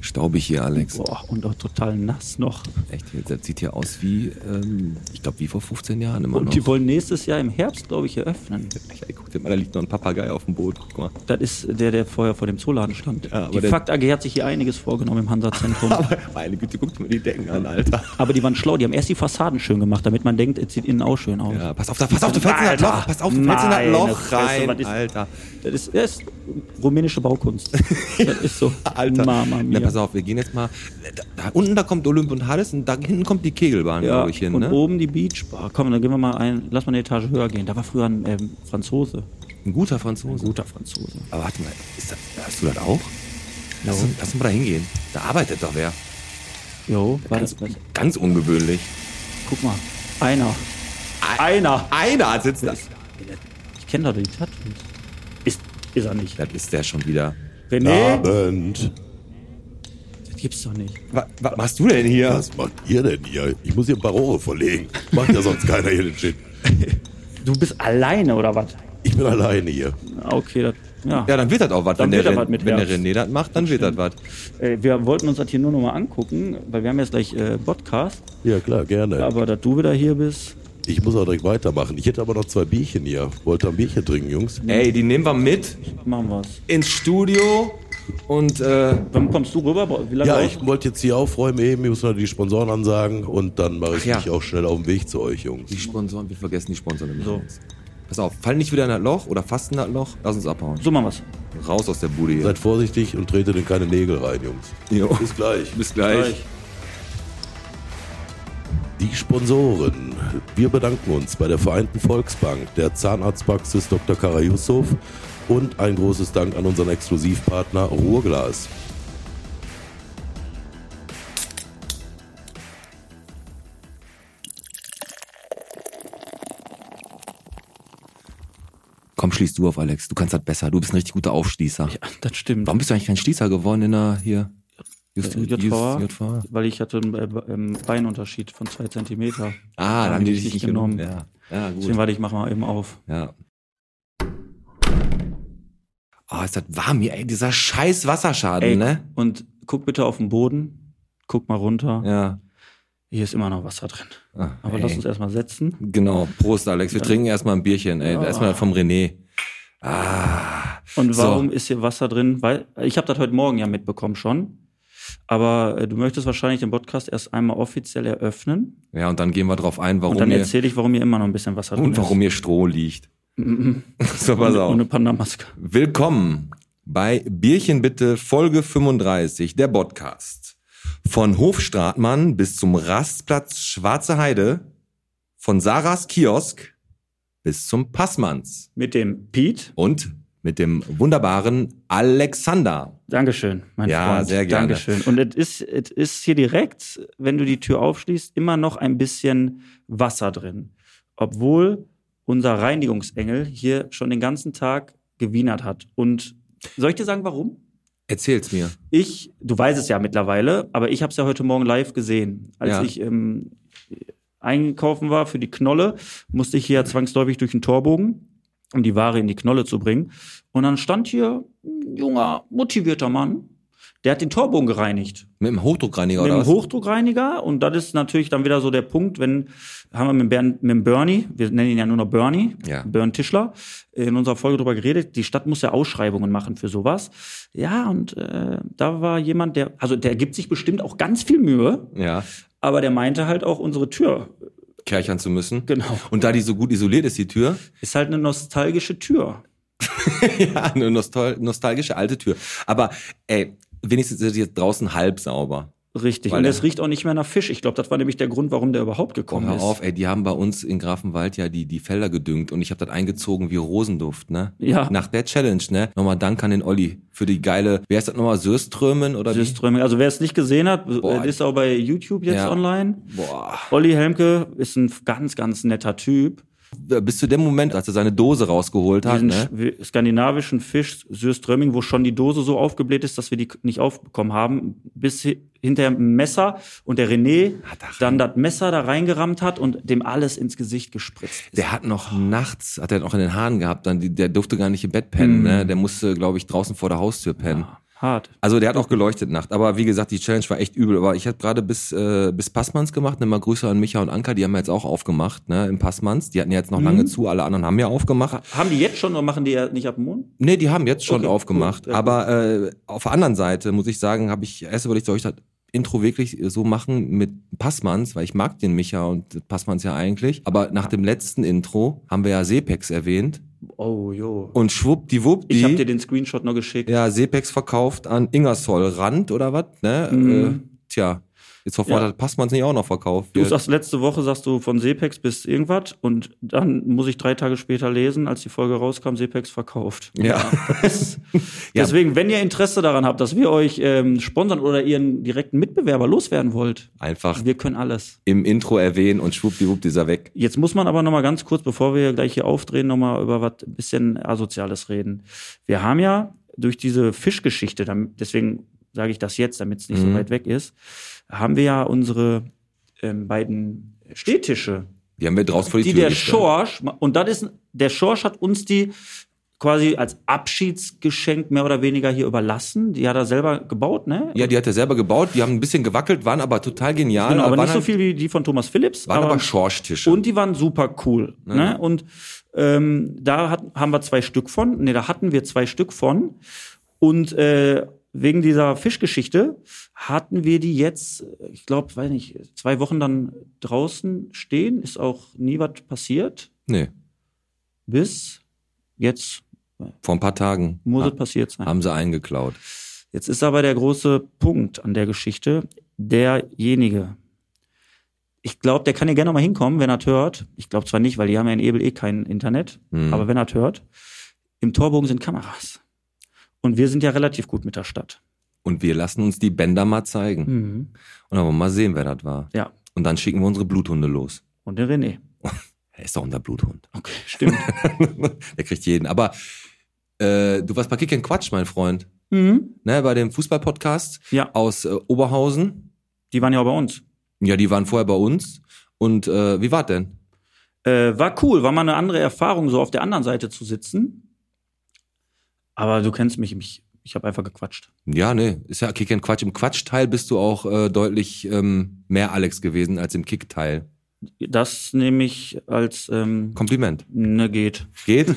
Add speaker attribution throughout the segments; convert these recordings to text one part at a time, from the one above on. Speaker 1: staubig hier, Alex.
Speaker 2: Boah, und auch total nass noch.
Speaker 1: Echt, das sieht hier aus wie, ähm, ich glaube, wie vor 15 Jahren immer
Speaker 2: Und
Speaker 1: noch.
Speaker 2: die wollen nächstes Jahr im Herbst, glaube ich, eröffnen.
Speaker 1: Ey, guck dir mal, da liegt noch ein Papagei auf dem Boot. Guck mal.
Speaker 2: Das ist der, der vorher vor dem Zooladen stand.
Speaker 1: Ja, aber
Speaker 2: die
Speaker 1: der-
Speaker 2: Fakt AG hat sich hier einiges vorgenommen im Hansa-Zentrum.
Speaker 1: Aber meine Güte, guck dir mal die Decken an, Alter.
Speaker 2: aber die waren schlau, die haben erst die Fassaden schön gemacht, damit man denkt, es sieht innen auch schön aus.
Speaker 1: Ja, pass auf, da, pass auf, du fällst in das
Speaker 2: Alter,
Speaker 1: Loch. Pass auf, du fällst in das
Speaker 2: meine
Speaker 1: Loch
Speaker 2: Fresse, was
Speaker 1: rein,
Speaker 2: ist-
Speaker 1: Alter.
Speaker 2: Das, ist, das ist rumänische Baukunst. Das ist so.
Speaker 1: Alter.
Speaker 2: Mama
Speaker 1: Na,
Speaker 2: mia.
Speaker 1: pass auf, wir gehen jetzt mal. Da, da, unten da kommt Olymp und Hades und da hinten kommt die Kegelbahn,
Speaker 2: Ja,
Speaker 1: glaube ich, hin.
Speaker 2: und
Speaker 1: Ne?
Speaker 2: oben die Beachbar. Komm, dann gehen wir mal ein, lass mal eine Etage höher gehen. Da war früher ein ähm, Franzose.
Speaker 1: Ein guter Franzose.
Speaker 2: Guter Franzose.
Speaker 1: Aber warte mal, ist das, hast du das auch? Lass, uns- lass uns mal da hingehen. Da arbeitet doch wer.
Speaker 2: Jo, war das,
Speaker 1: Ganz,
Speaker 2: was?
Speaker 1: ganz ungewöhnlich.
Speaker 2: Guck mal. Einer. Einer.
Speaker 1: Einer sitzt da.
Speaker 2: Ich kenne doch die Tattoos. Ist, ist er nicht.
Speaker 1: Das ist der schon wieder.
Speaker 2: René?
Speaker 3: Abend.
Speaker 2: Das gibt's doch nicht.
Speaker 1: Wa, wa, was du denn hier?
Speaker 3: Was macht ihr denn hier? Ich muss hier ein paar Rohre verlegen. Macht ja sonst keiner hier den Shit.
Speaker 2: Du bist alleine oder was?
Speaker 3: Ich bin alleine hier.
Speaker 2: Ah, Okay, das, ja.
Speaker 1: Ja, dann wird das auch was.
Speaker 2: Dann
Speaker 1: Wenn, der,
Speaker 2: wird das
Speaker 1: Ren-
Speaker 2: was mit
Speaker 1: wenn der
Speaker 2: Herbst.
Speaker 1: René das macht, dann wird das was.
Speaker 2: Äh, wir wollten uns das hier nur noch mal angucken, weil wir haben jetzt gleich äh, Podcast.
Speaker 3: Ja, klar, gerne.
Speaker 2: Aber dass du wieder hier bist,
Speaker 3: Ich muss auch direkt weitermachen. Ich hätte aber noch zwei Bierchen hier. Wollt ihr ein Bierchen trinken, Jungs?
Speaker 1: Ey, die nehmen wir mit
Speaker 2: machen wir's.
Speaker 1: ins Studio und äh,
Speaker 2: Wann kommst du rüber? Bra- Wie lange
Speaker 3: Ja,
Speaker 2: brauchst
Speaker 3: ich wollte jetzt hier aufräumen eben. Ich muss noch die Sponsoren ansagen. Und dann mache ich
Speaker 1: Ach ja.
Speaker 3: mich auch schnell auf den Weg zu euch, Jungs.
Speaker 1: Die Sponsoren, wir vergessen die Sponsoren im
Speaker 2: So.
Speaker 1: Haus. Pass auf, fall nicht wieder in das Loch oder fast in das Loch. Lass uns abhauen.
Speaker 2: So machen wir's.
Speaker 1: Raus aus der Bude hier.
Speaker 3: Seid vorsichtig und tretet in keine Nägel rein, Jungs.
Speaker 1: Jo.
Speaker 3: Bis gleich.
Speaker 1: Bis gleich.
Speaker 3: Die Sponsoren. Wir bedanken uns bei der Vereinten Volksbank, der Zahnarztpraxis Dr. Kara Yusuf und ein großes Dank an unseren Exklusivpartner Ruhrglas.
Speaker 1: Komm, schließ du auf, Alex. Du kannst das besser. Du bist ein richtig guter Aufschließer.
Speaker 2: Das stimmt.
Speaker 1: Warum bist du eigentlich kein Schließer geworden in der hier? Just,
Speaker 2: Äh, JVA,
Speaker 1: JVA?
Speaker 2: Weil ich hatte einen äh, Be- ähm, Beinunterschied von zwei Zentimeter.
Speaker 1: Ah, dann haben die dich nicht genommen. Ja, ja
Speaker 2: Deswegen
Speaker 1: gut.
Speaker 2: warte, ich mach mal eben auf.
Speaker 1: Ja. Ah, ist das warm hier, ey. Dieser scheiß Wasserschaden,
Speaker 2: Ey,
Speaker 1: ne?
Speaker 2: und guck bitte auf den Boden. Guck mal runter.
Speaker 1: Ja.
Speaker 2: Hier ist immer noch Wasser drin.
Speaker 1: Ah,
Speaker 2: Aber
Speaker 1: ey.
Speaker 2: lass uns erstmal setzen.
Speaker 1: Genau. Prost, Alex. Wir trinken erstmal ein Bierchen, ey.
Speaker 2: Ja.
Speaker 1: Erstmal vom René. Ah.
Speaker 2: Und
Speaker 1: So.
Speaker 2: warum ist hier Wasser drin? Weil ich habe das heute Morgen ja mitbekommen schon. Aber äh, du möchtest wahrscheinlich den Podcast erst einmal offiziell eröffnen
Speaker 1: Ja, und dann gehen wir drauf ein, warum
Speaker 2: und dann
Speaker 1: ihr
Speaker 2: erzähle ich, warum hier immer noch ein bisschen Wasser drin
Speaker 1: Und warum hier Stroh liegt. so,
Speaker 2: Mhm. ist.
Speaker 1: pass
Speaker 2: Ohne, ohne
Speaker 1: auf.
Speaker 2: Pandamaske.
Speaker 1: Willkommen bei Bierchen bitte Folge 35, der Podcast. Von Hofstratmann bis zum Rastplatz Schwarze Heide, von Sarahs Kiosk bis zum Passmanns
Speaker 2: Mit dem Pete.
Speaker 1: und mit dem wunderbaren Alexander.
Speaker 2: Dankeschön, mein
Speaker 1: Ja,
Speaker 2: Freund.
Speaker 1: sehr gerne.
Speaker 2: Dankeschön. Und es ist, es ist hier direkt, wenn du die Tür aufschließt, immer noch ein bisschen Wasser drin. Obwohl unser Reinigungsengel hier schon den ganzen Tag gewienert hat. Und soll ich dir sagen, warum?
Speaker 1: Erzähl's mir.
Speaker 2: Ich, du weißt es ja mittlerweile, aber ich habe es ja heute Morgen live gesehen. Als
Speaker 1: Ja.
Speaker 2: ich ähm, einkaufen war für die Knolle, musste ich hier ja zwangsläufig durch den Torbogen, um die Ware in die Knolle zu bringen. Und dann stand hier ein junger, motivierter Mann, der hat den Torbogen gereinigt.
Speaker 1: Mit dem Hochdruckreiniger
Speaker 2: mit
Speaker 1: oder
Speaker 2: dem
Speaker 1: was?
Speaker 2: Hochdruckreiniger. Und das ist natürlich dann wieder so der Punkt, wenn, haben wir mit, Bern, mit dem Bernie, wir nennen ihn ja nur noch Bernie,
Speaker 1: Ja.
Speaker 2: Bern Tischler, in unserer Folge drüber geredet, die Stadt muss ja Ausschreibungen machen für sowas. Ja, und äh, da war jemand, der, also der gibt sich bestimmt auch ganz viel Mühe,
Speaker 1: ja,
Speaker 2: aber der meinte halt auch unsere Tür.
Speaker 1: kärchern zu müssen.
Speaker 2: Genau.
Speaker 1: Und da die so gut isoliert ist, die Tür,
Speaker 2: Ist halt eine nostalgische Tür.
Speaker 1: Ja, eine nostal nostalgische alte Tür. Aber ey, wenigstens ist sie jetzt draußen halb sauber.
Speaker 2: Richtig.
Speaker 1: Weil
Speaker 2: und
Speaker 1: er-
Speaker 2: es riecht auch nicht mehr nach Fisch. Ich glaube, das war nämlich der Grund, warum der überhaupt
Speaker 1: Komm
Speaker 2: gekommen
Speaker 1: hör
Speaker 2: ist.
Speaker 1: auf, ey, die haben bei uns in Grafenwald ja die, die Felder gedüngt und ich habe das eingezogen wie Rosenduft, ne?
Speaker 2: Ja.
Speaker 1: Nach der Challenge, ne? Nochmal Dank an den Olli für die geile, wer ist das nochmal, Sürströmen oder wie?
Speaker 2: Süßströming. Also wer es nicht gesehen hat,
Speaker 1: Boah.
Speaker 2: äh, ist auch bei YouTube jetzt
Speaker 1: Ja.
Speaker 2: online.
Speaker 1: Boah.
Speaker 2: Olli Helmke ist ein ganz, ganz netter Typ.
Speaker 1: Bis zu dem Moment, als er seine Dose rausgeholt hat,
Speaker 2: Diesen
Speaker 1: ne?
Speaker 2: sch- skandinavischen Fisch Sürströmming, wo schon die Dose so aufgebläht ist, dass wir die nicht aufbekommen haben, bis hi- hinter dem Messer und der René dann das Messer da reingerammt hat und dem alles ins Gesicht gespritzt ist.
Speaker 1: Der hat noch nachts,
Speaker 2: Mhm.
Speaker 1: hat er noch in den Haaren gehabt, dann die, der durfte gar nicht im Bett pennen, ne? Der musste, glaube ich, draußen vor der Haustür pennen.
Speaker 2: Hart.
Speaker 1: Also der hat auch geleuchtet Nacht. Aber wie gesagt, die Challenge war echt übel. Aber ich habe gerade bis, äh, bis Passmanns gemacht. Nimm mal Grüße an Micha und Anka. Die haben jetzt auch aufgemacht ne, im Passmanns. Die hatten ja jetzt noch
Speaker 2: Mhm.
Speaker 1: lange zu. Alle anderen haben ja aufgemacht.
Speaker 2: Haben die jetzt schon oder machen die ja nicht ab dem Mond?
Speaker 1: Nee, die haben jetzt schon
Speaker 2: Okay,
Speaker 1: aufgemacht.
Speaker 2: cool. Ja,
Speaker 1: aber äh, auf der anderen Seite muss ich sagen, habe ich erst überlegt, soll ich das Intro wirklich so machen mit Passmanns, weil ich mag den Micha und Passmanns ja eigentlich. Aber nach dem letzten Intro haben wir ja Sepex erwähnt.
Speaker 2: Oh, jo.
Speaker 1: Und schwuppdiwupp,
Speaker 2: ich habe dir
Speaker 1: die,
Speaker 2: den Screenshot noch geschickt.
Speaker 1: ja, Sepex verkauft an Ingersoll Rand oder was, ne?
Speaker 2: Mhm.
Speaker 1: Äh, tja, jetzt verfordert
Speaker 2: Ja.
Speaker 1: Passmanns nicht auch noch verkauft.
Speaker 2: Du
Speaker 1: wird.
Speaker 2: sagst, letzte Woche sagst du von Sepex bis irgendwas und dann muss ich drei Tage später lesen, als die Folge rauskam, Sepex verkauft.
Speaker 1: Ja. Ja.
Speaker 2: Deswegen, wenn ihr Interesse daran habt, dass wir euch ähm, sponsern oder ihren direkten Mitbewerber loswerden wollt,
Speaker 1: Einfach
Speaker 2: wir können alles.
Speaker 1: im Intro erwähnen und schwuppdiwupp, dieser weg.
Speaker 2: Jetzt muss man aber noch mal ganz kurz, bevor wir gleich hier aufdrehen, noch mal über was ein bisschen Asoziales reden. Wir haben ja durch diese Fischgeschichte, dam- deswegen sage ich das jetzt, damit es nicht
Speaker 1: Mhm.
Speaker 2: so weit weg ist, haben wir ja unsere ähm, beiden Stehtische,
Speaker 1: Die haben wir draußen vor die,
Speaker 2: die,
Speaker 1: Tür
Speaker 2: der
Speaker 1: gestellt.
Speaker 2: Schorsch, und das ist, der Schorsch hat uns die quasi als Abschiedsgeschenk mehr oder weniger hier überlassen. Die hat er selber gebaut, ne?
Speaker 1: Ja, die hat er selber gebaut, die haben ein bisschen gewackelt, waren aber total genial.
Speaker 2: genau, aber
Speaker 1: waren
Speaker 2: nicht so
Speaker 1: halt-
Speaker 2: viel wie die von Thomas Phillips.
Speaker 1: Waren aber, Schorschtische.
Speaker 2: Und die waren super cool. Ne? Und ähm, da hat, haben wir zwei Stück von. Ne, da hatten wir zwei Stück von. Und äh, wegen dieser Fischgeschichte hatten wir die jetzt, ich glaube, weiß nicht, zwei Wochen dann draußen stehen. Ist auch nie was passiert.
Speaker 1: nee,
Speaker 2: Bis jetzt
Speaker 1: vor ein paar Tagen
Speaker 2: muss
Speaker 1: ha
Speaker 2: es passiert sein.
Speaker 1: haben sie eingeklaut.
Speaker 2: Jetzt ist aber der große Punkt an der Geschichte derjenige. Ich glaube, der kann ja gerne noch mal hinkommen, wenn er hört. Ich glaube zwar nicht, weil die haben ja in Ebel eh kein Internet,
Speaker 1: Mhm.
Speaker 2: aber wenn er hört, im Torbogen sind Kameras. Und wir sind ja relativ gut mit der Stadt.
Speaker 1: Und wir lassen uns die Bänder mal zeigen. Und dann wollen wir mal sehen, wer das war.
Speaker 2: Hm. Ja.
Speaker 1: Und dann schicken wir unsere Bluthunde los.
Speaker 2: Und der René.
Speaker 1: Er ist doch unser Bluthund.
Speaker 2: Okay, stimmt.
Speaker 1: Der kriegt jeden. Aber äh, du warst bei Kick and Quatsch, mein Freund.
Speaker 2: mhm.
Speaker 1: Ne, bei dem Fußballpodcast
Speaker 2: Ja,
Speaker 1: aus äh, Oberhausen.
Speaker 2: die waren ja auch bei uns.
Speaker 1: Ja, die waren vorher bei uns. Und äh, wie war denn?
Speaker 2: Äh, war cool, war mal eine andere Erfahrung, so auf der anderen Seite zu sitzen. Aber du kennst mich, mich ich habe einfach gequatscht.
Speaker 1: Ja, nee, ist ja Kick and Quatsch. Im Quatschteil bist du auch äh, deutlich ähm, mehr Alex gewesen als im Kickteil.
Speaker 2: Das nehme ich als ähm,
Speaker 1: Kompliment.
Speaker 2: Ne, geht.
Speaker 1: Geht.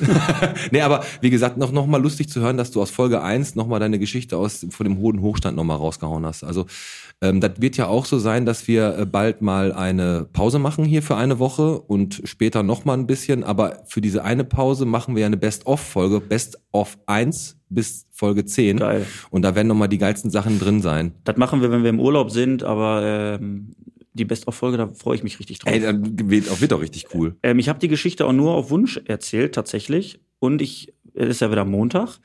Speaker 1: nee, aber wie gesagt, noch, noch mal lustig zu hören, dass du aus Folge 1 noch mal deine Geschichte aus von dem hohen Hochstand noch mal rausgehauen hast. Also ähm, das wird ja auch so sein, dass wir äh, bald mal eine Pause machen hier für eine Woche und später noch mal ein bisschen. Aber für diese eine Pause machen wir ja eine Best-of-Folge, Best-of 1 bis Folge 10.
Speaker 2: Geil.
Speaker 1: Und da werden noch mal die geilsten Sachen drin sein.
Speaker 2: Das machen wir, wenn wir im Urlaub sind, aber ähm, die Best-of-Folge, da freue ich mich richtig drauf.
Speaker 1: Ey, das wird auch, wird auch richtig cool.
Speaker 2: ähm, ich habe die Geschichte auch nur auf Wunsch erzählt, tatsächlich. Und ich, es ist ja wieder Montag.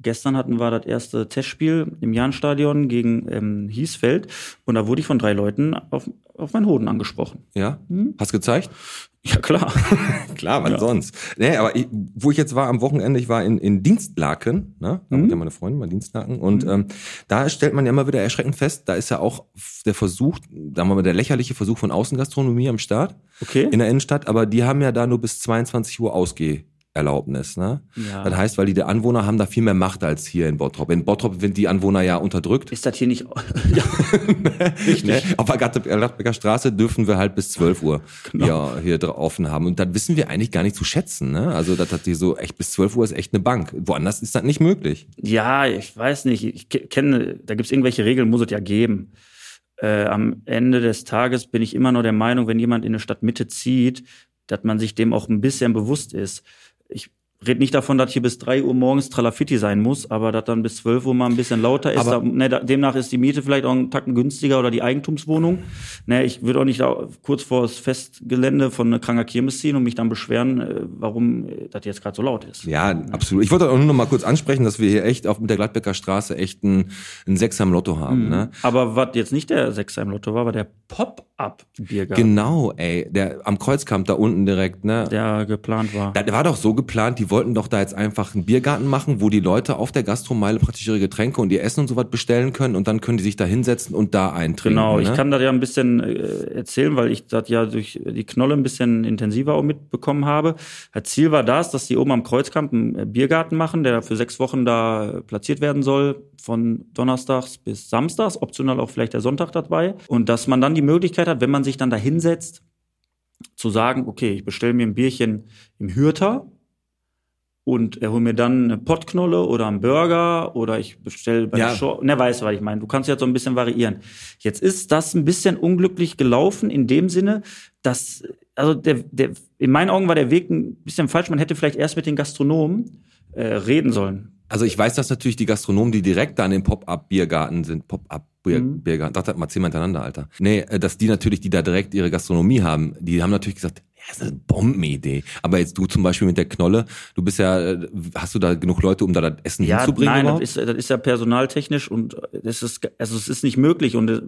Speaker 2: Gestern hatten wir das erste Testspiel im Jahnstadion gegen ähm, Hiesfeld. Und da wurde ich von drei Leuten auf, auf meinen Hoden angesprochen.
Speaker 1: Ja? Hast gezeigt?
Speaker 2: Ja, klar.
Speaker 1: Klar, wann
Speaker 2: Ja.
Speaker 1: sonst? Nee, aber ich, wo ich jetzt war am Wochenende, ich war in, in Dienstlaken, ne? Da
Speaker 2: Mhm.
Speaker 1: wohnt ja meine Freundin, mein Dienstlaken. Und ähm, da stellt man ja immer wieder erschreckend fest, da ist ja auch der Versuch, da haben wir mal der lächerliche Versuch von Außengastronomie am Start
Speaker 2: Okay.
Speaker 1: in der Innenstadt, aber die haben ja da nur bis 22 Uhr Ausgeherlaubnis, ne?
Speaker 2: Ja.
Speaker 1: Das heißt, weil die, die Anwohner haben da viel mehr Macht als hier in Bottrop. In Bottrop sind die Anwohner ja unterdrückt.
Speaker 2: Ist das hier nicht. ja,
Speaker 1: Ne?
Speaker 2: richtig.
Speaker 1: Auf der Gatte- Gladbecker Straße dürfen wir halt bis 12 Uhr
Speaker 2: Genau.
Speaker 1: ja, hier dra- offen haben. Und das wissen wir eigentlich gar nicht zu schätzen. Ne? Also das hat die so echt bis 12 Uhr ist echt eine Bank. Woanders ist das nicht möglich.
Speaker 2: Ja, ich weiß nicht. Ich ke- kenne, da gibt's irgendwelche Regeln, muss es ja geben. Äh, am Ende des Tages bin ich immer nur der Meinung, wenn jemand in eine Stadtmitte zieht, dass man sich dem auch ein bisschen bewusst ist. Ich rede nicht davon, dass hier bis 3 Uhr morgens Tralafitti sein muss, aber dass dann bis 12 Uhr mal ein bisschen lauter ist.
Speaker 1: Aber-
Speaker 2: da, ne, da, demnach ist die Miete vielleicht auch einen Tacken günstiger oder die Eigentumswohnung. Ne, ich würde auch nicht da kurz vor das Festgelände von einer kranker Kirmes ziehen und mich dann beschweren, äh, warum äh, das jetzt gerade so laut ist.
Speaker 1: Ja, absolut. Ich wollte das auch nur noch mal kurz ansprechen, dass wir hier echt auf mit der Gladbecker
Speaker 2: Mhm.
Speaker 1: Straße echt einen, einen Sechser im Lotto haben. Ne?
Speaker 2: Aber was jetzt nicht der Sechser im Lotto war, war der Pop ab, Biergarten,
Speaker 1: Genau, ey. Der am Kreuzkamp da unten direkt, ne?
Speaker 2: der geplant war.
Speaker 1: Das war doch so geplant, die wollten doch da jetzt einfach einen Biergarten machen, wo die Leute auf der Gastromeile praktisch ihre Getränke und ihr Essen und sowas bestellen können und dann können die sich da hinsetzen und da eintrinken.
Speaker 2: Genau,
Speaker 1: ne?
Speaker 2: ich kann das ja ein bisschen äh, erzählen, weil ich das ja durch die Knolle ein bisschen intensiver auch mitbekommen habe. Das Ziel war das, dass die oben am Kreuzkamp einen äh, Biergarten machen, der für sechs Wochen da äh, platziert werden soll, von Donnerstags bis Samstags, optional auch vielleicht der Sonntag dabei. Und dass man dann die Möglichkeit hat, wenn man sich dann da hinsetzt, zu sagen, okay, ich bestelle mir ein Bierchen im Hürter und erhole mir dann eine Pottknolle oder einen Burger oder ich bestelle bei
Speaker 1: Ja.
Speaker 2: der Shop. Ne, weißt du, was ich meine. Du kannst jetzt so ein bisschen variieren. Jetzt ist das ein bisschen unglücklich gelaufen in dem Sinne, dass, also der, der, in meinen Augen war der Weg ein bisschen falsch. Man hätte vielleicht erst mit den Gastronomen äh, reden sollen.
Speaker 1: Also ich weiß, dass natürlich die Gastronomen, die direkt da an dem Pop-Up-Biergarten sind, Pop-Up-Biergarten,
Speaker 2: Mhm.
Speaker 1: Biergarten, sag das mal zehnmal hintereinander, Alter. Nee, äh, dass die natürlich, die da direkt ihre Gastronomie haben, die haben natürlich gesagt, ja, das ist eine Bombenidee. Aber jetzt du zum Beispiel mit der Knolle, du bist ja, äh, hast du da genug Leute, um da das Essen hinzubringen?
Speaker 2: Nein, das
Speaker 1: überhaupt?
Speaker 2: ist, das ist ja personaltechnisch und das ist, also es ist nicht möglich und äh,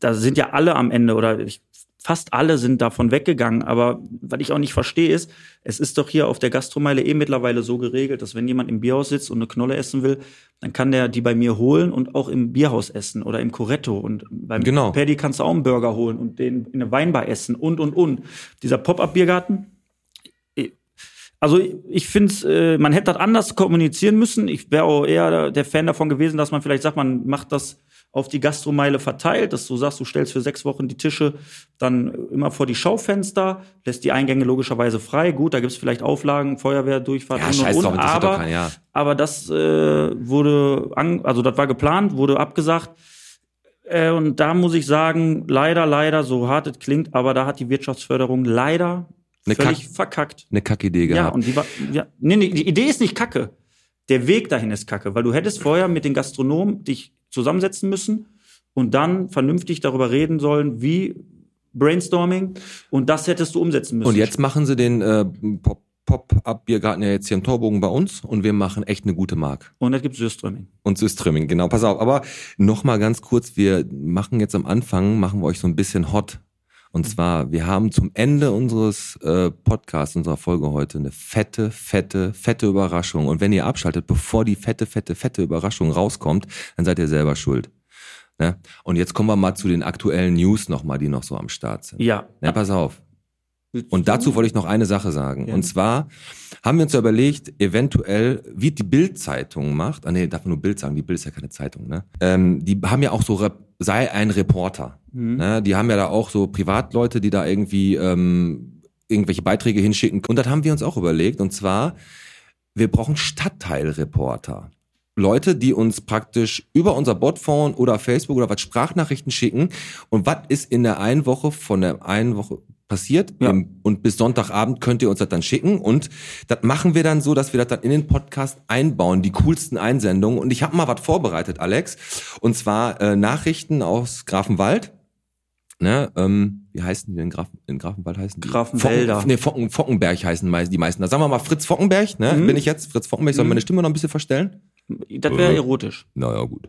Speaker 2: da sind ja alle am Ende oder ich, fast alle sind davon weggegangen. Aber was ich auch nicht verstehe ist, es ist doch hier auf der Gastromeile eh mittlerweile so geregelt, dass wenn jemand im Bierhaus sitzt und eine Knolle essen will, dann kann der die bei mir holen und auch im Bierhaus essen oder im Coretto und beim
Speaker 1: Genau.
Speaker 2: Paddy kannst du auch einen Burger holen und den in eine Weinbar essen und und und. Dieser Pop-up-Biergarten, also ich finde, äh, man hätte das anders kommunizieren müssen. Ich wäre auch eher der Fan davon gewesen, dass man vielleicht sagt, man macht das auf die Gastromeile verteilt, dass du sagst, du stellst für sechs Wochen die Tische dann immer vor die Schaufenster, lässt die Eingänge logischerweise frei. Gut, da gibt es vielleicht Auflagen, Feuerwehr, Durchfahrt
Speaker 1: ja,
Speaker 2: und und
Speaker 1: scheiß
Speaker 2: und.
Speaker 1: drauf, interessiert doch
Speaker 2: aber,
Speaker 1: keinen, ja.
Speaker 2: aber das äh, wurde, an, also das war geplant, wurde abgesagt. Äh, und da muss ich sagen, leider, leider, so hart es klingt, aber da hat die Wirtschaftsförderung leider
Speaker 1: Eine
Speaker 2: völlig
Speaker 1: Kack-
Speaker 2: verkackt.
Speaker 1: Eine Kackidee
Speaker 2: Ja,
Speaker 1: gehabt.
Speaker 2: und die war, ja, nee, nee, die Idee ist nicht kacke. Der Weg dahin ist kacke, weil du hättest vorher mit den Gastronomen dich zusammensetzen müssen und dann vernünftig darüber reden sollen, wie Brainstorming und das hättest du umsetzen müssen.
Speaker 1: Und jetzt machen sie den äh, Pop- Pop-Up-Biergarten ja jetzt hier im Torbogen bei uns und wir machen echt eine gute Mark.
Speaker 2: und jetzt gibt's Süßströming.
Speaker 1: Und zu Streaming, genau. Pass auf, aber nochmal ganz kurz, wir machen jetzt am Anfang, machen wir euch so ein bisschen hot. Und zwar, wir haben zum Ende unseres äh, Podcasts, unserer Folge heute, eine fette, fette, fette Überraschung. Und wenn ihr abschaltet, bevor die fette, fette, fette Überraschung rauskommt, dann seid ihr selber schuld. Ne? Und jetzt kommen wir mal zu den aktuellen News nochmal, die noch so am Start sind.
Speaker 2: Ja.
Speaker 1: Ne, pass auf. Und dazu wollte ich noch eine Sache sagen.
Speaker 2: Hm. Ja.
Speaker 1: Und zwar haben wir uns ja überlegt, eventuell, wie die Bild-Zeitung macht, ah nee, darf man nur Bild sagen, die Bild ist ja keine Zeitung, ne? Ähm, die haben ja auch so, Rep- sei ein Reporter.
Speaker 2: Mhm.
Speaker 1: Ne? Die haben ja da auch so Privatleute, die da irgendwie ähm, irgendwelche Beiträge hinschicken. Und das haben wir uns auch überlegt. Und zwar, wir brauchen Stadtteilreporter. Leute, die uns praktisch über unser Botphone oder Facebook oder was Sprachnachrichten schicken. Und was ist in der einen Woche von der einen Woche passiert?
Speaker 2: Ja.
Speaker 1: Im- Und bis Sonntagabend könnt ihr uns das dann schicken. Und das machen wir dann so, dass wir das dann in den Podcast einbauen, die coolsten Einsendungen. Und ich habe mal was vorbereitet, Alex. Und zwar äh, Nachrichten aus Grafenwald. Ne, ähm, wie heißen die denn? Grafen, in Grafenwald heißen die?
Speaker 2: Grafenwälder.
Speaker 1: Focken, nee, Focken, Fockenberg heißen mei- die meisten. Da sagen wir mal Fritz Fockenberg, ne?
Speaker 2: Mhm.
Speaker 1: Bin ich jetzt? Fritz Fockenberg, soll
Speaker 2: Mhm.
Speaker 1: meine Stimme noch ein bisschen verstellen?
Speaker 2: Das wäre
Speaker 1: Äh.
Speaker 2: erotisch.
Speaker 1: Naja, gut.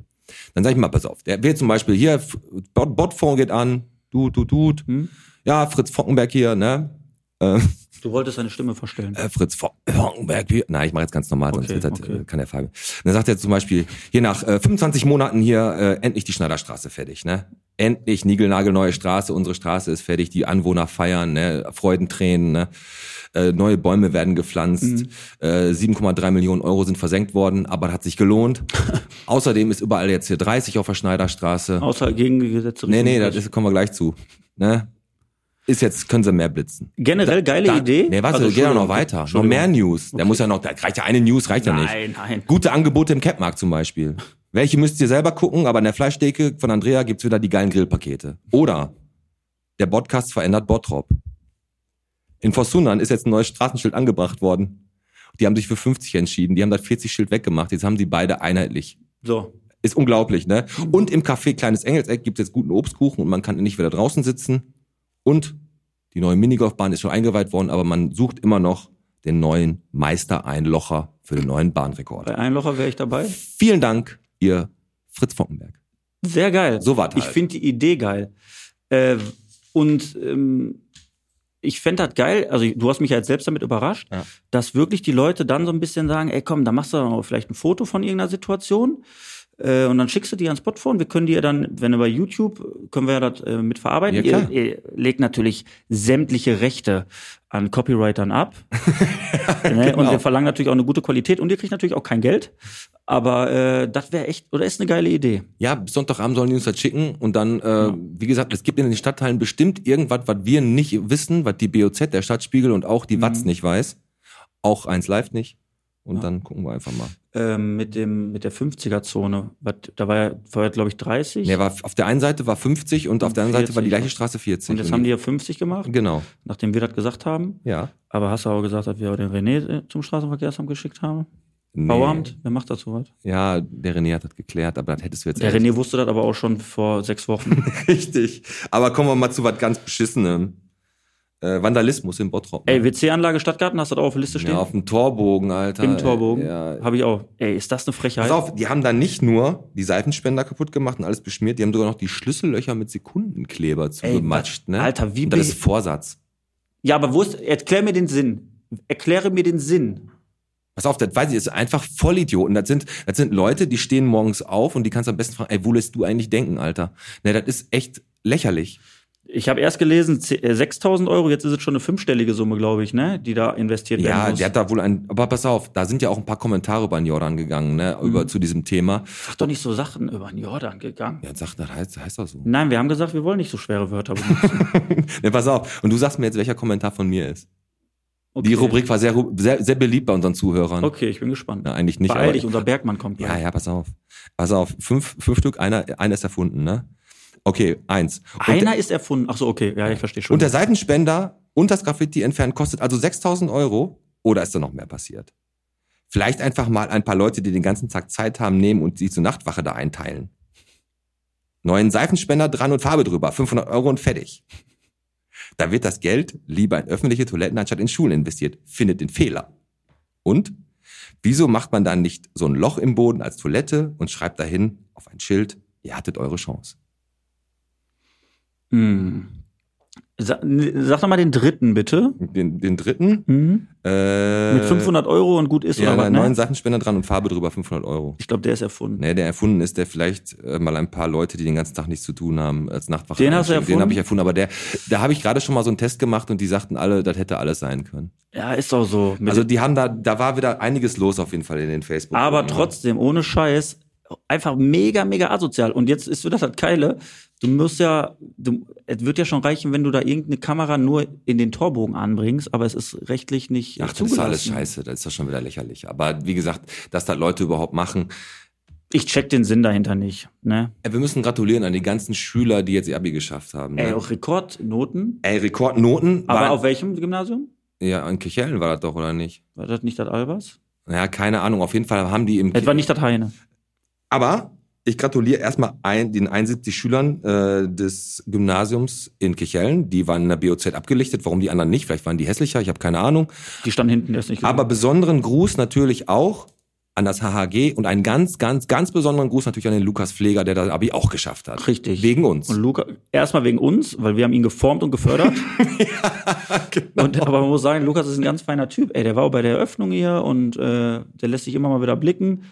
Speaker 1: Dann sag ich mal, pass auf. Der will zum Beispiel hier, F- Bot, Botphone geht an, du, du, du.
Speaker 2: Hm?
Speaker 1: Ja, Fritz Fockenberg hier, ne?
Speaker 2: Du wolltest deine Stimme verstellen.
Speaker 1: äh, Fritz Fo- Fockenberg. wie- Nein, ich mache jetzt ganz normal, sonst
Speaker 2: Okay,
Speaker 1: wird das,
Speaker 2: okay.
Speaker 1: äh, kann der Fabian. Und dann sagt er zum Beispiel, hier nach äh, 25 Monaten hier äh, endlich die Schneiderstraße fertig, ne? Endlich niegelnagelneue Straße, unsere Straße ist fertig, die Anwohner feiern, ne? Freudentränen, ne? Äh, neue Bäume werden
Speaker 2: Mhm.
Speaker 1: gepflanzt, äh, 7,3 Millionen Euro sind versenkt worden, aber das hat sich gelohnt. Außerdem ist überall jetzt hier 30 auf der Schneiderstraße.
Speaker 2: Außer gegen die Gesetze.
Speaker 1: nee, nee, das ist, kommen wir gleich zu. Ne? Ist jetzt, können sie mehr blitzen.
Speaker 2: generell geile
Speaker 1: Da-
Speaker 2: Idee. Also
Speaker 1: Nee, warte, geht doch
Speaker 2: Entschuldigung.
Speaker 1: noch weiter. Noch
Speaker 2: Entschuldigung.
Speaker 1: mehr News. Da muss ja noch, da reicht ja eine News, reicht ja nicht.
Speaker 2: Nein, nein.
Speaker 1: Gute Angebote im Capmarkt zum Beispiel. Welche müsst ihr selber gucken, aber in der Fleischtheke von Andrea gibt's wieder die geilen Grillpakete. Oder der Podcast verändert Bottrop. In Vossunan ist jetzt ein neues Straßenschild angebracht worden. Die haben sich für 50 entschieden. Die haben das 40-Schild weggemacht. Jetzt haben die beide einheitlich.
Speaker 2: So.
Speaker 1: Ist unglaublich, ne? Und im Café Kleines Engelseck gibt's jetzt guten Obstkuchen und man kann nicht wieder draußen sitzen. Und die neue Minigolfbahn ist schon eingeweiht worden, aber man sucht immer noch den neuen Meister-Einlocher für den neuen Bahnrekord.
Speaker 2: Bei Einlocher wäre ich dabei.
Speaker 1: Vielen Dank, ihr Fritz Fockenberg.
Speaker 2: Sehr geil.
Speaker 1: So war das
Speaker 2: Ich
Speaker 1: halt.
Speaker 2: finde die Idee geil. Äh, und ähm, ich fände das geil, also du hast mich ja jetzt selbst damit überrascht,
Speaker 1: Ja.
Speaker 2: dass wirklich die Leute dann so ein bisschen sagen, ey komm, dann machst du doch mal vielleicht ein Foto von irgendeiner Situation äh, und dann schickst du die ans Spotphone. Wir können die ja dann, wenn du bei YouTube, können wir ja das äh, mit verarbeiten.
Speaker 1: Ja, klar.
Speaker 2: ihr, ihr legt natürlich sämtliche Rechte an Copywritern ab. ne?
Speaker 1: Genau.
Speaker 2: Und wir verlangen natürlich auch eine gute Qualität und ihr kriegt natürlich auch kein Geld. Aber äh, das wäre echt, oder ist eine geile Idee.
Speaker 1: Ja, bis Sonntagabend sollen die uns das schicken und dann, äh, wie gesagt, es gibt in den Stadtteilen bestimmt irgendwas, was wir nicht wissen, was die BOZ, der Stadtspiegel und auch die Watz nicht weiß. Auch eins live nicht. Und dann gucken wir einfach mal.
Speaker 2: Ähm, mit, dem, mit der 50er-Zone, was- da war ja, war ja glaube ich, 30.
Speaker 1: Nee, war, auf der einen Seite war 50 und auf der anderen Seite war die
Speaker 2: 40,
Speaker 1: gleiche
Speaker 2: ne?
Speaker 1: Straße 40.
Speaker 2: und jetzt haben die ja 50 gemacht,
Speaker 1: Genau,
Speaker 2: nachdem wir das gesagt haben.
Speaker 1: ja.
Speaker 2: Aber hast du auch gesagt, dass wir auch den René äh, zum Straßenverkehrsamt geschickt haben?
Speaker 1: Nee.
Speaker 2: Bauamt? Wer macht das soweit?
Speaker 1: Ja, der René hat das geklärt, aber das hättest du jetzt
Speaker 2: Der
Speaker 1: echt-
Speaker 2: René wusste das aber auch schon vor sechs Wochen.
Speaker 1: Richtig. Aber kommen wir mal zu was ganz Beschissenem. Äh, Vandalismus in Bottrop. ne?
Speaker 2: Ey, WC-Anlage Stadtgarten, hast du das auch auf der Liste stehen?
Speaker 1: ja, auf dem Torbogen, Alter.
Speaker 2: Im Torbogen.
Speaker 1: Ja.
Speaker 2: Habe ich halt. auch. Ey, ist das eine Frechheit?
Speaker 1: Pass auf, die haben dann nicht nur die Seifenspender kaputt gemacht und alles beschmiert, die haben sogar noch die Schlüssellöcher mit Sekundenkleber zugematscht. Ne?
Speaker 2: Alter, wie
Speaker 1: und das
Speaker 2: beh-
Speaker 1: ist Vorsatz.
Speaker 2: Ja, aber wo ist, erklär mir den Sinn. Erkläre mir den Sinn.
Speaker 1: Pass auf, das weiß ich, das ist einfach Vollidioten. Das sind, das sind Leute, die stehen morgens auf und die kannst am besten fragen, ey, wo lässt du eigentlich denken, Alter? Ne, das ist echt lächerlich.
Speaker 2: Ich habe erst gelesen, 6000 Euro, jetzt ist es schon eine fünfstellige Summe, glaube ich, ne, die da investiert werden
Speaker 1: Ja,
Speaker 2: muss.
Speaker 1: der hat da wohl ein, aber pass auf, da sind ja auch ein paar Kommentare bei den Jordan gegangen, ne,
Speaker 2: Mhm.
Speaker 1: über zu diesem Thema.
Speaker 2: Sag doch nicht so Sachen über den Jordan gegangen.
Speaker 1: Ja, sag, das heißt, das heißt doch so.
Speaker 2: Nein, wir haben gesagt, wir wollen nicht so schwere Wörter benutzen.
Speaker 1: Ne, pass auf. Und du sagst mir jetzt, welcher Kommentar von mir ist.
Speaker 2: Okay.
Speaker 1: Die Rubrik war sehr, ru- sehr, sehr beliebt bei unseren Zuhörern.
Speaker 2: Okay, ich bin gespannt.
Speaker 1: Na, eigentlich nicht,
Speaker 2: Beeil
Speaker 1: aber-
Speaker 2: dich, unser Bergmann kommt
Speaker 1: Ja,
Speaker 2: gleich.
Speaker 1: ja, pass auf. Pass auf. Fünf, fünf Stück, einer, einer ist erfunden, ne? Okay, eins. Und,
Speaker 2: Einer ist erfunden. Ach so, okay, ja, ich verstehe schon.
Speaker 1: und der Seitenspender und das Graffiti entfernen kostet also 6000 Euro. Oder ist da noch mehr passiert? Vielleicht einfach mal ein paar Leute, die den ganzen Tag Zeit haben, nehmen und die zur Nachtwache da einteilen. Neuen Seifenspender dran und Farbe drüber. 500 Euro und fertig. Da wird das Geld lieber in öffentliche Toiletten anstatt in Schulen investiert. Findet den Fehler. Und wieso macht man dann nicht so ein Loch im Boden als Toilette und schreibt dahin auf ein Schild, ihr hattet eure Chance?
Speaker 2: Hm. Sa sag doch mal den dritten, bitte.
Speaker 1: Den, den dritten?
Speaker 2: Mhm.
Speaker 1: Äh,
Speaker 2: Mit 500 Euro und gut ist
Speaker 1: ja,
Speaker 2: oder was,
Speaker 1: neuen
Speaker 2: ne?
Speaker 1: Seifenspender dran und Farbe drüber 500 Euro.
Speaker 2: Ich glaube, der ist erfunden.
Speaker 1: Nee, der erfunden ist, der vielleicht äh, mal ein paar Leute, die den ganzen Tag nichts zu tun haben, als Nachtwache.
Speaker 2: Den hast du
Speaker 1: einstellen. Den
Speaker 2: erfunden?
Speaker 1: habe ich erfunden, aber der, da habe ich gerade schon mal so einen Test gemacht und die sagten alle, das hätte alles sein können.
Speaker 2: Ja, ist doch so. Mit
Speaker 1: Also die haben da, da war wieder einiges los auf jeden Fall in den Facebook.
Speaker 2: Aber trotzdem, ohne Scheiß, einfach mega, mega asozial. Und jetzt ist wieder das halt Geile. Du musst ja, du, es wird ja schon reichen, wenn du da irgendeine Kamera nur in den Torbogen anbringst, aber es ist rechtlich nicht
Speaker 1: Ach, das ist
Speaker 2: zugelassen.
Speaker 1: alles scheiße, das ist doch schon wieder lächerlich. Aber wie gesagt, dass da Leute überhaupt machen,
Speaker 2: Ich check den Sinn dahinter nicht. Ne?
Speaker 1: Ey, Wir müssen gratulieren an die ganzen Schüler, die jetzt ihr Abi geschafft haben. Ne?
Speaker 2: Ey, auch Rekordnoten.
Speaker 1: Ey, Rekordnoten.
Speaker 2: Aber
Speaker 1: waren-
Speaker 2: auf welchem Gymnasium?
Speaker 1: ja, in Kirchhellen war das doch, oder nicht?
Speaker 2: War das nicht das Albers?
Speaker 1: Ja, keine Ahnung. Auf jeden Fall haben die im.
Speaker 2: Das war nicht das Heine.
Speaker 1: Aber ich gratuliere erstmal ein, den 71 Schülern äh, des Gymnasiums in Kirchhellen. Die waren in der BOZ abgelichtet. Warum die anderen nicht? Vielleicht waren die hässlicher. Ich habe keine Ahnung.
Speaker 2: Die stand hinten, der ist nicht gekommen.
Speaker 1: Aber besonderen Gruß natürlich auch an das HHG und einen ganz, ganz, ganz besonderen Gruß natürlich an den Lukas Pfleger, der das Abi auch geschafft hat.
Speaker 2: Richtig.
Speaker 1: Wegen uns.
Speaker 2: Und Luca, erstmal wegen uns, weil wir haben ihn geformt und gefördert.
Speaker 1: genau.
Speaker 2: und, aber man muss sagen, Lukas ist ein ganz feiner Typ. Ey, der war auch bei der Eröffnung hier und äh, der lässt sich immer mal wieder blicken.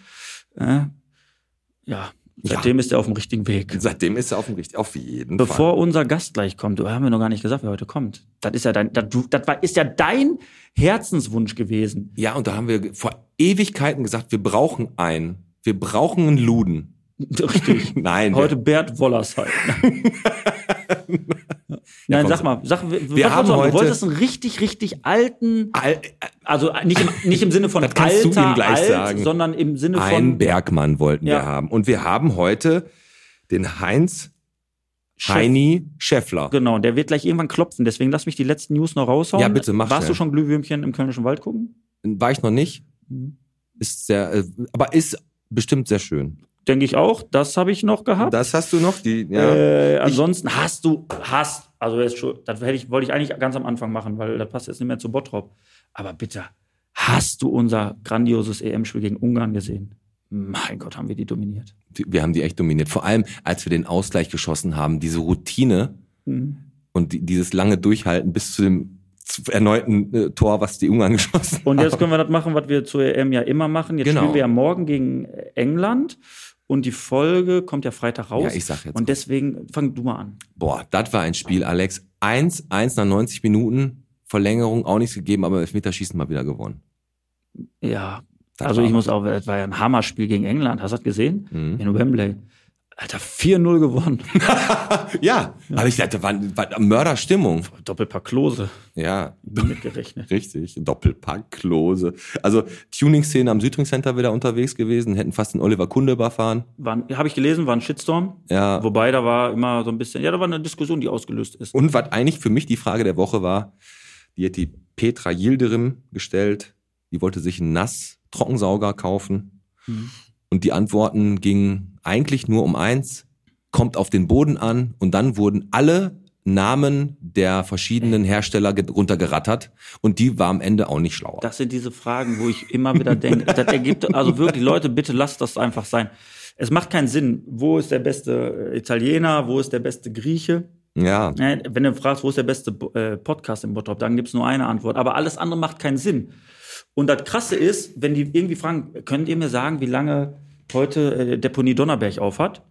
Speaker 2: Äh, ja, seitdem ist er auf dem richtigen Weg.
Speaker 1: Seitdem ist er auf dem Richt- auf jeden Fall.
Speaker 2: Bevor unser Gast gleich kommt, du haben wir noch gar nicht gesagt, wer heute kommt. Das ist ja dein, das, du- das war, ist ja dein Herzenswunsch gewesen.
Speaker 1: Ja, und da haben wir vor Ewigkeiten gesagt, wir brauchen einen. Wir brauchen einen Luden.
Speaker 2: Richtig.
Speaker 1: Nein.
Speaker 2: Heute Bert Wollersheim. Nein,
Speaker 1: komm,
Speaker 2: sag mal, sag, wir,
Speaker 1: haben heute-
Speaker 2: du wolltest einen richtig, richtig alten,
Speaker 1: wir, all,
Speaker 2: also nicht im, nicht im Sinne von
Speaker 1: Das kannst
Speaker 2: alter,
Speaker 1: du ihm gleich
Speaker 2: alt,
Speaker 1: sagen.
Speaker 2: sondern im Sinne
Speaker 1: einen
Speaker 2: von
Speaker 1: Bergmann wollten wir
Speaker 2: Ja.
Speaker 1: haben. Und wir haben heute den Heinz
Speaker 2: Chef.
Speaker 1: Heini Schäffler.
Speaker 2: Genau, der wird gleich irgendwann klopfen, deswegen lass mich die letzten News noch raushauen.
Speaker 1: Ja, bitte, mach
Speaker 2: Warst
Speaker 1: schnell.
Speaker 2: du schon Glühwürmchen im Kölnischen Wald gucken?
Speaker 1: War ich noch nicht.
Speaker 2: Mhm.
Speaker 1: Ist sehr, äh, aber ist bestimmt sehr schön.
Speaker 2: Denke ich auch, das habe ich noch gehabt.
Speaker 1: Das hast du noch, die, ja.
Speaker 2: Äh, ansonsten hast du, hast, also jetzt schon, das hätte ich, wollte ich eigentlich ganz am Anfang machen, weil das passt jetzt nicht mehr zu Bottrop. Aber bitte, hast du unser grandioses EM-Spiel gegen Ungarn gesehen? Mein Gott, haben wir die dominiert.
Speaker 1: Die- wir haben die echt dominiert. Vor allem, als wir den Ausgleich geschossen haben, diese Routine
Speaker 2: Mhm.
Speaker 1: Und die, dieses lange Durchhalten bis zu dem z- erneuten äh, Tor, was die Ungarn geschossen
Speaker 2: Und jetzt
Speaker 1: haben.
Speaker 2: können wir das machen, was wir zur EM ja immer machen. Jetzt
Speaker 1: Genau.
Speaker 2: spielen wir ja morgen gegen äh, England und die Folge kommt ja Freitag raus.
Speaker 1: Ja, ich sag jetzt.
Speaker 2: und deswegen fang du mal an.
Speaker 1: Boah, das war ein Spiel, Alex. 1-1 nach 90 Minuten, Verlängerung auch nichts gegeben, aber Elfmeterschießen mal wieder gewonnen.
Speaker 2: Ja,
Speaker 1: Das
Speaker 2: also
Speaker 1: war-
Speaker 2: ich muss auch, das war ja ein Hammerspiel gegen England. Hast du das gesehen?
Speaker 1: Mhm.
Speaker 2: In Wembley. Alter, 4-0 gewonnen.
Speaker 1: Ja, aber ich dachte, war, war Mörderstimmung.
Speaker 2: Doppelpack Klose
Speaker 1: Ja,
Speaker 2: mitgerechnet.
Speaker 1: richtig. Doppelpacklose. Also Tuning-Szene am Südring Center wieder unterwegs gewesen, hätten fast den Oliver Kunde überfahren.
Speaker 2: Habe ich gelesen, war ein Shitstorm.
Speaker 1: Ja.
Speaker 2: Wobei da war immer so ein bisschen, ja, da war eine Diskussion, die ausgelöst ist.
Speaker 1: Und was eigentlich für mich die Frage der Woche war, die hat die Petra Yildirim gestellt. Die wollte sich einen Nass-Trockensauger kaufen.
Speaker 2: Mhm.
Speaker 1: Und die Antworten gingen eigentlich nur um eins. Kommt auf den Boden an. Und dann wurden alle Namen der verschiedenen Hersteller ge- runtergerattert. Und die war am Ende auch nicht schlauer.
Speaker 2: Das sind diese Fragen, wo ich immer wieder denke, das ergibt, also wirklich, Leute, bitte lasst das einfach sein. Es macht keinen Sinn, wo ist der beste äh, Italiener, wo ist der beste Grieche.
Speaker 1: ja.
Speaker 2: Äh, Wenn du fragst, wo ist der beste äh, Podcast im Bottrop, dann gibt's nur eine Antwort. Aber alles andere macht keinen Sinn. Und das Krasse ist, wenn die irgendwie fragen, könnt ihr mir sagen, wie lange heute äh, Deponie Donnerberg auf hat?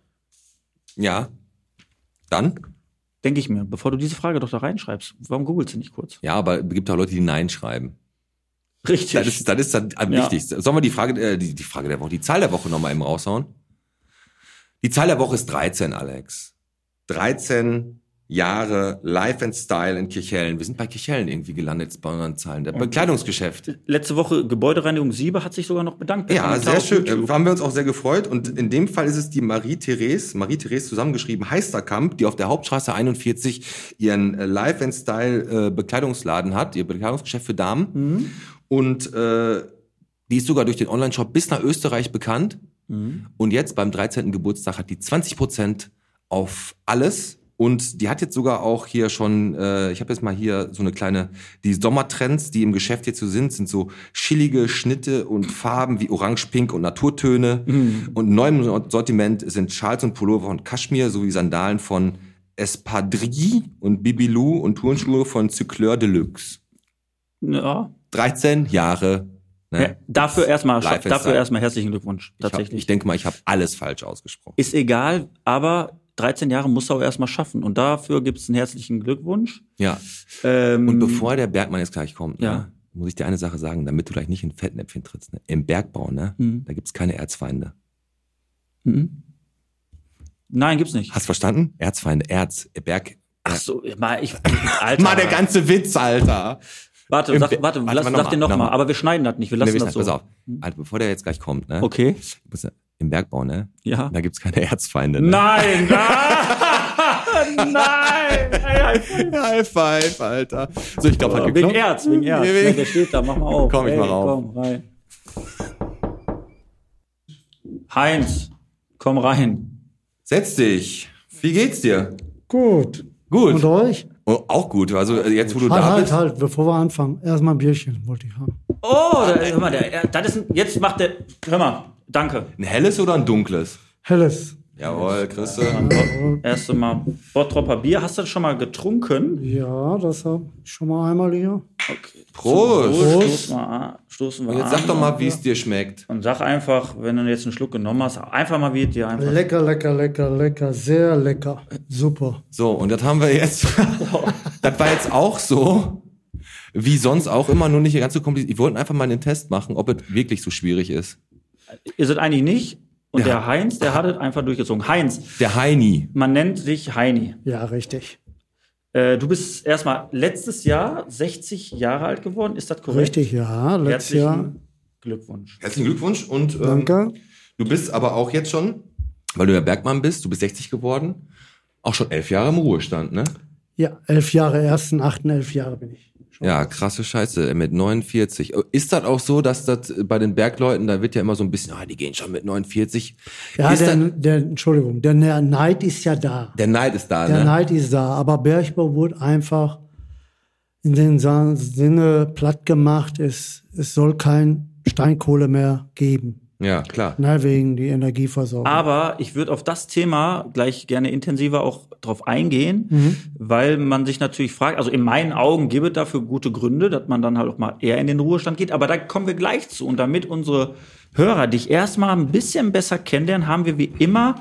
Speaker 1: Ja. Dann?
Speaker 2: Denke ich mir, bevor du diese Frage doch da reinschreibst, warum googelst du nicht kurz?
Speaker 1: Ja, aber es gibt auch Leute, die Nein schreiben.
Speaker 2: Richtig.
Speaker 1: Das ist, das ist dann am
Speaker 2: Ja.
Speaker 1: wichtigsten. Sollen wir die Frage, äh, die, die Frage der Woche, die Zahl der Woche nochmal eben raushauen? Die Zahl der Woche ist 13, Alex. 13 Jahre Life and Style in Kirchhellen. Wir sind bei Kirchhellen irgendwie gelandet bei unseren Zahlen. Der Bekleidungsgeschäft.
Speaker 2: Letzte Woche Gebäudereinigung Siebe hat sich sogar noch bedankt. bei
Speaker 1: Ja,
Speaker 2: einem
Speaker 1: sehr
Speaker 2: Tag auf
Speaker 1: schön.
Speaker 2: YouTube.
Speaker 1: Äh, Haben wir uns auch sehr gefreut. Und in dem Fall ist es die Marie-Therese, Marie-Therese zusammengeschrieben, Heisterkamp, die auf der Hauptstraße 41 ihren äh, Life and Style äh, Bekleidungsladen hat, ihr Bekleidungsgeschäft für Damen.
Speaker 2: Mhm.
Speaker 1: Und äh, die ist sogar durch den Online-Shop bis nach Österreich bekannt.
Speaker 2: Mhm.
Speaker 1: Und jetzt beim 13. Geburtstag hat die 20% auf alles. Und die hat jetzt sogar auch hier schon, äh, ich habe jetzt mal hier so eine kleine, die Sommertrends, die im Geschäft jetzt so sind, sind so chillige Schnitte und Farben wie Orange, Pink und Naturtöne.
Speaker 2: Mhm.
Speaker 1: Und neu im Sortiment sind Schals und Pullover von Kaschmir sowie Sandalen von Espadrille und Bibilou und Turnschuhe von Cycleur Deluxe.
Speaker 2: Ja.
Speaker 1: 13 Jahre. Ne?
Speaker 2: Ja, Dafür erstmal,
Speaker 1: Life is
Speaker 2: dafür
Speaker 1: life.
Speaker 2: erstmal herzlichen Glückwunsch.
Speaker 1: Ich hab-
Speaker 2: Tatsächlich.
Speaker 1: Ich denke mal, ich habe alles falsch ausgesprochen.
Speaker 2: ist egal, aber 13 Jahre muss er auch erstmal schaffen. Und dafür gibt's einen herzlichen Glückwunsch.
Speaker 1: Ja.
Speaker 2: Ähm,
Speaker 1: Und bevor der Bergmann jetzt gleich kommt,
Speaker 2: Ja.
Speaker 1: ne, muss ich dir eine Sache sagen, damit du gleich nicht in Fettnäpfchen trittst. Ne? Im Bergbau, ne?
Speaker 2: Mhm.
Speaker 1: Da gibt's keine Erzfeinde.
Speaker 2: Mhm. Nein, gibt's nicht.
Speaker 1: Hast verstanden? Erzfeinde, Erz, Berg.
Speaker 2: Ach so, mal, ich, Alter.
Speaker 1: Mal der ganze Witz, Alter.
Speaker 2: warte,
Speaker 1: im
Speaker 2: sag,
Speaker 1: Be-
Speaker 2: warte,
Speaker 1: warte mal
Speaker 2: lass, sag
Speaker 1: nochmal,
Speaker 2: den nochmal.
Speaker 1: nochmal.
Speaker 2: Aber wir schneiden das nicht, wir lassen
Speaker 1: Nee, wir
Speaker 2: das so. Mhm.
Speaker 1: schneiden- Pass auf. Alter, bevor der jetzt gleich kommt, ne?
Speaker 2: Okay.
Speaker 1: Muss er- Im Bergbau, ne?
Speaker 2: Ja.
Speaker 1: Da gibt's keine Erzfeinde. Ne?
Speaker 2: Nein, nein, nein. Ey, halt.
Speaker 1: High five, Alter. So, ich glaube, hat
Speaker 2: Äh, Wegen
Speaker 1: geklappt.
Speaker 2: Erz, wegen Erz.
Speaker 1: Wegen-
Speaker 2: Ja, der steht da, mach mal auf.
Speaker 1: Komm, ich
Speaker 2: Ey,
Speaker 1: mach auf.
Speaker 2: Komm, rein. Heinz, komm rein.
Speaker 1: Setz dich. Wie geht's dir?
Speaker 4: Gut.
Speaker 1: Gut.
Speaker 4: Und euch?
Speaker 1: Oh, auch gut. Also jetzt, wo du
Speaker 4: Halt,
Speaker 1: da
Speaker 4: halt,
Speaker 1: bist.
Speaker 4: halt, bevor wir anfangen. Erstmal ein Bierchen wollte ich haben.
Speaker 2: Oh, da, hör mal, der, das ist, ein- jetzt macht der, hör mal, danke.
Speaker 1: Ein helles oder ein dunkles?
Speaker 4: Helles.
Speaker 1: Jawohl, Chrisse.
Speaker 2: Erste Mal Bottropper Bier. Hast du das schon mal getrunken?
Speaker 4: Ja, das hab ich schon mal einmal hier.
Speaker 2: Okay.
Speaker 1: Prost.
Speaker 2: So, stoßen wir an. Stoßen wir
Speaker 1: Jetzt
Speaker 2: an
Speaker 1: sag doch mal, wie es dir schmeckt.
Speaker 2: Und sag einfach, wenn du jetzt einen Schluck genommen hast, einfach mal wie es dir einfach.
Speaker 4: Lecker, lecker, lecker, lecker. Sehr lecker. Super.
Speaker 1: So, und das haben wir jetzt. das war jetzt auch so, wie sonst auch immer, nur nicht ganz so kompliziert. Ich wollte einfach mal einen Test machen, ob es wirklich so schwierig ist.
Speaker 2: Ihr seid eigentlich nicht. Und der Heinz, der hat es einfach durchgezogen. Heinz,
Speaker 1: Der Heini.
Speaker 2: man nennt dich Heini.
Speaker 4: Ja, richtig.
Speaker 2: Äh, du bist erstmal letztes Jahr 60 Jahre alt geworden. Ist das korrekt?
Speaker 4: Richtig, ja. Letztes
Speaker 2: Herzlichen
Speaker 4: Jahr.
Speaker 2: Glückwunsch.
Speaker 1: Herzlichen Glückwunsch und ähm,
Speaker 4: Danke.
Speaker 1: du bist aber auch jetzt schon, weil du der Bergmann bist, du bist 60 geworden, auch schon elf Jahre im Ruhestand, ne?
Speaker 4: Ja, elf Jahre, ersten, achten, elf Jahre bin ich. Schon.
Speaker 1: Ja, krasse Scheiße, äh, mit 49. Ist das auch so, dass das äh, bei den Bergleuten, da wird ja immer so ein bisschen, ah, die gehen schon mit 49.
Speaker 4: Ja,
Speaker 1: ist
Speaker 4: der,
Speaker 1: das-
Speaker 4: der, Entschuldigung, der Neid ist ja da.
Speaker 1: der Neid ist da,
Speaker 4: Der
Speaker 1: ne?
Speaker 4: Neid ist da, aber Bergbau wurde einfach in dem Sa- Sinne platt gemacht. Es, es soll kein Steinkohle mehr geben.
Speaker 1: Ja, klar.
Speaker 4: Na, wegen die Energieversorgung.
Speaker 2: Aber ich würde auf das Thema gleich gerne intensiver auch drauf eingehen,
Speaker 4: Mhm.
Speaker 2: weil man sich natürlich fragt, also in meinen Augen gibt es dafür gute Gründe, dass man dann halt auch mal eher in den Ruhestand geht. Aber da kommen wir gleich zu. Und damit unsere Hörer dich erstmal ein bisschen besser kennenlernen, haben wir wie immer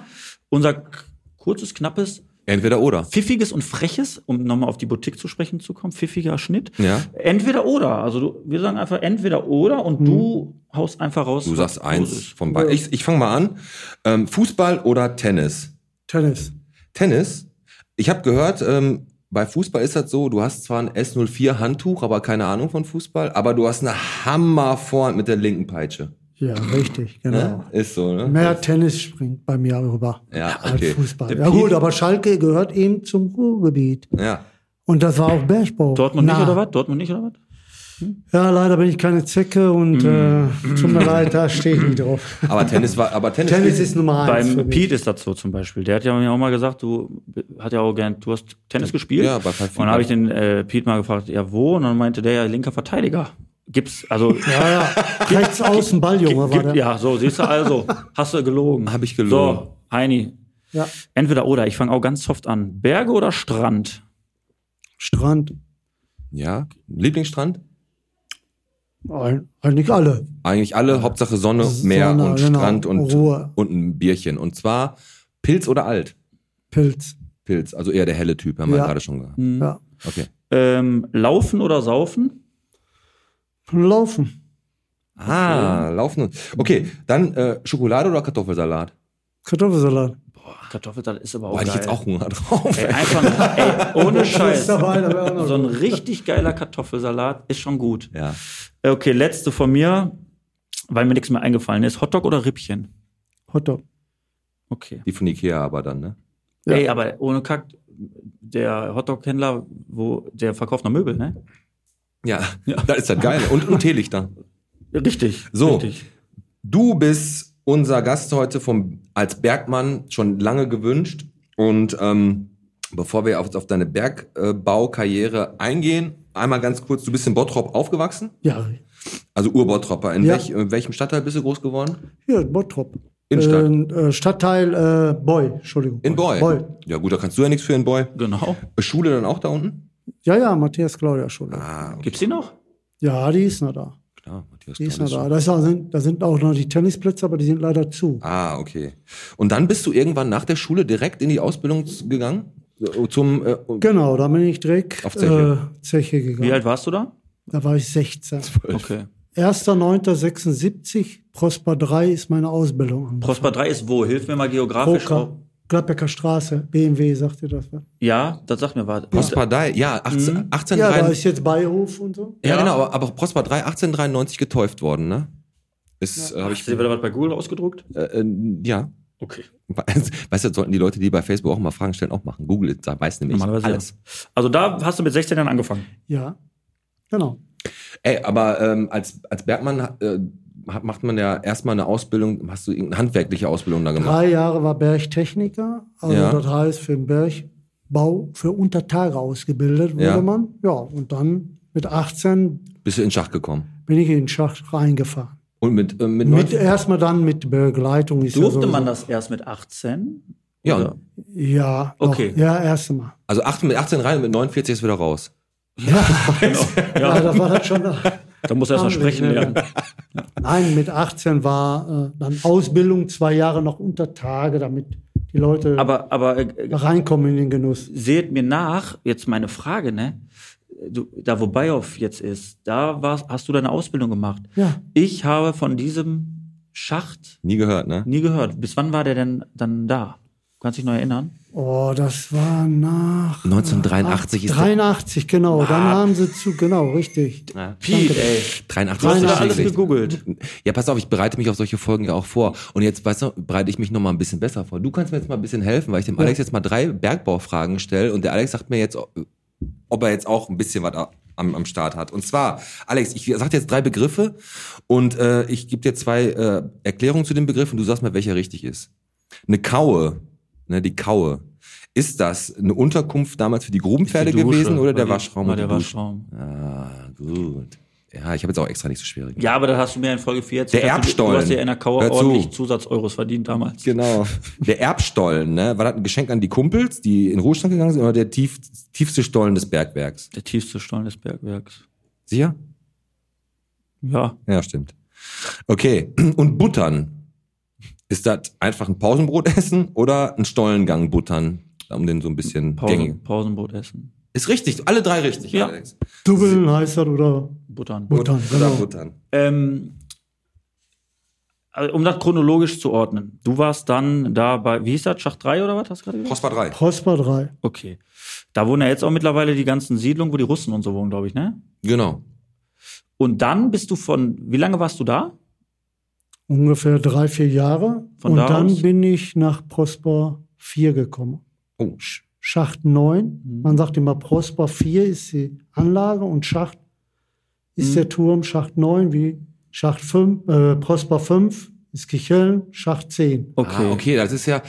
Speaker 2: unser k- kurzes, knappes
Speaker 1: Entweder oder.
Speaker 2: pfiffiges und freches, um nochmal auf die Boutique zu sprechen zu kommen, pfiffiger Schnitt.
Speaker 1: Ja.
Speaker 2: Entweder oder. Also du, wir sagen einfach entweder oder
Speaker 4: Hm.
Speaker 2: und du haust einfach raus.
Speaker 1: Du sagst
Speaker 2: was los
Speaker 1: eins
Speaker 2: ist.
Speaker 1: von beiden. Ich, ich fange mal an. Ähm, Fußball oder Tennis?
Speaker 4: Tennis.
Speaker 1: Tennis. Ich habe gehört, ähm, bei Fußball ist das so, du hast zwar ein S04-Handtuch, aber keine Ahnung von Fußball, aber du hast eine Hammervorhand mit der linken Peitsche.
Speaker 4: Ja, richtig, genau.
Speaker 1: Ne? Ist so, ne?
Speaker 4: Mehr Tennis springt bei mir rüber
Speaker 1: Ja, okay.
Speaker 4: als Fußball.
Speaker 2: Der
Speaker 4: Ja gut,
Speaker 2: Piep-
Speaker 4: aber Schalke gehört eben zum Ruhrgebiet.
Speaker 1: Ja.
Speaker 4: Und das war auch Bergbau.
Speaker 2: Dortmund
Speaker 4: nah.
Speaker 2: nicht oder was? Dortmund nicht oder was?
Speaker 4: Ja, leider bin ich keine Zecke und
Speaker 2: Mm.
Speaker 4: äh, tut mir leid, da stehe ich nicht drauf.
Speaker 1: Aber Tennis war, aber Tennis,
Speaker 4: Tennis ist Nummer eins. für
Speaker 2: Beim
Speaker 4: mich.
Speaker 2: Pete ist das so zum Beispiel. Der hat ja mir auch mal gesagt, du b- hat ja auch gern, du hast Tennis gespielt.
Speaker 1: Ja, bei Five
Speaker 2: Und dann habe ich den äh, Pete mal gefragt, ja wo? Und dann meinte der ja linker Verteidiger. Gibt's also
Speaker 4: Ja, ja. Rechts außen Balljunge war
Speaker 2: gibt,
Speaker 4: der.
Speaker 2: ja so siehst du also hast du gelogen.
Speaker 1: Hab ich gelogen.
Speaker 2: So Heini,
Speaker 4: Ja.
Speaker 2: entweder oder. Ich fange auch ganz soft an. Berge oder Strand?
Speaker 4: Strand.
Speaker 1: ja, Lieblingsstrand?
Speaker 4: Ein- Eigentlich alle.
Speaker 1: Eigentlich alle, Hauptsache Sonne,
Speaker 4: Sonne,
Speaker 1: Meer und
Speaker 4: genau,
Speaker 1: Strand und,
Speaker 4: Ruhe.
Speaker 1: und ein Bierchen. Und zwzwar Pilz oder alt?
Speaker 4: Pilz.
Speaker 1: Pilz, also eher der helle Typ, haben wir
Speaker 4: Ja.
Speaker 1: gerade schon gehabt.
Speaker 2: Hm.
Speaker 4: Ja.
Speaker 1: Okay.
Speaker 2: Ähm, laufen oder saufen?
Speaker 4: Laufen.
Speaker 1: Ah, laufen und. Okay, dann äh, Schokolade oder Kartoffelsalat?
Speaker 4: Kartoffelsalat.
Speaker 2: Boah, Kartoffelsalat ist aber auch
Speaker 1: Boah,
Speaker 2: geil.
Speaker 1: hätte ich jetzt auch Hunger drauf.
Speaker 2: Ey, einfach, ey, ohne Scheiß.
Speaker 4: Da war einer, da war einer.
Speaker 2: So ein richtig geiler Kartoffelsalat ist schon gut. Äh,
Speaker 1: Ja.
Speaker 2: Okay, letzte von mir, weil mir nichts mehr eingefallen ist. Hotdog oder Rippchen?
Speaker 4: Hotdog.
Speaker 2: Okay.
Speaker 1: Die von Ikea aber dann, ne?
Speaker 4: Ja.
Speaker 2: Ey, aber ohne Kack, der Hotdog-Händler, wo, der verkauft noch Möbel, ne?
Speaker 1: Ja, das ist das Geile. Und, und Teelichter.
Speaker 2: Richtig.
Speaker 1: So.
Speaker 2: Richtig.
Speaker 1: Du bist unser Gast heute vom, als Bergmann schon lange gewünscht. Und ähm, bevor wir auf, auf deine Bergbaukarriere eingehen, einmal ganz kurz, du bist in Bottrop aufgewachsen,
Speaker 4: Ja.
Speaker 1: also Urbottropper. In,
Speaker 4: Ja.
Speaker 1: welch, in welchem Stadtteil bist du groß geworden?
Speaker 4: Hier, Bottrop.
Speaker 1: Innenstadt.
Speaker 4: Ähm, äh, Stadtteil äh, Boy, Entschuldigung.
Speaker 1: In Boy.
Speaker 4: Boy.
Speaker 1: Ja gut, da kannst du ja nichts für in Boy.
Speaker 2: Genau.
Speaker 1: Schule dann auch da unten?
Speaker 4: Ja, ja, Matthias Claudia Schule.
Speaker 1: Ah, okay.
Speaker 2: Gibt's die noch?
Speaker 4: Ja, die ist noch da.
Speaker 1: klar. Matthias
Speaker 4: Die ist
Speaker 1: Klaus
Speaker 4: noch da. Das sind, da sind auch noch die Tennisplätze, aber die sind leider zu.
Speaker 1: Ah, okay. Und dann bist du irgendwann nach der Schule direkt in die Ausbildung z- gegangen? So, Zum äh,
Speaker 4: Genau, da bin ich direkt
Speaker 1: Auf Zeche.
Speaker 4: Äh, Zeche
Speaker 2: Wie
Speaker 4: gegangen.
Speaker 2: alt warst du da?
Speaker 4: Da war ich 16.
Speaker 2: Okay.
Speaker 4: 1.9.76, Prosper 3 ist meine Ausbildung. angefangen.
Speaker 2: Prosper 3 ist wo? Hilf mir mal geografisch.
Speaker 4: Roka,
Speaker 2: auch.
Speaker 4: Gladbecker Straße, BMW, sagt ihr das? was?
Speaker 2: Ja, das sagt mir was.
Speaker 1: Prosper 3, ja, 18, 18
Speaker 4: Mhm. Ja, da
Speaker 1: rein-
Speaker 4: ist jetzt Beihof und so.
Speaker 1: Ja,
Speaker 2: Ja.
Speaker 1: genau, aber, aber Prosper 3, 1893 getäuft worden, ne? Ist, ja. habe ich.
Speaker 2: Hast du dir wieder was bei Google ausgedruckt?
Speaker 1: Äh, äh, ja.
Speaker 2: Okay.
Speaker 1: Weißt du, sollten die Leute, die bei Facebook auch mal Fragen stellen, auch machen. Google it, da weiß nämlich
Speaker 2: Normalerweise
Speaker 1: alles.
Speaker 2: Ja. Also da hast du mit 16 Jahren angefangen.
Speaker 4: Ja, genau.
Speaker 1: Ey, aber ähm, als, als Bergmann äh, hat- macht man ja erstmal eine Ausbildung, hast du irgendeine handwerkliche Ausbildung da gemacht?
Speaker 4: Drei Jahre war Bergtechniker, also
Speaker 1: Ja.
Speaker 4: das heißt für den Bergbau für Untertage ausgebildet wurde
Speaker 1: Ja.
Speaker 4: man. Ja, und dann mit 18
Speaker 1: Bist du in Schach gekommen?
Speaker 4: bin ich in den Schacht reingefahren.
Speaker 1: Und mit, äh, mit,
Speaker 4: Mit,
Speaker 1: 19
Speaker 4: erstmal dann mit Begleitung. Ist
Speaker 2: Durfte
Speaker 4: ja
Speaker 2: man das erst mit 18?
Speaker 1: ja,
Speaker 2: Oder?
Speaker 1: und-
Speaker 4: Ja, doch,
Speaker 2: Okay.
Speaker 4: ja, erst Mal.
Speaker 1: also acht, mit 18 rein und mit 49 ist wieder raus.
Speaker 4: Ja, da war das schon.
Speaker 2: Genau. Da muss er erst mal
Speaker 4: Haben wir
Speaker 2: sprechen
Speaker 4: nicht, ne?
Speaker 2: lernen.
Speaker 4: Nein, mit 18 war äh, dann Ausbildung, zwei Jahre noch unter Tage, damit die Leute
Speaker 2: Aber, aber äh,
Speaker 4: reinkommen in den Genuss.
Speaker 2: seht mir nach, jetzt meine Frage, ne? Du, da wo Bayoff jetzt ist, da warst, hast du deine Ausbildung gemacht.
Speaker 4: Ja,
Speaker 2: Ich habe von diesem Schacht
Speaker 1: Nie gehört, ne?
Speaker 2: nie gehört. Bis wann war der denn dann da? Kannst dich noch erinnern?
Speaker 4: oh, das war nach
Speaker 1: 1983 ist der-
Speaker 4: 83, genau. Dann haben sie zu, genau, richtig.
Speaker 1: Ja.
Speaker 2: Piet, Ah. ey.
Speaker 1: 83
Speaker 2: Hast du da
Speaker 1: ist
Speaker 2: alles
Speaker 1: schlecht.
Speaker 2: gegoogelt?
Speaker 1: Ja, pass auf, ich bereite mich auf solche Folgen ja auch vor. Und jetzt, weißt du, bereite ich mich noch mal ein bisschen besser vor. Du kannst mir jetzt mal ein bisschen helfen, weil ich dem Alex jetzt mal drei Bergbaufragen stelle und der Alex sagt mir jetzt, ob er jetzt auch ein bisschen was am, am Start hat. Und zwar, Alex, ich sag dir jetzt drei Begriffe und äh, ich gebe dir zwei äh, Erklärungen zu den Begriffen und du sagst mir, welcher richtig ist. Eine Kaue, ne, die Kaue. Ist das eine Unterkunft damals für die Grubenpferde
Speaker 2: Die Dusche
Speaker 1: gewesen oder der
Speaker 2: die-
Speaker 1: Waschraum?
Speaker 2: War
Speaker 1: und die
Speaker 2: der
Speaker 1: Dusche?
Speaker 2: Waschraum.
Speaker 1: Ah, gut. Ja, ich habe jetzt auch extra nicht so schwierig.
Speaker 2: Ja, aber das hast du mir in Folge 4 jetzt.
Speaker 1: Der
Speaker 2: gesagt, du-
Speaker 1: Erbstollen.
Speaker 2: Du hast ja in der Kauer
Speaker 1: Hör zu.
Speaker 2: ordentlich Zusatzeuros verdient damals.
Speaker 1: Genau. Der Erbstollen, ne? War das ein Geschenk an die Kumpels, die in den Ruhestand gegangen sind, oder der tief, tiefste Stollen des Bergwerks?
Speaker 2: Der tiefste Stollen des Bergwerks.
Speaker 1: Sicher?
Speaker 2: Ja.
Speaker 1: Ja, stimmt. Okay. Und Buttern. Ist das einfach ein Pausenbrot essen oder ein Stollengang buttern? Um den so ein bisschen gängiger.
Speaker 2: Pausen, Pausenbrot essen.
Speaker 1: Ist richtig, alle drei richtig,
Speaker 2: Ja.
Speaker 1: Alex.
Speaker 4: Dubbeln heißt das oder
Speaker 2: Buttern.
Speaker 1: Oder
Speaker 4: Buttern. Genau.
Speaker 1: buttern.
Speaker 2: Ähm, also, um das chronologisch zu ordnen. Du warst dann da bei, wie hieß das, Schacht 3 oder was hast du gerade gesagt?
Speaker 1: Prosper 3.
Speaker 4: Prosper 3.
Speaker 2: Okay. Da wohnen ja jetzt auch mittlerweile die ganzen Siedlungen, wo die Russen und so wohnen, glaube ich, ne?
Speaker 1: Genau.
Speaker 2: Und dann bist du von, wie lange warst du da?
Speaker 4: Ungefähr drei, vier Jahre.
Speaker 2: Von
Speaker 4: und
Speaker 2: da
Speaker 4: dann
Speaker 2: aus?
Speaker 4: bin ich nach Prosper 4 gekommen.
Speaker 1: Oh, sch-
Speaker 4: Schacht 9.
Speaker 2: Mhm.
Speaker 4: Man sagt immer, Prosper 4 ist die Anlage und Schacht ist
Speaker 2: Mhm.
Speaker 4: der Turm. Schacht 9 wie Schacht 5, äh, Prosper 5 ist Kicheln, Schacht 10.
Speaker 2: Okay.
Speaker 1: Ah, okay, das ist ja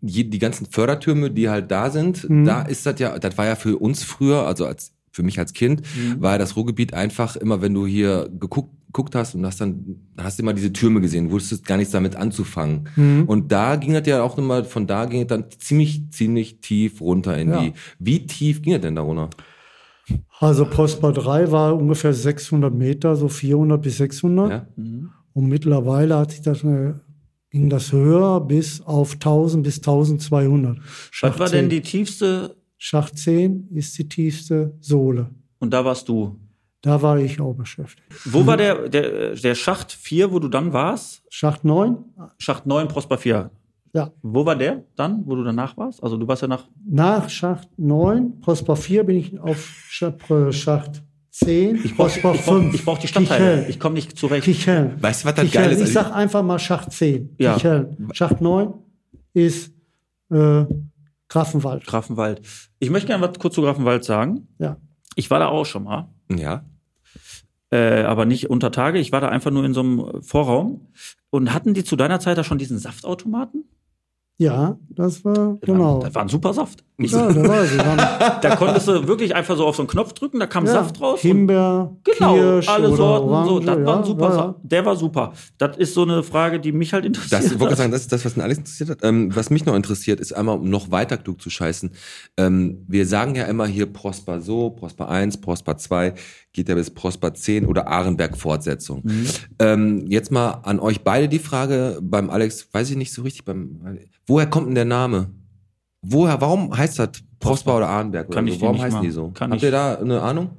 Speaker 1: je- die ganzen Fördertürme, die halt da sind,
Speaker 4: Mhm.
Speaker 1: da ist das ja, das war ja für uns früher, also als für mich als Kind,
Speaker 2: Mhm.
Speaker 1: war das Ruhrgebiet einfach immer, wenn du hier geguckt, geguckt hast und hast dann hast du immer diese Türme gesehen, wusstest gar nichts damit anzufangen.
Speaker 4: Mhm.
Speaker 1: Und da ging das ja auch nochmal, von da ging es dann ziemlich, ziemlich tief runter in
Speaker 4: Ja.
Speaker 1: die. Wie tief ging das denn da runter?
Speaker 4: Also Prosper 3 war ungefähr 600 Meter, so 400 bis 600.
Speaker 1: Ja?
Speaker 2: Mhm.
Speaker 4: Und mittlerweile hat sich das, äh, ging das höher bis auf 1000 bis 1200.
Speaker 2: Was
Speaker 4: Schacht
Speaker 2: war denn
Speaker 4: 10.
Speaker 2: die tiefste?
Speaker 4: Schacht 10 ist die tiefste Sohle.
Speaker 2: Und da warst du.
Speaker 4: Da war ich auch beschäftigt.
Speaker 2: Wo war der, der, der Schacht 4, wo du dann warst?
Speaker 4: Schacht 9?
Speaker 2: Schacht 9, Prosper 4.
Speaker 4: Ja.
Speaker 2: Wo war der dann, wo du danach warst? Also du warst ja nach.
Speaker 4: Nach Schacht 9, Prosper 4 bin ich auf Schacht, äh, Schacht 10,
Speaker 2: Ich brauch, ich
Speaker 4: Prosper
Speaker 2: brauch,
Speaker 4: 5.
Speaker 2: ich brauch die Stadtteile.
Speaker 4: Kicheln.
Speaker 2: Ich komme nicht zurecht.
Speaker 4: Kicheln.
Speaker 1: Weißt du, was das
Speaker 4: Kicheln.
Speaker 1: geil ist?
Speaker 4: Ich sag einfach mal Schacht 10.
Speaker 2: Ja.
Speaker 4: Kicheln. Schacht 9 ist äh, Grafenwald.
Speaker 2: Grafenwald. Ich möchte gerne was kurz zu Grafenwald sagen.
Speaker 4: Ja.
Speaker 2: Ich war da auch schon mal,
Speaker 1: ja.
Speaker 2: äh, aber nicht unter Tage. Ich war da einfach nur in so einem Vorraum. Und hatten die zu deiner Zeit da schon diesen Saftautomaten?
Speaker 4: ja, das war genau.
Speaker 2: Das war ein super Saft. Ich,
Speaker 4: Ja, da war sie. Waren,
Speaker 2: Da konntest du wirklich einfach so auf so einen Knopf drücken, da kam
Speaker 4: ja,
Speaker 2: Saft raus. und-
Speaker 4: Himbeer,
Speaker 2: Genau,
Speaker 4: Kirsch
Speaker 2: alle
Speaker 4: oder
Speaker 2: Sorten. so,
Speaker 4: Orange,
Speaker 2: das war ein
Speaker 4: ja,
Speaker 2: super
Speaker 4: ja,
Speaker 2: Sa- Der war super. Das ist so eine Frage, die mich halt interessiert.
Speaker 1: Das, ich wollte
Speaker 2: hat.
Speaker 1: gerade sagen, das ist das, was den Alex interessiert hat. Ähm, was mich noch interessiert, ist einmal, um noch weiter klug zu scheißen. Ähm, wir sagen ja immer hier Prosper so, Prosper 1, Prosper 2, geht ja bis Prosper 10 oder Ahrenberg-Fortsetzung.
Speaker 2: Mhm.
Speaker 1: Ähm, jetzt mal an euch beide die Frage, beim Alex, weiß ich nicht so richtig, beim, woher kommt denn der Name? Woher, warum heißt das Prosper oder Ahrenberg? Oder
Speaker 2: Kann
Speaker 1: so?
Speaker 2: ich dir
Speaker 1: warum
Speaker 2: nicht
Speaker 1: heißen
Speaker 2: mal-
Speaker 1: die so?
Speaker 2: kann
Speaker 1: Habt
Speaker 2: ich-
Speaker 1: ihr da eine Ahnung?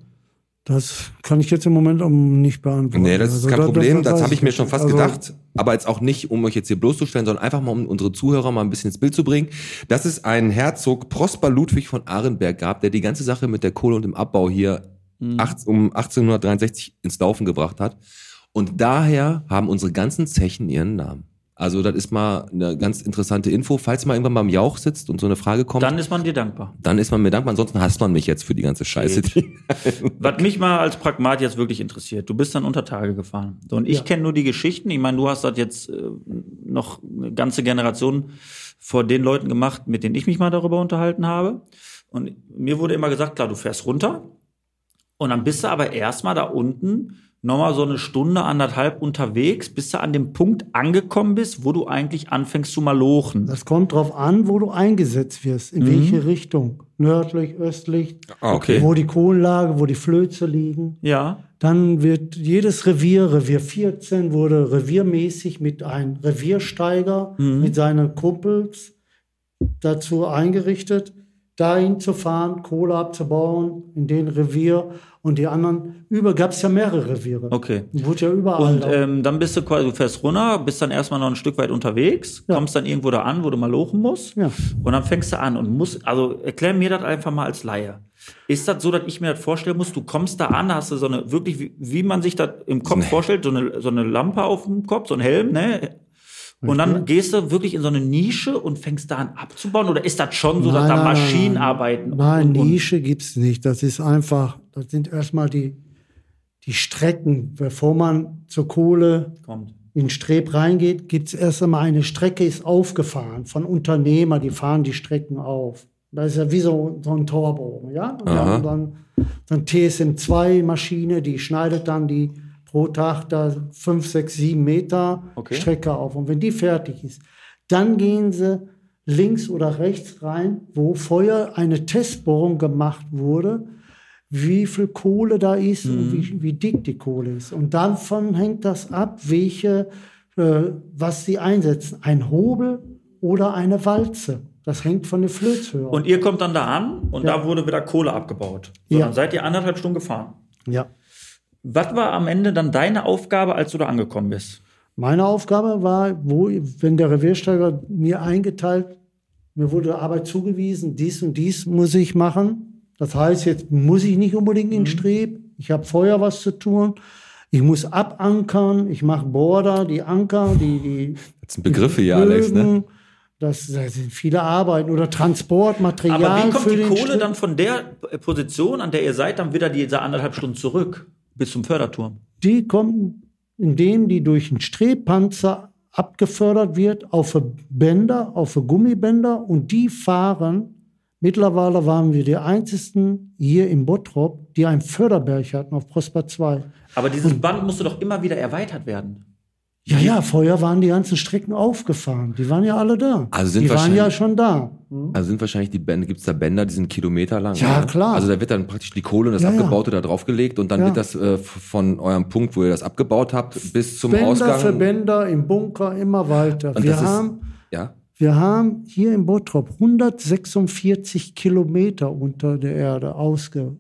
Speaker 4: Das kann ich jetzt im Moment auch nicht beantworten.
Speaker 1: Nee, das ist
Speaker 4: Also
Speaker 1: kein
Speaker 4: da-
Speaker 1: Problem, das,
Speaker 4: weiß
Speaker 1: habe ich mir schon fast
Speaker 4: Also,
Speaker 1: gedacht. Aber jetzt auch nicht, um euch jetzt hier bloßzustellen, sondern einfach mal, um unsere Zuhörer mal ein bisschen ins Bild zu bringen, dass es einen Herzog Prosper Ludwig von Arenberg gab, der die ganze Sache mit der Kohle und dem Abbau hier
Speaker 2: Mhm.
Speaker 1: acht- um 1863 ins Laufen gebracht hat. Und daher haben unsere ganzen Zechen ihren Namen. Also das ist mal eine ganz interessante Info. Falls mal irgendwann beim Jauch sitzt und so eine Frage kommt,
Speaker 2: Dann
Speaker 1: dann,
Speaker 2: ist man dir dankbar.
Speaker 1: ist man mir dankbar. Ansonsten hasst man mich jetzt für die ganze Scheiße.
Speaker 2: Was mich mal als Pragmat jetzt wirklich interessiert, du bist dann unter Tage gefahren. So, und ich
Speaker 4: Ja.
Speaker 2: kenne nur die Geschichten. Ich meine, du hast das jetzt äh, noch eine ganze Generation vor den Leuten gemacht, mit denen ich mich mal darüber unterhalten habe. Und mir wurde immer gesagt, klar, du fährst runter. Und dann bist du aber erstmal da unten nochmal so eine Stunde, anderthalb unterwegs, bis du an dem Punkt angekommen bist, wo du eigentlich anfängst zu malochen.
Speaker 4: Das kommt drauf an, wo du eingesetzt wirst, in welche Richtung. Nördlich, östlich,
Speaker 1: Ah, Mhm. okay.
Speaker 4: wo die Kohlenlage, wo die Flöze liegen.
Speaker 2: Ja.
Speaker 4: Dann wird jedes Revier, Revier 14, wurde reviermäßig mit einem Reviersteiger,
Speaker 2: Mhm.
Speaker 4: mit seinen Kumpels dazu eingerichtet, dahin zu fahren, Kohle abzubauen in den Revier und die anderen. Über gab es ja mehrere Reviere.
Speaker 2: Okay.
Speaker 4: Wurde ja überall.
Speaker 2: Und
Speaker 4: auch-
Speaker 2: ähm, dann bist du quasi, du fährst runter, bist dann erstmal noch ein Stück weit unterwegs, kommst dann irgendwo da an, wo du mal lochen musst.
Speaker 4: Ja.
Speaker 2: Und dann fängst du an und musst, also erklär mir das einfach mal als Laie. Ist das so, dass ich mir das vorstellen muss, du kommst da an, hast du so eine, wirklich, wie, wie man sich das im Kopf vorstellt, so eine, so eine Lampe auf dem Kopf, so ein Helm, ne? Und dann gehst du wirklich in so eine Nische und fängst da an abzubauen? Oder ist das schon so, dass
Speaker 4: Nein,
Speaker 2: da
Speaker 4: nein, nein,
Speaker 2: Maschinen
Speaker 4: nein.
Speaker 2: arbeiten? und-
Speaker 4: Nein,
Speaker 2: und, und,
Speaker 4: Nische gibt es nicht. Das ist einfach, das sind erstmal die, die Strecken. Bevor man zur Kohle
Speaker 2: kommt.
Speaker 4: in Streb reingeht, gibt es erst einmal eine Strecke, ist aufgefahren von Unternehmer, die fahren die Strecken auf. Das ist ja wie so, so ein Torbogen, ja? Und
Speaker 1: Aha.
Speaker 4: dann, dann so eine TSM2-Maschine, die schneidet dann die pro Tag da 5, 6, 7 Meter
Speaker 2: Okay.
Speaker 4: Strecke auf. Und wenn die fertig ist, dann gehen sie links oder rechts rein, wo vorher eine Testbohrung gemacht wurde, wie viel Kohle da ist und wie, wie dick die Kohle ist. Und davon hängt das ab, welche, äh, was sie einsetzen. Ein Hobel oder eine Walze. Das hängt von der Flötshöhe ab.
Speaker 2: Und ihr kommt dann da an und
Speaker 4: Ja.
Speaker 2: da wurde wieder Kohle abgebaut. So,
Speaker 4: Ja.
Speaker 2: Dann seid ihr anderthalb Stunden gefahren.
Speaker 4: Ja.
Speaker 2: Was war am Ende dann deine Aufgabe, als du da angekommen bist?
Speaker 4: Meine Aufgabe war, wo, wenn der Reviersteiger mir eingeteilt, mir wurde Arbeit zugewiesen, dies und dies muss ich machen. Das heißt, jetzt muss ich nicht unbedingt in Streb, ich habe vorher was zu tun, ich muss abankern, ich mache Border, die Anker, die, die
Speaker 1: Das sind Begriffe hier, Alex, ne?
Speaker 4: Bögen. Das, das sind viele Arbeiten oder Transport, Material.
Speaker 2: Aber wie kommt
Speaker 4: für
Speaker 2: die
Speaker 4: den
Speaker 2: Kohle
Speaker 4: Streb.
Speaker 2: dann von der äh, Position, an der ihr seid, dann wieder diese anderthalb Stunden zurück bis zum Förderturm?
Speaker 4: die kommen, indem die durch einen Strebpanzer abgefördert wird auf die Bänder, auf die Gummibänder und die fahren. Mittlerweile waren wir die einzigen hier im Bottrop, die einen Förderberg hatten auf Prosper 2.
Speaker 2: Aber dieses Band musste doch immer wieder erweitert werden.
Speaker 4: Ja, ja, vorher waren die ganzen Strecken aufgefahren. Die waren ja alle da.
Speaker 1: Also sind
Speaker 4: die waren
Speaker 1: wahrscheinlich-
Speaker 4: ja schon da.
Speaker 1: Also sind wahrscheinlich die Bänder, gibt's da Bänder, die sind kilometerlang.
Speaker 4: Ja, klar.
Speaker 1: Also da wird dann praktisch die Kohle und das
Speaker 4: Ja, ja.
Speaker 1: Abgebaute da draufgelegt und dann
Speaker 4: Ja.
Speaker 1: wird das äh, f- von eurem Punkt, wo ihr das abgebaut habt, bis zum
Speaker 4: Bänder
Speaker 1: Ausgang.
Speaker 4: für Bänder, im Bunker, immer weiter.
Speaker 1: Und
Speaker 4: wir
Speaker 1: das ist-
Speaker 4: haben
Speaker 1: Ja.
Speaker 4: Wir haben hier in Bottrop 146 Kilometer unter der Erde ausgeschachtet.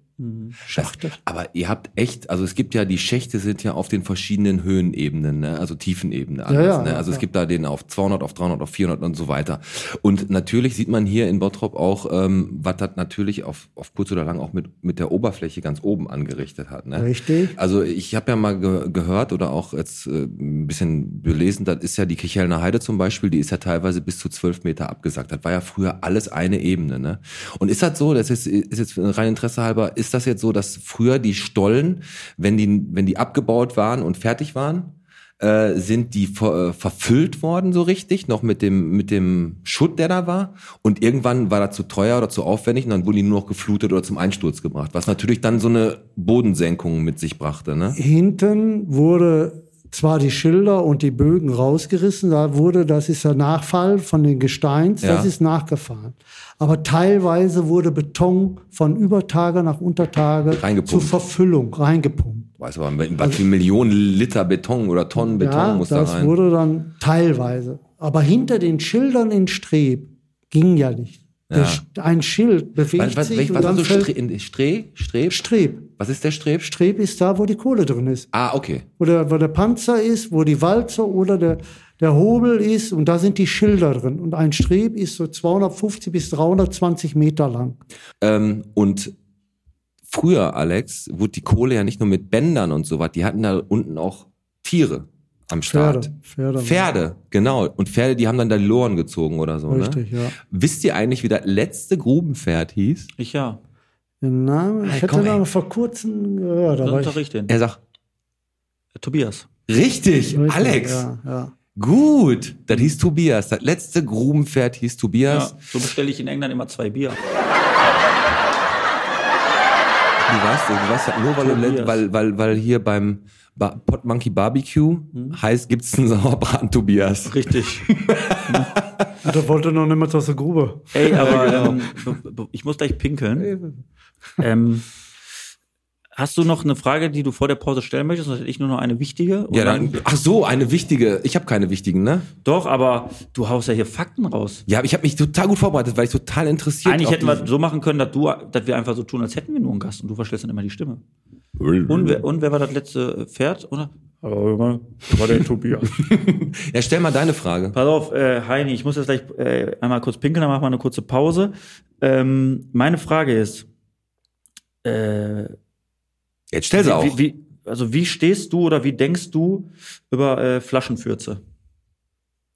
Speaker 1: Aber ihr habt echt, also es gibt ja, die Schächte sind ja auf den verschiedenen Höhenebenen, ne? also Tiefenebene. Alles,
Speaker 4: ja,
Speaker 1: ne?
Speaker 4: ja,
Speaker 1: Also es
Speaker 4: ja.
Speaker 1: gibt da den auf 200, auf 300, auf 400 und so weiter. Und natürlich sieht man hier in Bottrop auch, ähm, was das natürlich auf, auf kurz oder lang auch mit, mit der Oberfläche ganz oben angerichtet hat. Ne?
Speaker 4: Richtig.
Speaker 1: Also ich habe ja mal ge gehört oder auch jetzt äh, ein bisschen belesen, das ist ja die Kichelner Heide zum Beispiel, die ist ja teilweise bis zu zwölf Meter abgesackt. Das war ja früher alles eine Ebene. Ne? Und ist das so, das ist, ist jetzt rein Interesse halber, ist das jetzt so, dass früher die Stollen, wenn die, wenn die abgebaut waren und fertig waren, äh, sind die ver äh, verfüllt worden so richtig, noch mit dem, mit dem Schutt, der da war. Und irgendwann war das zu teuer oder zu aufwendig und dann wurden die nur noch geflutet oder zum Einsturz gebracht, was natürlich dann so eine Bodensenkung mit sich brachte. Ne?
Speaker 4: Hinten wurde zwar die Schilder und die Bögen rausgerissen, da wurde, das ist der Nachfall von den Gesteins,
Speaker 1: Ja.
Speaker 4: das ist nachgefahren. Aber teilweise wurde Beton von Übertage nach Untertage
Speaker 1: Reingepumpt.
Speaker 4: zur Verfüllung reingepumpt.
Speaker 1: Weiß aber, mit was für Millionen Liter Beton oder Tonnen Beton
Speaker 4: Also ja,
Speaker 1: muss da
Speaker 4: das
Speaker 1: rein.
Speaker 4: wurde dann teilweise. Aber hinter den Schildern in Streb ging ja nicht. Der
Speaker 1: Ja.
Speaker 4: Sch- Ein Schild bewegt
Speaker 1: was, was,
Speaker 4: sich
Speaker 1: welch-
Speaker 4: und
Speaker 1: was
Speaker 4: dann
Speaker 1: ist so
Speaker 4: fällt
Speaker 1: Stre in- Stre Streb?
Speaker 4: Streb.
Speaker 1: Was ist der Streb?
Speaker 4: Streb ist da, wo die Kohle drin ist.
Speaker 1: Ah, okay.
Speaker 4: Wo der, wo der Panzer ist, wo die Walze oder der, der Hobel ist und da sind die Schilder drin. Und ein Streb ist so 250 bis 320 Meter lang.
Speaker 1: Ähm, und früher, Alex, wurde die Kohle ja nicht nur mit Bändern und so was, die hatten da unten auch Tiere am Start.
Speaker 4: Pferde. Pferde.
Speaker 1: Pferde, genau. Und Pferde, die haben dann da die Loren gezogen oder so. Ne?
Speaker 4: Richtig, ja.
Speaker 1: Wisst ihr eigentlich, wie das letzte Grubenpferd hieß?
Speaker 2: Ich ja.
Speaker 4: Den Namen, ich
Speaker 1: Ey,
Speaker 4: hätte
Speaker 1: komm,
Speaker 4: den
Speaker 1: ey.
Speaker 4: noch vor kurzem gehört.
Speaker 2: Dann
Speaker 4: Aber ich,
Speaker 2: unterricht den.
Speaker 1: Er sagt,
Speaker 2: Tobias.
Speaker 1: richtig,
Speaker 4: richtig,
Speaker 1: Alex.
Speaker 4: Ja, ja.
Speaker 1: Gut, das hieß Tobias. Das letzte Grubenpferd hieß Tobias.
Speaker 2: Ja, so bestelle ich in England immer zwei Bier.
Speaker 1: Du weißt, du weißt das nur, weil, du let-
Speaker 2: Tobias.
Speaker 1: weil, weil, weil hier beim ba Pot Monkey Barbecue
Speaker 2: Hm.
Speaker 1: heißt, gibt's einen Sauerbraten Tobias.
Speaker 2: Richtig.
Speaker 4: Da wollte noch niemand aus der Grube.
Speaker 2: Ey, aber ähm, b- b- ich muss gleich pinkeln. Ähm, hast du noch eine Frage, die du vor der Pause stellen möchtest? Sonst hätte ich nur noch eine wichtige. Und
Speaker 1: Ja, dann, ach so, eine wichtige. Ich habe keine wichtigen, ne?
Speaker 2: Doch, aber du haust ja hier Fakten raus.
Speaker 1: Ja, aber ich habe mich total gut vorbereitet, weil ich total interessiert
Speaker 2: Eigentlich
Speaker 1: auf
Speaker 2: hätten wir
Speaker 1: diesen-
Speaker 2: so machen können, dass, du, dass wir einfach so tun, als hätten wir nur einen Gast und du verstellst dann immer die Stimme.
Speaker 1: Mhm.
Speaker 2: Und wer, und wer war das letzte äh, Pferd? Oder? War der Tobias.
Speaker 1: Ja, stell mal deine Frage.
Speaker 2: Pass auf, äh, Heini, ich muss jetzt gleich äh, einmal kurz pinkeln, dann machen wir eine kurze Pause. Ähm, meine Frage ist, äh,
Speaker 1: Jetzt stell sie auch.
Speaker 2: wie, wie, also wie stehst du oder wie denkst du über äh, Flaschenfürze?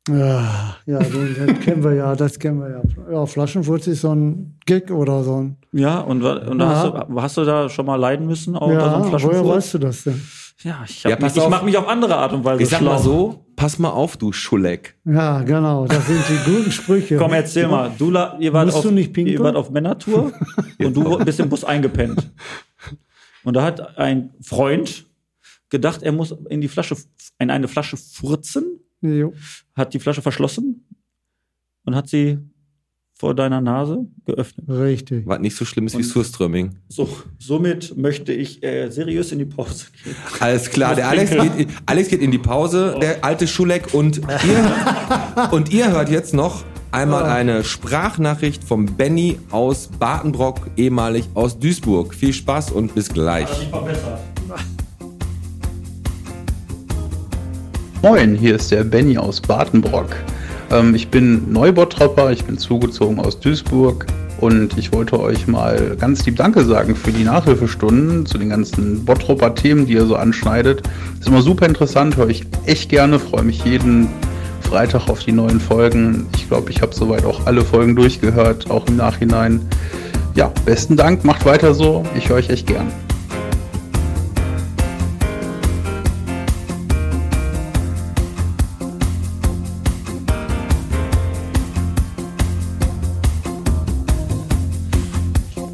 Speaker 4: Ja, ja, den, den kennen wir ja, das kennen wir ja. Ja, Flaschenwurz ist so ein Gig oder so ein.
Speaker 2: Ja, und, wa- und da
Speaker 4: Ja.
Speaker 2: Hast, du, hast du da schon mal leiden müssen? Auch unter so
Speaker 4: Ja,
Speaker 2: einem
Speaker 4: woher
Speaker 2: Flaschenfurz?
Speaker 4: weißt du das denn?
Speaker 2: Ja, ich,
Speaker 1: Ja,
Speaker 2: hab
Speaker 1: pass
Speaker 2: mich- ich
Speaker 1: auf.
Speaker 2: mache mich auf andere Art und Weise
Speaker 1: ich sag
Speaker 2: schlau.
Speaker 1: mal so, pass mal auf, du Schuleck.
Speaker 4: Ja, genau. Das sind die guten Sprüche.
Speaker 2: Komm, erzähl mal. Du, la- ihr, wart
Speaker 4: Musst
Speaker 2: auf,
Speaker 4: du nicht pinkeln?
Speaker 2: ihr wart auf Männertour und du bist im Bus eingepennt. Und da hat ein Freund gedacht, er muss in die Flasche, in eine Flasche furzen,
Speaker 4: Jo.
Speaker 2: hat die Flasche verschlossen und hat sie vor deiner Nase geöffnet.
Speaker 4: Richtig.
Speaker 1: Was nicht so schlimm ist wie
Speaker 2: Und-
Speaker 1: Surströmming.
Speaker 2: So, somit möchte ich äh, seriös in die Pause gehen.
Speaker 1: Alles klar, der Alex geht, in- Alex geht in die
Speaker 2: Oh.
Speaker 1: Pause, der alte Schuleck. Und ihr, und ihr hört jetzt noch einmal
Speaker 2: Oh.
Speaker 1: eine Sprachnachricht vom Benny aus Bartenbrock, ehemalig aus Duisburg. Viel Spaß und bis gleich.
Speaker 2: Also,
Speaker 5: Moin, hier ist der Benny aus Badenbrock. Ähm, ich bin Neubottrapper, ich bin zugezogen aus Duisburg und ich wollte euch mal ganz lieb Danke sagen für die Nachhilfestunden zu den ganzen Bottropper Themen, die ihr so anschneidet. Ist immer super interessant, höre ich echt gerne, freue mich jeden Freitag auf die neuen Folgen. Ich glaube, ich habe soweit auch alle Folgen durchgehört, auch im Nachhinein. Ja, besten Dank, macht weiter so, ich höre euch echt gern.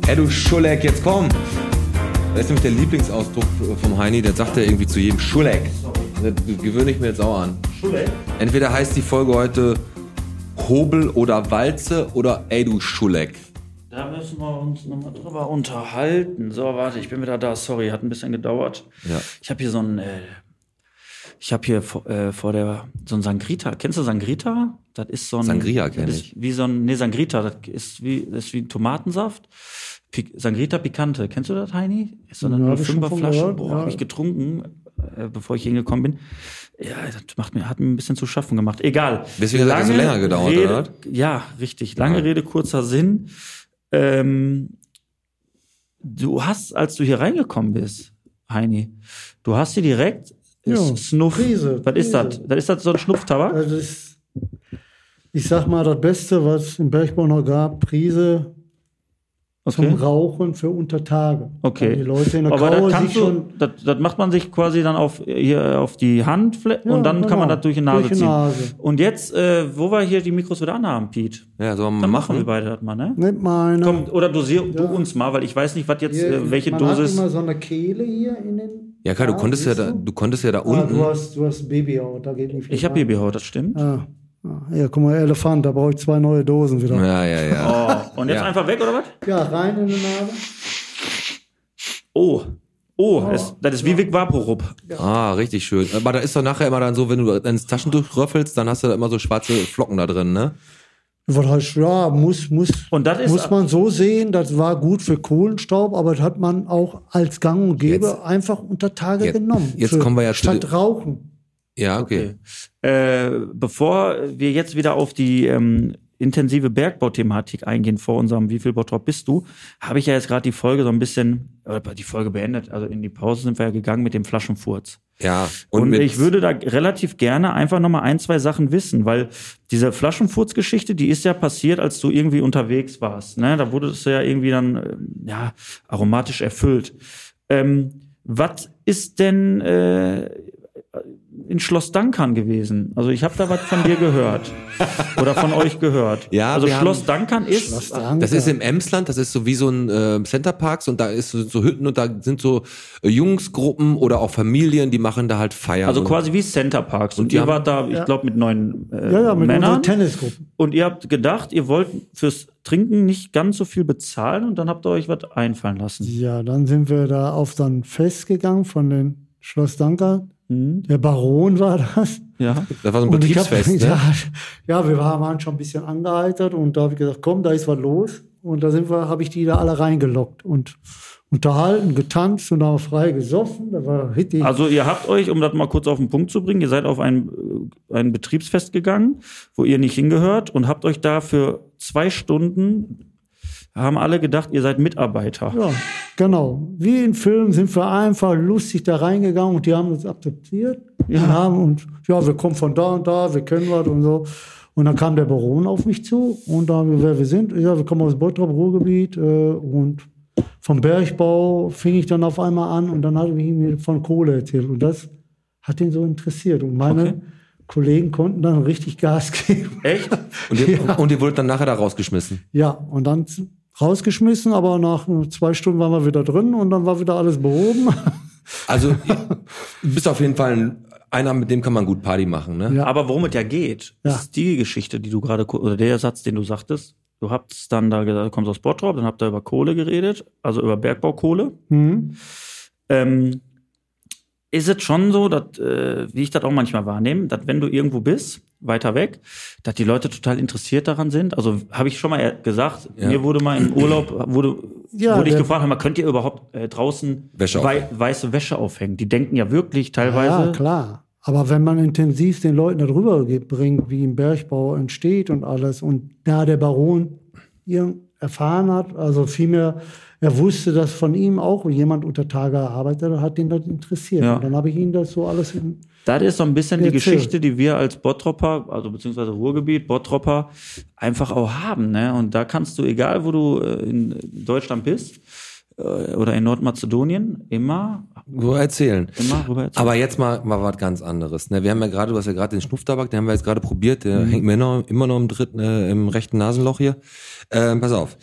Speaker 1: Ey, du Schuleck, jetzt komm! Das ist nämlich der Lieblingsausdruck vom Heini, der sagt ja irgendwie zu jedem Schuleck. Das gewöhne ich mir jetzt auch an. Entweder heißt die Folge heute Hobel oder Walze oder Ey, du Schuleck.
Speaker 2: Da müssen wir uns nochmal drüber unterhalten. So, warte, ich bin wieder da. Sorry, hat ein bisschen gedauert.
Speaker 1: Ja.
Speaker 2: Ich habe hier so ein, äh, ich habe hier vor, äh, vor der, so ein Sangrita. Kennst du Sangrita? Das ist so ein.
Speaker 1: Sangria
Speaker 2: das
Speaker 1: kenn
Speaker 2: ist
Speaker 1: ich.
Speaker 2: Wie so ein, nee, Sangrita, das ist wie, das ist wie Tomatensaft. Pi Sangrita Picante. Kennst du das, Heini? Ist so
Speaker 4: Ja,
Speaker 2: eine
Speaker 4: hab ich schon von
Speaker 2: Fünferflasche.
Speaker 4: gehört,
Speaker 2: Boah,
Speaker 4: ja.
Speaker 2: habe ich getrunken, äh, bevor ich hier hingekommen bin. Ja, das macht mir, hat mir ein bisschen zu schaffen gemacht. Egal.
Speaker 1: Deswegen hat das so länger gedauert,
Speaker 2: Rede,
Speaker 1: oder?
Speaker 2: Ja, richtig. Lange Rede, kurzer Sinn. Ähm, du hast, als du hier reingekommen bist, Heini, du hast dir direkt
Speaker 4: Ja,
Speaker 2: Snuff.
Speaker 4: Krise,
Speaker 2: was ist
Speaker 4: Krise.
Speaker 2: das? Das ist das so ein Schnupftabak?
Speaker 4: Das ist, ich sag mal, das Beste, was im Bergbau noch gab, Prise zum
Speaker 2: Okay.
Speaker 4: Rauchen für unter Tage.
Speaker 2: Okay.
Speaker 4: Weil Die Leute in der
Speaker 2: Aber
Speaker 4: Kaue
Speaker 2: das
Speaker 4: sich
Speaker 2: kannst du,
Speaker 4: schon
Speaker 2: das, das macht man sich quasi dann auf, hier auf die Hand
Speaker 4: Ja,
Speaker 2: und dann kann man
Speaker 4: genau.
Speaker 2: das durch die Nase
Speaker 4: Durch die
Speaker 2: ziehen.
Speaker 4: Nase.
Speaker 2: Und jetzt, äh, wo wir hier die Mikros wieder anhaben, Pete,
Speaker 1: Ja, sollen wir
Speaker 2: dann
Speaker 1: mal
Speaker 2: machen wir
Speaker 1: machen?
Speaker 2: beide das mal, ne?
Speaker 4: nimmt mal einer.
Speaker 2: Komm, oder dosier du uns mal, weil ich weiß nicht, was jetzt,
Speaker 4: Hier,
Speaker 2: äh, welche
Speaker 4: man
Speaker 2: Dosis.
Speaker 4: Hat immer so eine Kehle hier in den.
Speaker 1: Ja klar, du
Speaker 4: Ah,
Speaker 1: konntest ja
Speaker 4: siehst
Speaker 1: da, du konntest ja da
Speaker 4: Ah,
Speaker 1: unten.
Speaker 4: du hast, du hast Babyhaut, da geht nicht viel.
Speaker 2: Ich habe
Speaker 4: rein.
Speaker 2: Babyhaut, das stimmt.
Speaker 4: Ah. Ah, Ja, guck mal, Elefant, da brauche ich zwei neue Dosen wieder.
Speaker 1: Ja, ja, ja.
Speaker 2: Oh, und jetzt
Speaker 1: Ja.
Speaker 2: einfach weg, oder was?
Speaker 4: Ja, rein in die Nase.
Speaker 2: Oh. Oh, das, das ist wie Vic Vaporub.
Speaker 1: Ah, richtig schön. Aber da ist doch nachher immer dann so, wenn du ins Taschentuch röffelst, dann hast du da immer so schwarze Flocken da drin, ne?
Speaker 4: Was heißt, ja, muss, muss,
Speaker 2: Und das ist-
Speaker 4: muss man so sehen, das war gut für Kohlenstaub, aber das hat man auch als Gang und Gäbe
Speaker 1: Jetzt-
Speaker 4: einfach unter Tage
Speaker 1: jetzt-
Speaker 4: genommen.
Speaker 1: jetzt
Speaker 4: Für-
Speaker 1: kommen wir ja zu
Speaker 4: Statt
Speaker 1: den-
Speaker 4: Rauchen.
Speaker 1: Ja, okay.
Speaker 2: Äh, bevor wir jetzt wieder auf die ähm, intensive Bergbauthematik eingehen vor unserem Wie viel Bottrop bist du, habe ich ja jetzt gerade die Folge so ein bisschen, oder die Folge beendet, also in die Pause sind wir ja gegangen mit dem Flaschenfurz.
Speaker 1: Ja.
Speaker 2: Und,
Speaker 1: mit-
Speaker 2: ich würde da relativ gerne einfach nochmal ein, zwei Sachen wissen, weil diese Flaschenfurz-Geschichte, die ist ja passiert, als du irgendwie unterwegs warst. Ne? Da wurdest du ja irgendwie dann ähm, ja, aromatisch erfüllt. Ähm, was ist denn äh, in Schloss Dankern gewesen? Also ich habe da was von dir gehört. Oder von euch gehört.
Speaker 1: Ja,
Speaker 2: also
Speaker 1: wir
Speaker 2: Schloss
Speaker 1: haben-
Speaker 2: Dankern ist. also
Speaker 1: Das ist im Emsland, das ist so wie so ein äh, Centerparks und da ist so- so Hütten und da sind so äh, Jungsgruppen oder auch Familien, die machen da halt Feiern.
Speaker 2: also
Speaker 1: und,
Speaker 2: quasi wie Center Parks. Und,
Speaker 1: Und die
Speaker 2: ihr
Speaker 1: haben-
Speaker 2: wart da, ich
Speaker 4: Ja.
Speaker 2: glaube, mit neun äh,
Speaker 4: ja, ja, mit
Speaker 2: Männern.
Speaker 4: unseren Tennisgruppen.
Speaker 2: Und ihr habt gedacht, ihr wollt fürs Trinken nicht ganz so viel bezahlen und dann habt ihr euch was einfallen lassen.
Speaker 4: Ja, dann sind wir da auf so ein Fest gegangen von den Schloss Danker.
Speaker 2: Mhm.
Speaker 4: Der Baron war das.
Speaker 2: Ja.
Speaker 1: Das war so ein
Speaker 4: Und ich hab-
Speaker 1: Betriebsfest, ne?
Speaker 4: ja, ja, wir waren- waren schon ein bisschen angeheitert und da habe ich gesagt, komm, da ist was los. Und da sind wir, habe ich die da alle reingelockt und unterhalten, getanzt und haben frei gesoffen. Da war richtig.
Speaker 2: Also ihr habt euch, um das mal kurz auf den Punkt zu bringen, ihr seid auf ein, äh, ein Betriebsfest gegangen, wo ihr nicht hingehört und habt euch da für zwei Stunden, haben alle gedacht, ihr seid Mitarbeiter.
Speaker 4: ja, genau. Wie in Filmen sind wir einfach lustig da reingegangen und die haben uns akzeptiert. Und haben und ja, wir kommen von da und da, wir kennen was und so. Und dann kam der Baron auf mich zu und da, wer wir sind, ja, wir kommen aus Bottrop, Ruhrgebiet äh, und vom Bergbau fing ich dann auf einmal an und dann hat er mir von Kohle erzählt und das hat ihn so interessiert und meine Kollegen konnten dann richtig Gas geben.
Speaker 2: Echt?
Speaker 1: Und ihr,
Speaker 4: Ja.
Speaker 1: und ihr wurdet dann nachher da rausgeschmissen.
Speaker 4: Ja, und dann z- rausgeschmissen, aber nach äh, zwei Stunden waren wir wieder drin und dann war wieder alles behoben.
Speaker 1: Also, ihr- du bist auf jeden Fall ein, einer, mit dem kann man gut Party machen, ne?
Speaker 4: Ja.
Speaker 2: Aber worum es ja geht,
Speaker 4: Ja.
Speaker 2: ist die Geschichte, die du gerade, ku- oder der Satz, den du sagtest. Du habt dann da gesagt, du kommst aus Bottrop, dann habt ihr über Kohle geredet, also über Bergbaukohle.
Speaker 4: Hm?
Speaker 2: Ähm, ist es schon so, dass, äh, wie ich das auch manchmal wahrnehme, dass wenn du irgendwo bist, weiter weg, dass die Leute total interessiert daran sind? Also habe ich schon mal äh, gesagt,
Speaker 1: Ja.
Speaker 2: mir wurde mal im Urlaub, wurde,
Speaker 4: Ja,
Speaker 2: wurde ich
Speaker 4: der-
Speaker 2: gefragt, hör mal, könnt ihr überhaupt äh, draußen
Speaker 1: Wäsche
Speaker 2: wei weiße Wäsche aufhängen? Die denken ja wirklich teilweise.
Speaker 4: Ja, klar. Aber wenn man intensiv den Leuten darüber ge- bringt, wie ein Bergbau entsteht und alles, und da der Baron ir- erfahren hat, also vielmehr, er wusste, dass von ihm auch jemand unter Tage arbeitet, hat ihn das interessiert.
Speaker 2: Ja.
Speaker 4: Und dann habe ich ihn das so alles in,
Speaker 2: Das ist so ein bisschen die
Speaker 4: Erzähl.
Speaker 2: Geschichte, die wir als Bottropper, also beziehungsweise Ruhrgebiet, Bottropper, einfach auch haben. Ne? Und da kannst du, egal wo du äh, in Deutschland bist äh, oder in Nordmazedonien, immer,
Speaker 1: So erzählen.
Speaker 2: immer rüber erzählen.
Speaker 1: Aber jetzt mal, mal was ganz anderes. Ne? Wir haben ja gerade, du hast ja gerade den Schnupftabak, den haben wir jetzt gerade probiert,
Speaker 4: Mhm.
Speaker 1: der hängt mir noch, immer noch im, dritten, äh, im rechten Nasenloch hier. Ähm, pass auf.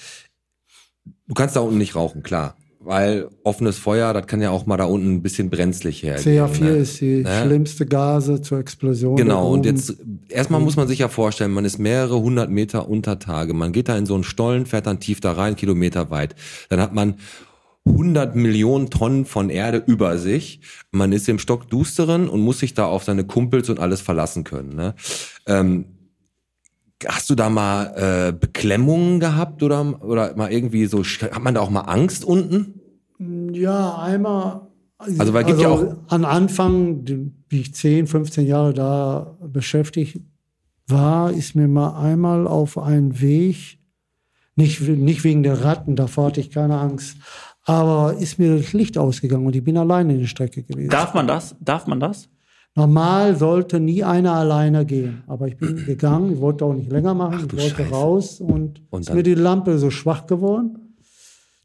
Speaker 1: Du kannst da unten nicht rauchen, klar. Weil offenes Feuer, das kann ja auch mal da unten ein bisschen brenzlig her.
Speaker 4: CH4 ist die
Speaker 1: Ne?
Speaker 4: schlimmste Gase zur Explosion.
Speaker 1: Genau,
Speaker 4: der
Speaker 1: und
Speaker 4: Gruben.
Speaker 1: jetzt erstmal muss man sich ja vorstellen, man ist mehrere hundert Meter unter Tage. Man geht da in so einen Stollen, fährt dann tief da rein, Kilometer weit. Dann hat man 100 Millionen Tonnen von Erde über sich. Man ist im Stock Dusteren und muss sich da auf seine Kumpels und alles verlassen können. Ne? Ähm, hast du da mal äh, Beklemmungen gehabt oder, oder mal irgendwie so, sch- hat man da auch mal Angst unten?
Speaker 4: Ja, einmal.
Speaker 1: Also, weil gibt ja auch-
Speaker 4: An Anfang, die- wie ich 10, 15 Jahre da beschäftigt war, ist mir mal einmal auf einen Weg, nicht, we- nicht wegen der Ratten, davor hatte ich keine Angst, aber ist mir das Licht ausgegangen und ich bin alleine in der Strecke gewesen.
Speaker 2: Darf man das? Darf man das?
Speaker 4: Normal sollte nie einer alleine gehen, aber ich bin gegangen, ich wollte auch nicht länger machen,
Speaker 1: du
Speaker 4: ich wollte
Speaker 1: Scheiße.
Speaker 4: raus und,
Speaker 1: Und
Speaker 4: ist
Speaker 1: dann-
Speaker 4: mir die Lampe so schwach geworden.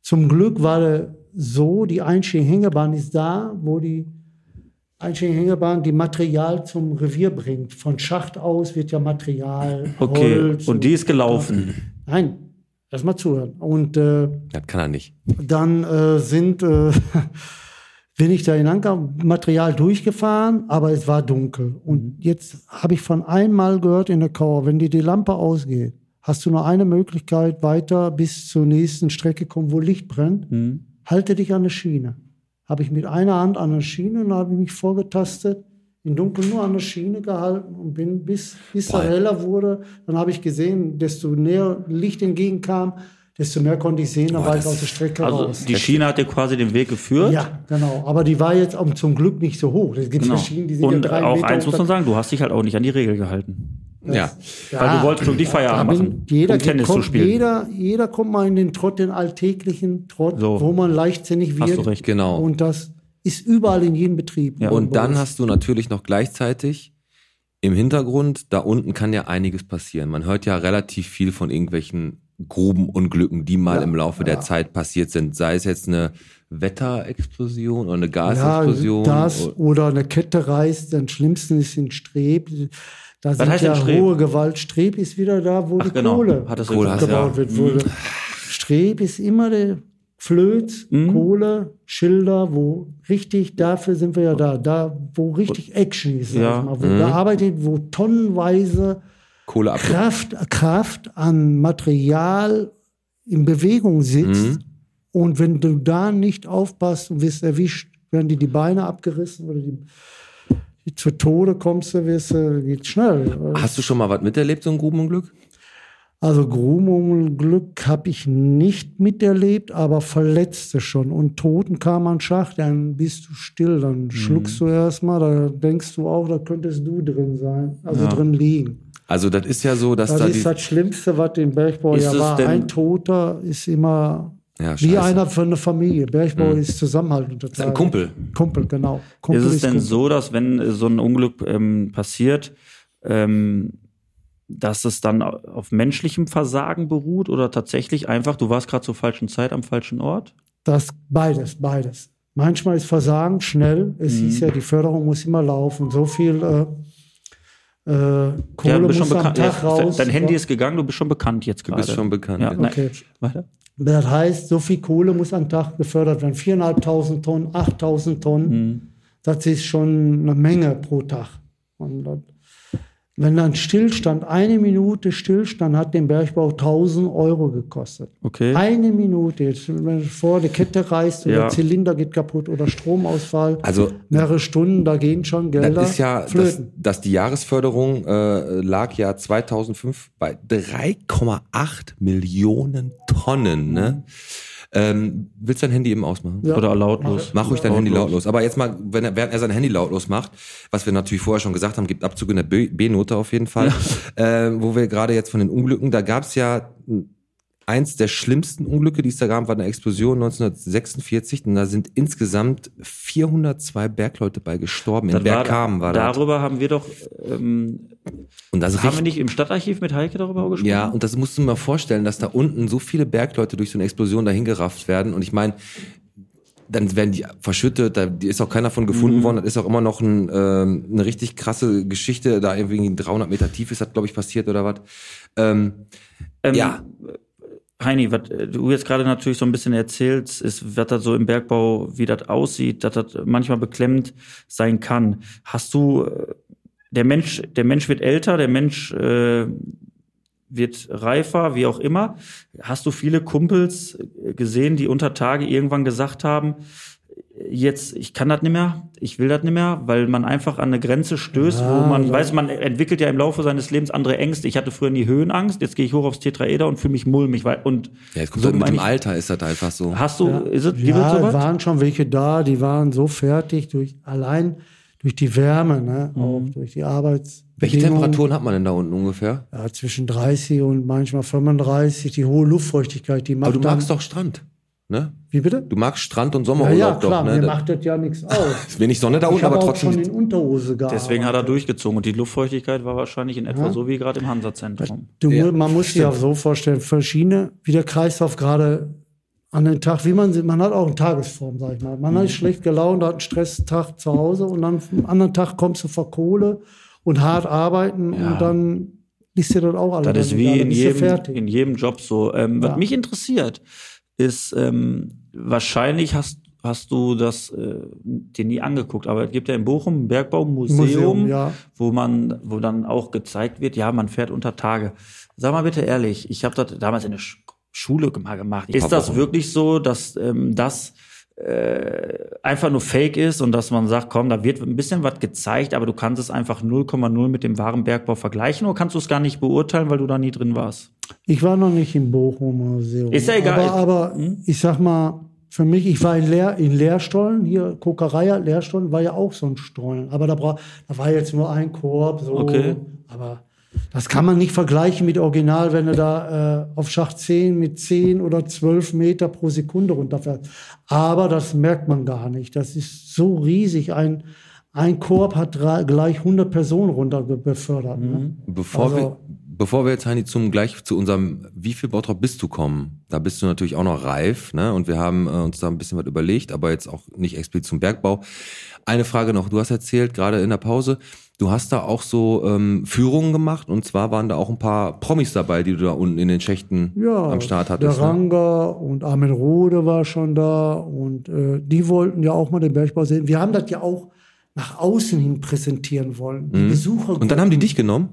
Speaker 4: Zum Glück war der so, die Einstieg-Hängebahn ist da, wo die Einstieg-Hängebahn die Material zum Revier bringt. Von Schacht aus wird ja Material,
Speaker 2: Okay.
Speaker 4: Holz.
Speaker 2: Und die ist gelaufen.
Speaker 4: Nein, lass mal zuhören. Und äh,
Speaker 1: Das kann er nicht.
Speaker 4: dann äh, sind, äh, bin ich da in Anker-Material durchgefahren, aber es war dunkel. Und jetzt habe ich von einmal gehört in der Kauer, wenn dir die Lampe ausgeht, hast du nur eine Möglichkeit, weiter bis zur nächsten Strecke kommen, wo Licht brennt.
Speaker 2: Hm.
Speaker 4: Halte dich an der Schiene. Habe ich mit einer Hand an der Schiene und habe ich mich vorgetastet, im Dunkeln nur an der Schiene gehalten und bin bis, bis
Speaker 1: Boah.
Speaker 4: er heller wurde. Dann habe ich gesehen, desto näher Licht entgegenkam, desto mehr konnte ich sehen, dann
Speaker 1: Boah,
Speaker 4: war ich
Speaker 1: das-
Speaker 4: aus der Strecke
Speaker 2: Also
Speaker 4: raus.
Speaker 2: die Schiene hat dir quasi den Weg geführt.
Speaker 4: Ja, genau. Aber die war jetzt auch zum Glück nicht so hoch. Es gibt
Speaker 2: Genau.
Speaker 4: verschiedene, die sind
Speaker 2: Und
Speaker 4: ja drei
Speaker 2: auch
Speaker 4: Meter
Speaker 2: eins muss
Speaker 4: unter-
Speaker 2: man sagen, du hast dich halt auch nicht an die Regel gehalten.
Speaker 1: Ja.
Speaker 4: Ja,
Speaker 2: Weil du wolltest wirklich
Speaker 4: da
Speaker 2: Feierabend
Speaker 4: bin-
Speaker 2: machen,
Speaker 4: Jeder,
Speaker 2: um Tennis
Speaker 4: kommt,
Speaker 2: zu spielen.
Speaker 4: Jeder, jeder kommt mal in den Trott, den alltäglichen Trott,
Speaker 2: So.
Speaker 4: wo man leichtsinnig wird.
Speaker 2: Hast du recht.
Speaker 1: Genau.
Speaker 4: Und das ist überall in jedem Betrieb.
Speaker 2: Ja.
Speaker 1: Und dann hast du natürlich noch gleichzeitig im Hintergrund, da unten kann ja einiges passieren. Man hört ja relativ viel von irgendwelchen Grubenunglücken, die mal
Speaker 4: Ja,
Speaker 1: im Laufe der
Speaker 4: ja.
Speaker 1: Zeit passiert sind. Sei es jetzt eine Wetterexplosion oder eine
Speaker 4: ja,
Speaker 1: Gasexplosion.
Speaker 4: das
Speaker 1: oder-
Speaker 4: oder eine Kette reißt, am schlimmsten ist in Streb. Da sind
Speaker 2: heißt
Speaker 4: ja
Speaker 2: denn Streb?
Speaker 4: hohe Gewalt. Streb ist wieder da, wo die
Speaker 2: genau.
Speaker 4: Kohle
Speaker 2: Hattest du
Speaker 1: Kohle
Speaker 2: gesagt. Mhm.
Speaker 1: hast du ja.
Speaker 4: gebaut wird. Wurde. Streb ist immer der Flöz,
Speaker 2: Mhm.
Speaker 4: Kohle, Schilder, wo richtig, dafür sind wir ja da, da, wo richtig Action ist, sag
Speaker 2: Oh. Ja. Mhm.
Speaker 4: ich mal, wo gearbeitet, wo tonnenweise
Speaker 1: Kohle ab.
Speaker 4: Kraft, Kraft an Material in Bewegung sitzt. Und wenn du da nicht aufpasst und wirst erwischt, werden dir die Beine abgerissen oder die, die zu Tode kommst du, wirst du, geht schnell.
Speaker 1: Hast du schon mal was miterlebt, so ein Grubenunglück?
Speaker 4: Also Grubenunglück habe ich nicht miterlebt, aber Verletzte schon. Und Toten kam an Schach, dann bist du still, dann schluckst du erstmal, da denkst du auch, da könntest du drin sein, also drin liegen.
Speaker 1: Also das ist ja so, dass
Speaker 4: Das
Speaker 1: da die,
Speaker 4: ist halt das Schlimmste, was im Bergbau
Speaker 2: Ist
Speaker 4: ja
Speaker 2: es
Speaker 4: war.
Speaker 2: denn-
Speaker 4: Ein Toter ist immer
Speaker 1: Ja,
Speaker 4: wie
Speaker 1: scheiße.
Speaker 4: einer für eine Familie. Bergbau
Speaker 2: Hm.
Speaker 4: ist Zusammenhalt unter
Speaker 1: ist ein Kumpel.
Speaker 4: Kumpel, genau. Kumpel
Speaker 2: Ist es denn
Speaker 4: Kumpel.
Speaker 2: so, dass wenn äh, so ein Unglück ähm, passiert, ähm, dass es dann au- auf menschlichem Versagen beruht oder tatsächlich einfach, du warst gerade zur falschen Zeit am falschen Ort?
Speaker 4: Das beides, beides.
Speaker 2: Hm.
Speaker 4: Manchmal ist Versagen schnell. Es hieß ja, die Förderung muss immer laufen. So viel äh, Äh, Kohle
Speaker 2: Ja, du bist schon
Speaker 4: muss am
Speaker 2: bekannt.
Speaker 4: Tag
Speaker 2: Ja,
Speaker 4: raus.
Speaker 2: dein Handy ist gegangen, du bist schon bekannt jetzt
Speaker 1: Du
Speaker 2: gerade.
Speaker 1: bist schon bekannt.
Speaker 2: Ja,
Speaker 1: ja.
Speaker 2: nein.
Speaker 4: Okay.
Speaker 2: Weiter.
Speaker 4: Das heißt, so viel Kohle muss am Tag gefördert werden. 4.500 Tonnen, 8.000 Tonnen.
Speaker 2: Hm.
Speaker 4: Das ist schon eine Menge pro Tag. Und das, wenn dann Stillstand, eine Minute Stillstand hat den Bergbau 1.000 Euro gekostet.
Speaker 2: Okay.
Speaker 4: Eine Minute. Jetzt, wenn vor der Kette reißt oder
Speaker 2: Ja.
Speaker 4: Zylinder geht kaputt oder Stromausfall,
Speaker 1: Also,
Speaker 4: mehrere Stunden, da gehen schon Gelder
Speaker 1: Das ist ja, dass,
Speaker 4: flöten.
Speaker 1: dass die Jahresförderung äh, lag ja 2005 bei 3,8 Millionen Tonnen. Ne? Ähm, willst du dein Handy eben ausmachen?
Speaker 4: Mhm. Ja.
Speaker 2: Oder lautlos.
Speaker 1: Mach ruhig dein
Speaker 2: Lautlos.
Speaker 1: Handy lautlos. Aber jetzt mal, wenn er, während er sein Handy lautlos macht, was wir natürlich vorher schon gesagt haben, gibt Abzug in der B- B-Note auf jeden Fall, äh, wo wir gerade jetzt von den Unglücken, da gab's ja eins der schlimmsten Unglücke, die es da gab, war eine Explosion 1946 und da sind insgesamt 402 Bergleute bei gestorben. In
Speaker 2: Dann
Speaker 1: Bergkamen war, das.
Speaker 2: Darüber haben wir doch, ähm,
Speaker 1: Und das
Speaker 2: haben wir
Speaker 1: richt-
Speaker 2: nicht im Stadtarchiv mit Heike darüber gesprochen?
Speaker 1: Ja, und das musst du dir mal vorstellen, dass da unten so viele Bergleute durch so eine Explosion dahin gerafft werden. Und ich meine, dann werden die verschüttet, da die ist auch keiner von gefunden
Speaker 4: Mhm.
Speaker 1: worden. Das ist auch immer noch ein, ähm, eine richtig krasse Geschichte. Da irgendwie 300 Meter tief ist das, glaube ich, passiert oder was. Ähm,
Speaker 2: Ähm,
Speaker 1: Ja.
Speaker 2: Heini, was äh, du jetzt gerade natürlich so ein bisschen erzählst, ist, was das so im Bergbau, wie das aussieht, dass das manchmal beklemmend sein kann. Hast du, äh, der Mensch, der Mensch wird älter, der Mensch äh, wird reifer, wie auch immer. Hast du viele Kumpels äh, gesehen, die unter Tage irgendwann gesagt haben, jetzt, ich kann das nicht mehr, ich will das nicht mehr, weil man einfach an eine Grenze stößt,
Speaker 4: Ja,
Speaker 2: wo man
Speaker 4: Leute.
Speaker 2: weiß, man entwickelt ja im Laufe seines Lebens andere Ängste. Ich hatte früher nie Höhenangst, jetzt gehe ich hoch aufs Tetraeder und fühle mich mulmig. Weil, und
Speaker 1: ja, jetzt kommt
Speaker 2: so
Speaker 1: halt mit
Speaker 2: meine
Speaker 1: dem
Speaker 2: ich-
Speaker 1: Alter ist das einfach so.
Speaker 2: Hast du, Oh, ist es, gibt es
Speaker 4: ja,
Speaker 2: sowas?
Speaker 4: waren schon welche da, die waren so fertig durch allein durch die Wärme, ne? auch durch die Arbeits.
Speaker 1: Welche Temperaturen hat man denn da unten ungefähr?
Speaker 4: Ja, zwischen 30 und manchmal 35, die hohe Luftfeuchtigkeit, die macht
Speaker 1: Aber du
Speaker 4: dann,
Speaker 1: magst doch Strand, ne?
Speaker 4: Wie bitte?
Speaker 1: Du magst Strand und
Speaker 4: Ja,
Speaker 1: Sommerurlaub
Speaker 4: ja,
Speaker 1: doch,
Speaker 4: klar,
Speaker 1: ne?
Speaker 4: mir
Speaker 1: Da-
Speaker 4: macht das ja nichts aus.
Speaker 1: Ist wenig Sonne da
Speaker 4: ich
Speaker 1: unten,
Speaker 4: habe
Speaker 1: aber
Speaker 4: auch schon
Speaker 1: trotzdem.
Speaker 4: in Unterhose gearbeitet.
Speaker 2: Deswegen hat er durchgezogen und die Luftfeuchtigkeit war wahrscheinlich in etwa so wie gerade im Hansa-Zentrum.
Speaker 4: Du, mu- man muss sich auch so vorstellen, verschiedene, wie der Kreislauf gerade an den Tag, wie man sieht, man hat auch eine Tagesform, sag ich mal. Man ist schlecht gelaunt, hat einen Stresstag zu Hause und dann am anderen Tag kommst du vor Kohle und hart arbeiten und dann ist dir das auch alles.
Speaker 2: Das ist wie
Speaker 4: egal, dann
Speaker 2: in
Speaker 4: bist du
Speaker 2: jedem,
Speaker 4: fertig.
Speaker 2: in jedem Job so. Ähm,
Speaker 4: Ja.
Speaker 2: Was mich interessiert, ist, ähm, wahrscheinlich hast, hast du das äh, dir nie angeguckt, aber es gibt ja in Bochum ein Bergbaumuseum,
Speaker 4: Museum, ja.
Speaker 2: wo man, wo dann auch gezeigt wird, ja, man fährt unter Tage. Sag mal bitte ehrlich, ich habe das damals in der Sch Schule mal gemacht. Ist das
Speaker 1: Wochen.
Speaker 2: wirklich so, dass ähm, das äh, einfach nur Fake ist und dass man sagt, komm, da wird ein bisschen was gezeigt, aber du kannst es einfach 0,0 mit dem wahren Bergbau vergleichen oder kannst du es gar nicht beurteilen, weil du da nie drin warst?
Speaker 4: Ich war noch nicht im Bochum Museum.
Speaker 2: Ist ja egal.
Speaker 4: Aber, aber ich sag mal, für mich, ich war in, Leer, in Leerstollen, hier Kokerei, Leerstollen war ja auch so ein Stollen. Aber da, bra da war jetzt nur ein Korb, so.
Speaker 2: Okay.
Speaker 4: Aber das kann man nicht vergleichen mit Original, wenn du da äh, auf Schacht 10 mit 10 oder 12 Meter pro Sekunde runterfährst. Aber das merkt man gar nicht. Das ist so riesig. Ein, ein Korb hat drei, gleich 100 Personen runter befördert.
Speaker 2: Mhm.
Speaker 4: Ne?
Speaker 1: Bevor,
Speaker 4: Also-
Speaker 1: wir, bevor wir jetzt, Heini, zum, gleich zu unserem Wie viel Bottrop bist du kommen, da bist du natürlich auch noch reif, ne? Und wir haben äh, uns da ein bisschen was überlegt, aber jetzt auch nicht explizit zum Bergbau. Eine Frage noch, du hast erzählt, gerade in der Pause, du hast da auch so ähm, Führungen gemacht und zwar waren da auch ein paar Promis dabei, die du da unten in den Schächten
Speaker 4: ja,
Speaker 1: am Start hattest.
Speaker 4: Der
Speaker 1: Ne?
Speaker 4: Ranga und Armin Rode war schon da und äh, die wollten ja auch mal den Bergbau sehen. Wir haben das ja auch nach außen hin präsentieren wollen. Die Besucher.
Speaker 1: Mhm. Und dann haben die dich genommen?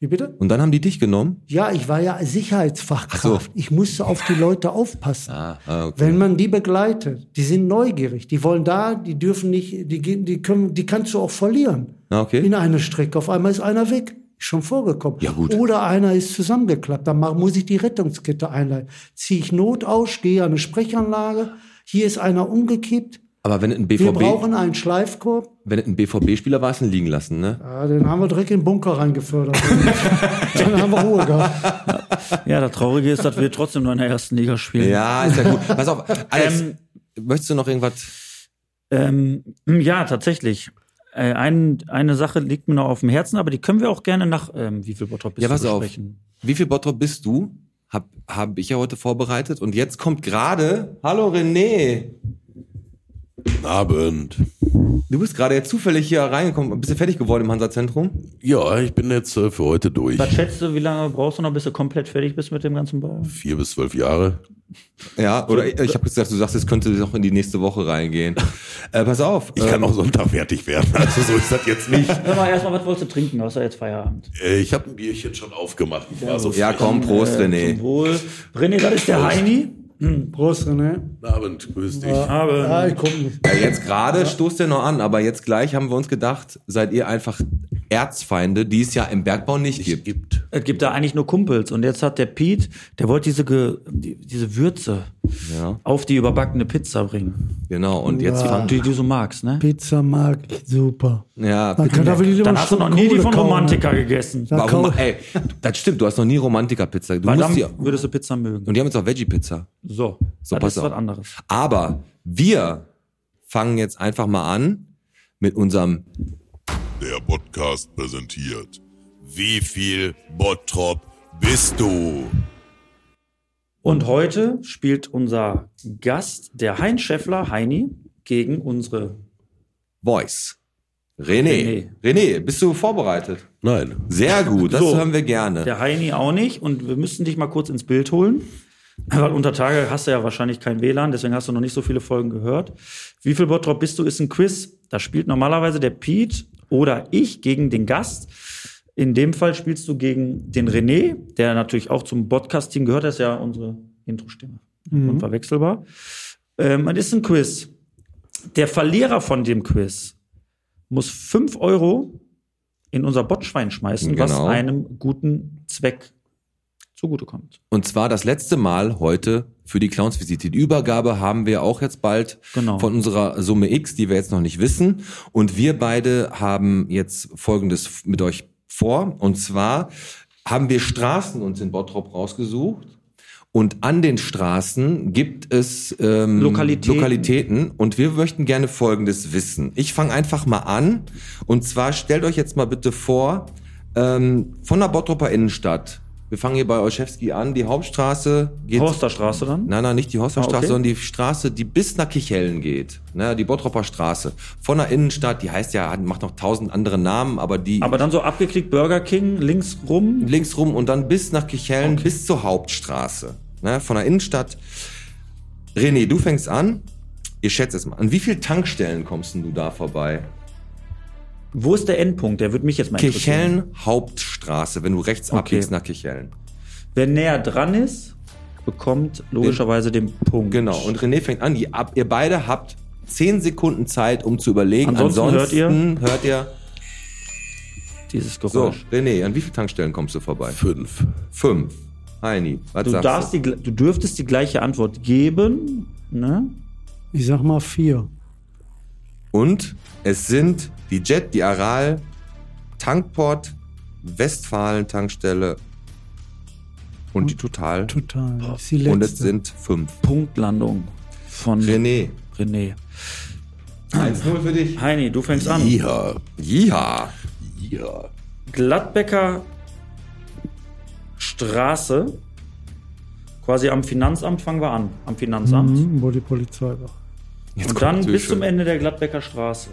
Speaker 4: Wie bitte?
Speaker 1: Und dann haben die dich genommen?
Speaker 4: Ja, ich war ja Sicherheitsfachkraft.
Speaker 1: Ach so.
Speaker 4: Ich musste auf die Leute aufpassen.
Speaker 1: Ah, ah, okay.
Speaker 4: Wenn man die begleitet, die sind neugierig, die wollen da, die dürfen nicht, die, gehen- die, können, die kannst du auch verlieren.
Speaker 1: Ah, okay.
Speaker 4: In eine Strecke, auf einmal ist einer weg, Ist schon vorgekommen.
Speaker 1: Ja, gut.
Speaker 4: Oder einer ist zusammengeklappt, dann mach, muss ich die Rettungskette einleiten. Ziehe ich Not aus, gehe an eine Sprechanlage, hier ist einer umgekippt,
Speaker 1: Aber wenn es ein
Speaker 4: wir
Speaker 1: BVB,
Speaker 4: brauchen einen Schleifkorb,
Speaker 1: wenn es ein BVB-Spieler war, hast du ihn liegen lassen, ne?
Speaker 4: ja, den haben wir direkt in den Bunker reingefördert. dann haben wir Ruhe gehabt.
Speaker 2: Ja, das Traurige ist, dass wir trotzdem nur in der ersten Liga spielen.
Speaker 1: Ja, ist ja gut. Pass auf, Alex,
Speaker 2: Mhm. Ähm,
Speaker 1: möchtest du noch irgendwas?
Speaker 2: Ähm, ja, tatsächlich. Äh, ein, eine Sache liegt mir noch auf dem Herzen, aber die können wir auch gerne nach ähm, wie viel Bottrop bist
Speaker 1: Ja,
Speaker 2: du
Speaker 1: pass auf.
Speaker 2: besprechen.
Speaker 1: Wie viel Bottrop bist du? Hab, hab ich ja heute vorbereitet. Und jetzt kommt gerade, hallo René.
Speaker 3: Guten Abend.
Speaker 1: Du bist gerade ja zufällig hier reingekommen. Bist du fertig geworden im Hansa-Zentrum?
Speaker 3: Ja, ich bin jetzt äh, für heute durch.
Speaker 2: Was schätzt du, wie lange brauchst du noch, bis du komplett fertig bist mit dem ganzen Bau?
Speaker 3: Vier bis zwölf Jahre.
Speaker 1: Ja, oder äh, ich, ich habe gesagt, du sagst, es könnte noch in die nächste Woche reingehen. Äh, pass auf.
Speaker 3: Ich kann
Speaker 1: ähm,
Speaker 3: auch Sonntag fertig werden. Also so ist das jetzt nicht.
Speaker 2: Hör mal, erstmal, was wolltest du trinken, außer jetzt Feierabend?
Speaker 3: Äh, ich habe ein Bierchen schon aufgemacht. Ich war so
Speaker 1: Ja,
Speaker 3: frech.
Speaker 1: komm, Prost,
Speaker 2: Äh, Zum
Speaker 1: René.
Speaker 2: Wohl. René, das ist der Heini.
Speaker 4: Prost, René.
Speaker 3: Guten Abend, grüß dich.
Speaker 2: Aber
Speaker 4: Ja, ich komme nicht.
Speaker 1: Ja, jetzt gerade stoßt er noch an, aber jetzt gleich haben wir uns gedacht, seid ihr einfach Erzfeinde, die es ja im Bergbau nicht gibt.
Speaker 3: Gibt.
Speaker 2: es gibt da eigentlich nur Kumpels. Und jetzt hat der Pete, der wollte diese, Ge die, diese Würze
Speaker 1: Ja,
Speaker 2: auf die überbackene Pizza bringen.
Speaker 1: genau. Und jetzt
Speaker 4: Ja.
Speaker 1: fangen
Speaker 2: Die du so magst, ne?
Speaker 4: Pizza mag super.
Speaker 1: ja,
Speaker 4: Man kann da will ich lieber
Speaker 2: Dann hast du noch nie die
Speaker 4: Kohle
Speaker 2: von
Speaker 4: kauen, ne?
Speaker 2: Romantika gegessen.
Speaker 4: Da
Speaker 1: Warum?
Speaker 4: kau-
Speaker 1: Ey, das stimmt, du hast noch nie Romantiker-Pizza. Du
Speaker 2: Weil
Speaker 1: musst
Speaker 2: dann
Speaker 1: die,
Speaker 2: würdest du Pizza mögen.
Speaker 1: und die haben jetzt auch Veggie-Pizza.
Speaker 2: So,
Speaker 1: So,
Speaker 2: das
Speaker 1: pass
Speaker 2: ist
Speaker 1: auf.
Speaker 2: was anderes.
Speaker 1: Aber wir fangen jetzt einfach mal an mit unserem
Speaker 6: Der Podcast präsentiert. Wie viel Bottrop bist du?
Speaker 2: Und heute spielt unser Gast, der Hein Schäffler, Heini, gegen unsere
Speaker 1: Voice. René. René, bist du vorbereitet?
Speaker 3: Nein.
Speaker 1: Sehr gut, das
Speaker 2: So.
Speaker 1: hören wir gerne.
Speaker 2: Der Heini auch nicht. Und wir müssen dich mal kurz ins Bild holen. Weil unter Tage hast du ja wahrscheinlich kein WLAN, deswegen hast du noch nicht so viele Folgen gehört. Wie viel Bottrop bist du, ist ein Quiz. Da spielt normalerweise der Pete oder ich gegen den Gast. In dem Fall spielst du gegen den René, der natürlich auch zum Podcast-Team gehört. Das ist ja unsere Intro-Stimme.
Speaker 1: Mhm.
Speaker 4: Mhm.
Speaker 2: Unverwechselbar. Ähm, es ist ein Quiz. Der Verlierer von dem Quiz muss 5 Euro in unser Botschwein schmeißen, was
Speaker 1: Genau.
Speaker 2: einem guten Zweck zugutekommt.
Speaker 1: Und zwar das letzte Mal heute für die Clownsvisite. Die Übergabe haben wir auch jetzt bald
Speaker 2: Genau.
Speaker 1: von unserer Summe X, die wir jetzt noch nicht wissen. Und wir beide haben jetzt Folgendes f- mit euch vor. Und zwar haben wir Straßen uns in Bottrop rausgesucht. Und an den Straßen gibt es ähm,
Speaker 2: Lokalitäten.
Speaker 1: Lokalitäten. Und wir möchten gerne Folgendes wissen. Ich fange einfach mal an. Und zwar stellt euch jetzt mal bitte vor, ähm, von der Bottroper Innenstadt. Wir fangen hier bei Olszewski an. Die Hauptstraße geht...
Speaker 2: Horsterstraße dann?
Speaker 1: Nein, nein, nicht die Horsterstraße,
Speaker 2: Ah, okay.
Speaker 1: sondern die Straße, die bis nach Kichellen geht. Ne, die Bottroper Straße. Von der Innenstadt, die heißt ja, hat- macht noch tausend andere Namen, aber die
Speaker 2: Aber dann so abgeklickt Burger King links rum.
Speaker 1: links rum und dann bis nach Kichellen, bis zur Hauptstraße. Ne, von der Innenstadt. René, du fängst an. Ihr schätzt es mal. An wie vielen Tankstellen kommst denn du da vorbei?
Speaker 2: Wo ist der Endpunkt? Der würde mich jetzt mal interessieren.
Speaker 1: Kichellen Hauptstraße, wenn du rechts
Speaker 2: Okay.
Speaker 1: abbiegst nach Kichellen.
Speaker 2: Wer näher dran ist, bekommt logischerweise den, Punkt.
Speaker 1: Genau. Und René fängt an. Ihr, ab, ihr beide habt zehn Sekunden Zeit, um zu überlegen.
Speaker 2: Ansonsten hört ihr-
Speaker 1: hört ihr
Speaker 2: dieses
Speaker 1: So,
Speaker 2: Geräusch.
Speaker 1: René, an wie vielen Tankstellen kommst du vorbei?
Speaker 3: Fünf.
Speaker 1: Fünf. Heini, was
Speaker 2: du,
Speaker 1: sagst
Speaker 2: darfst
Speaker 1: du?
Speaker 2: die, gle- du dürftest die gleiche Antwort geben. Ne?
Speaker 4: Ich sag mal vier.
Speaker 1: Und es sind die Jet, die Aral, Tankport, Westfalen-Tankstelle und die Total.
Speaker 4: Total. Das ist die letzte.
Speaker 1: Und es sind fünf.
Speaker 2: Punktlandung von
Speaker 1: René.
Speaker 2: René.
Speaker 1: 1-0 für dich.
Speaker 2: Heini, du fängst an.
Speaker 3: Ja.
Speaker 1: Ja.
Speaker 3: Ja.
Speaker 2: Gladbecker Straße, quasi am Finanzamt, fangen wir an, am Finanzamt.
Speaker 4: Mhm, wo die Polizei war.
Speaker 2: Und dann
Speaker 1: natürlich
Speaker 2: bis
Speaker 1: schon-
Speaker 2: zum Ende der Gladbecker Straße.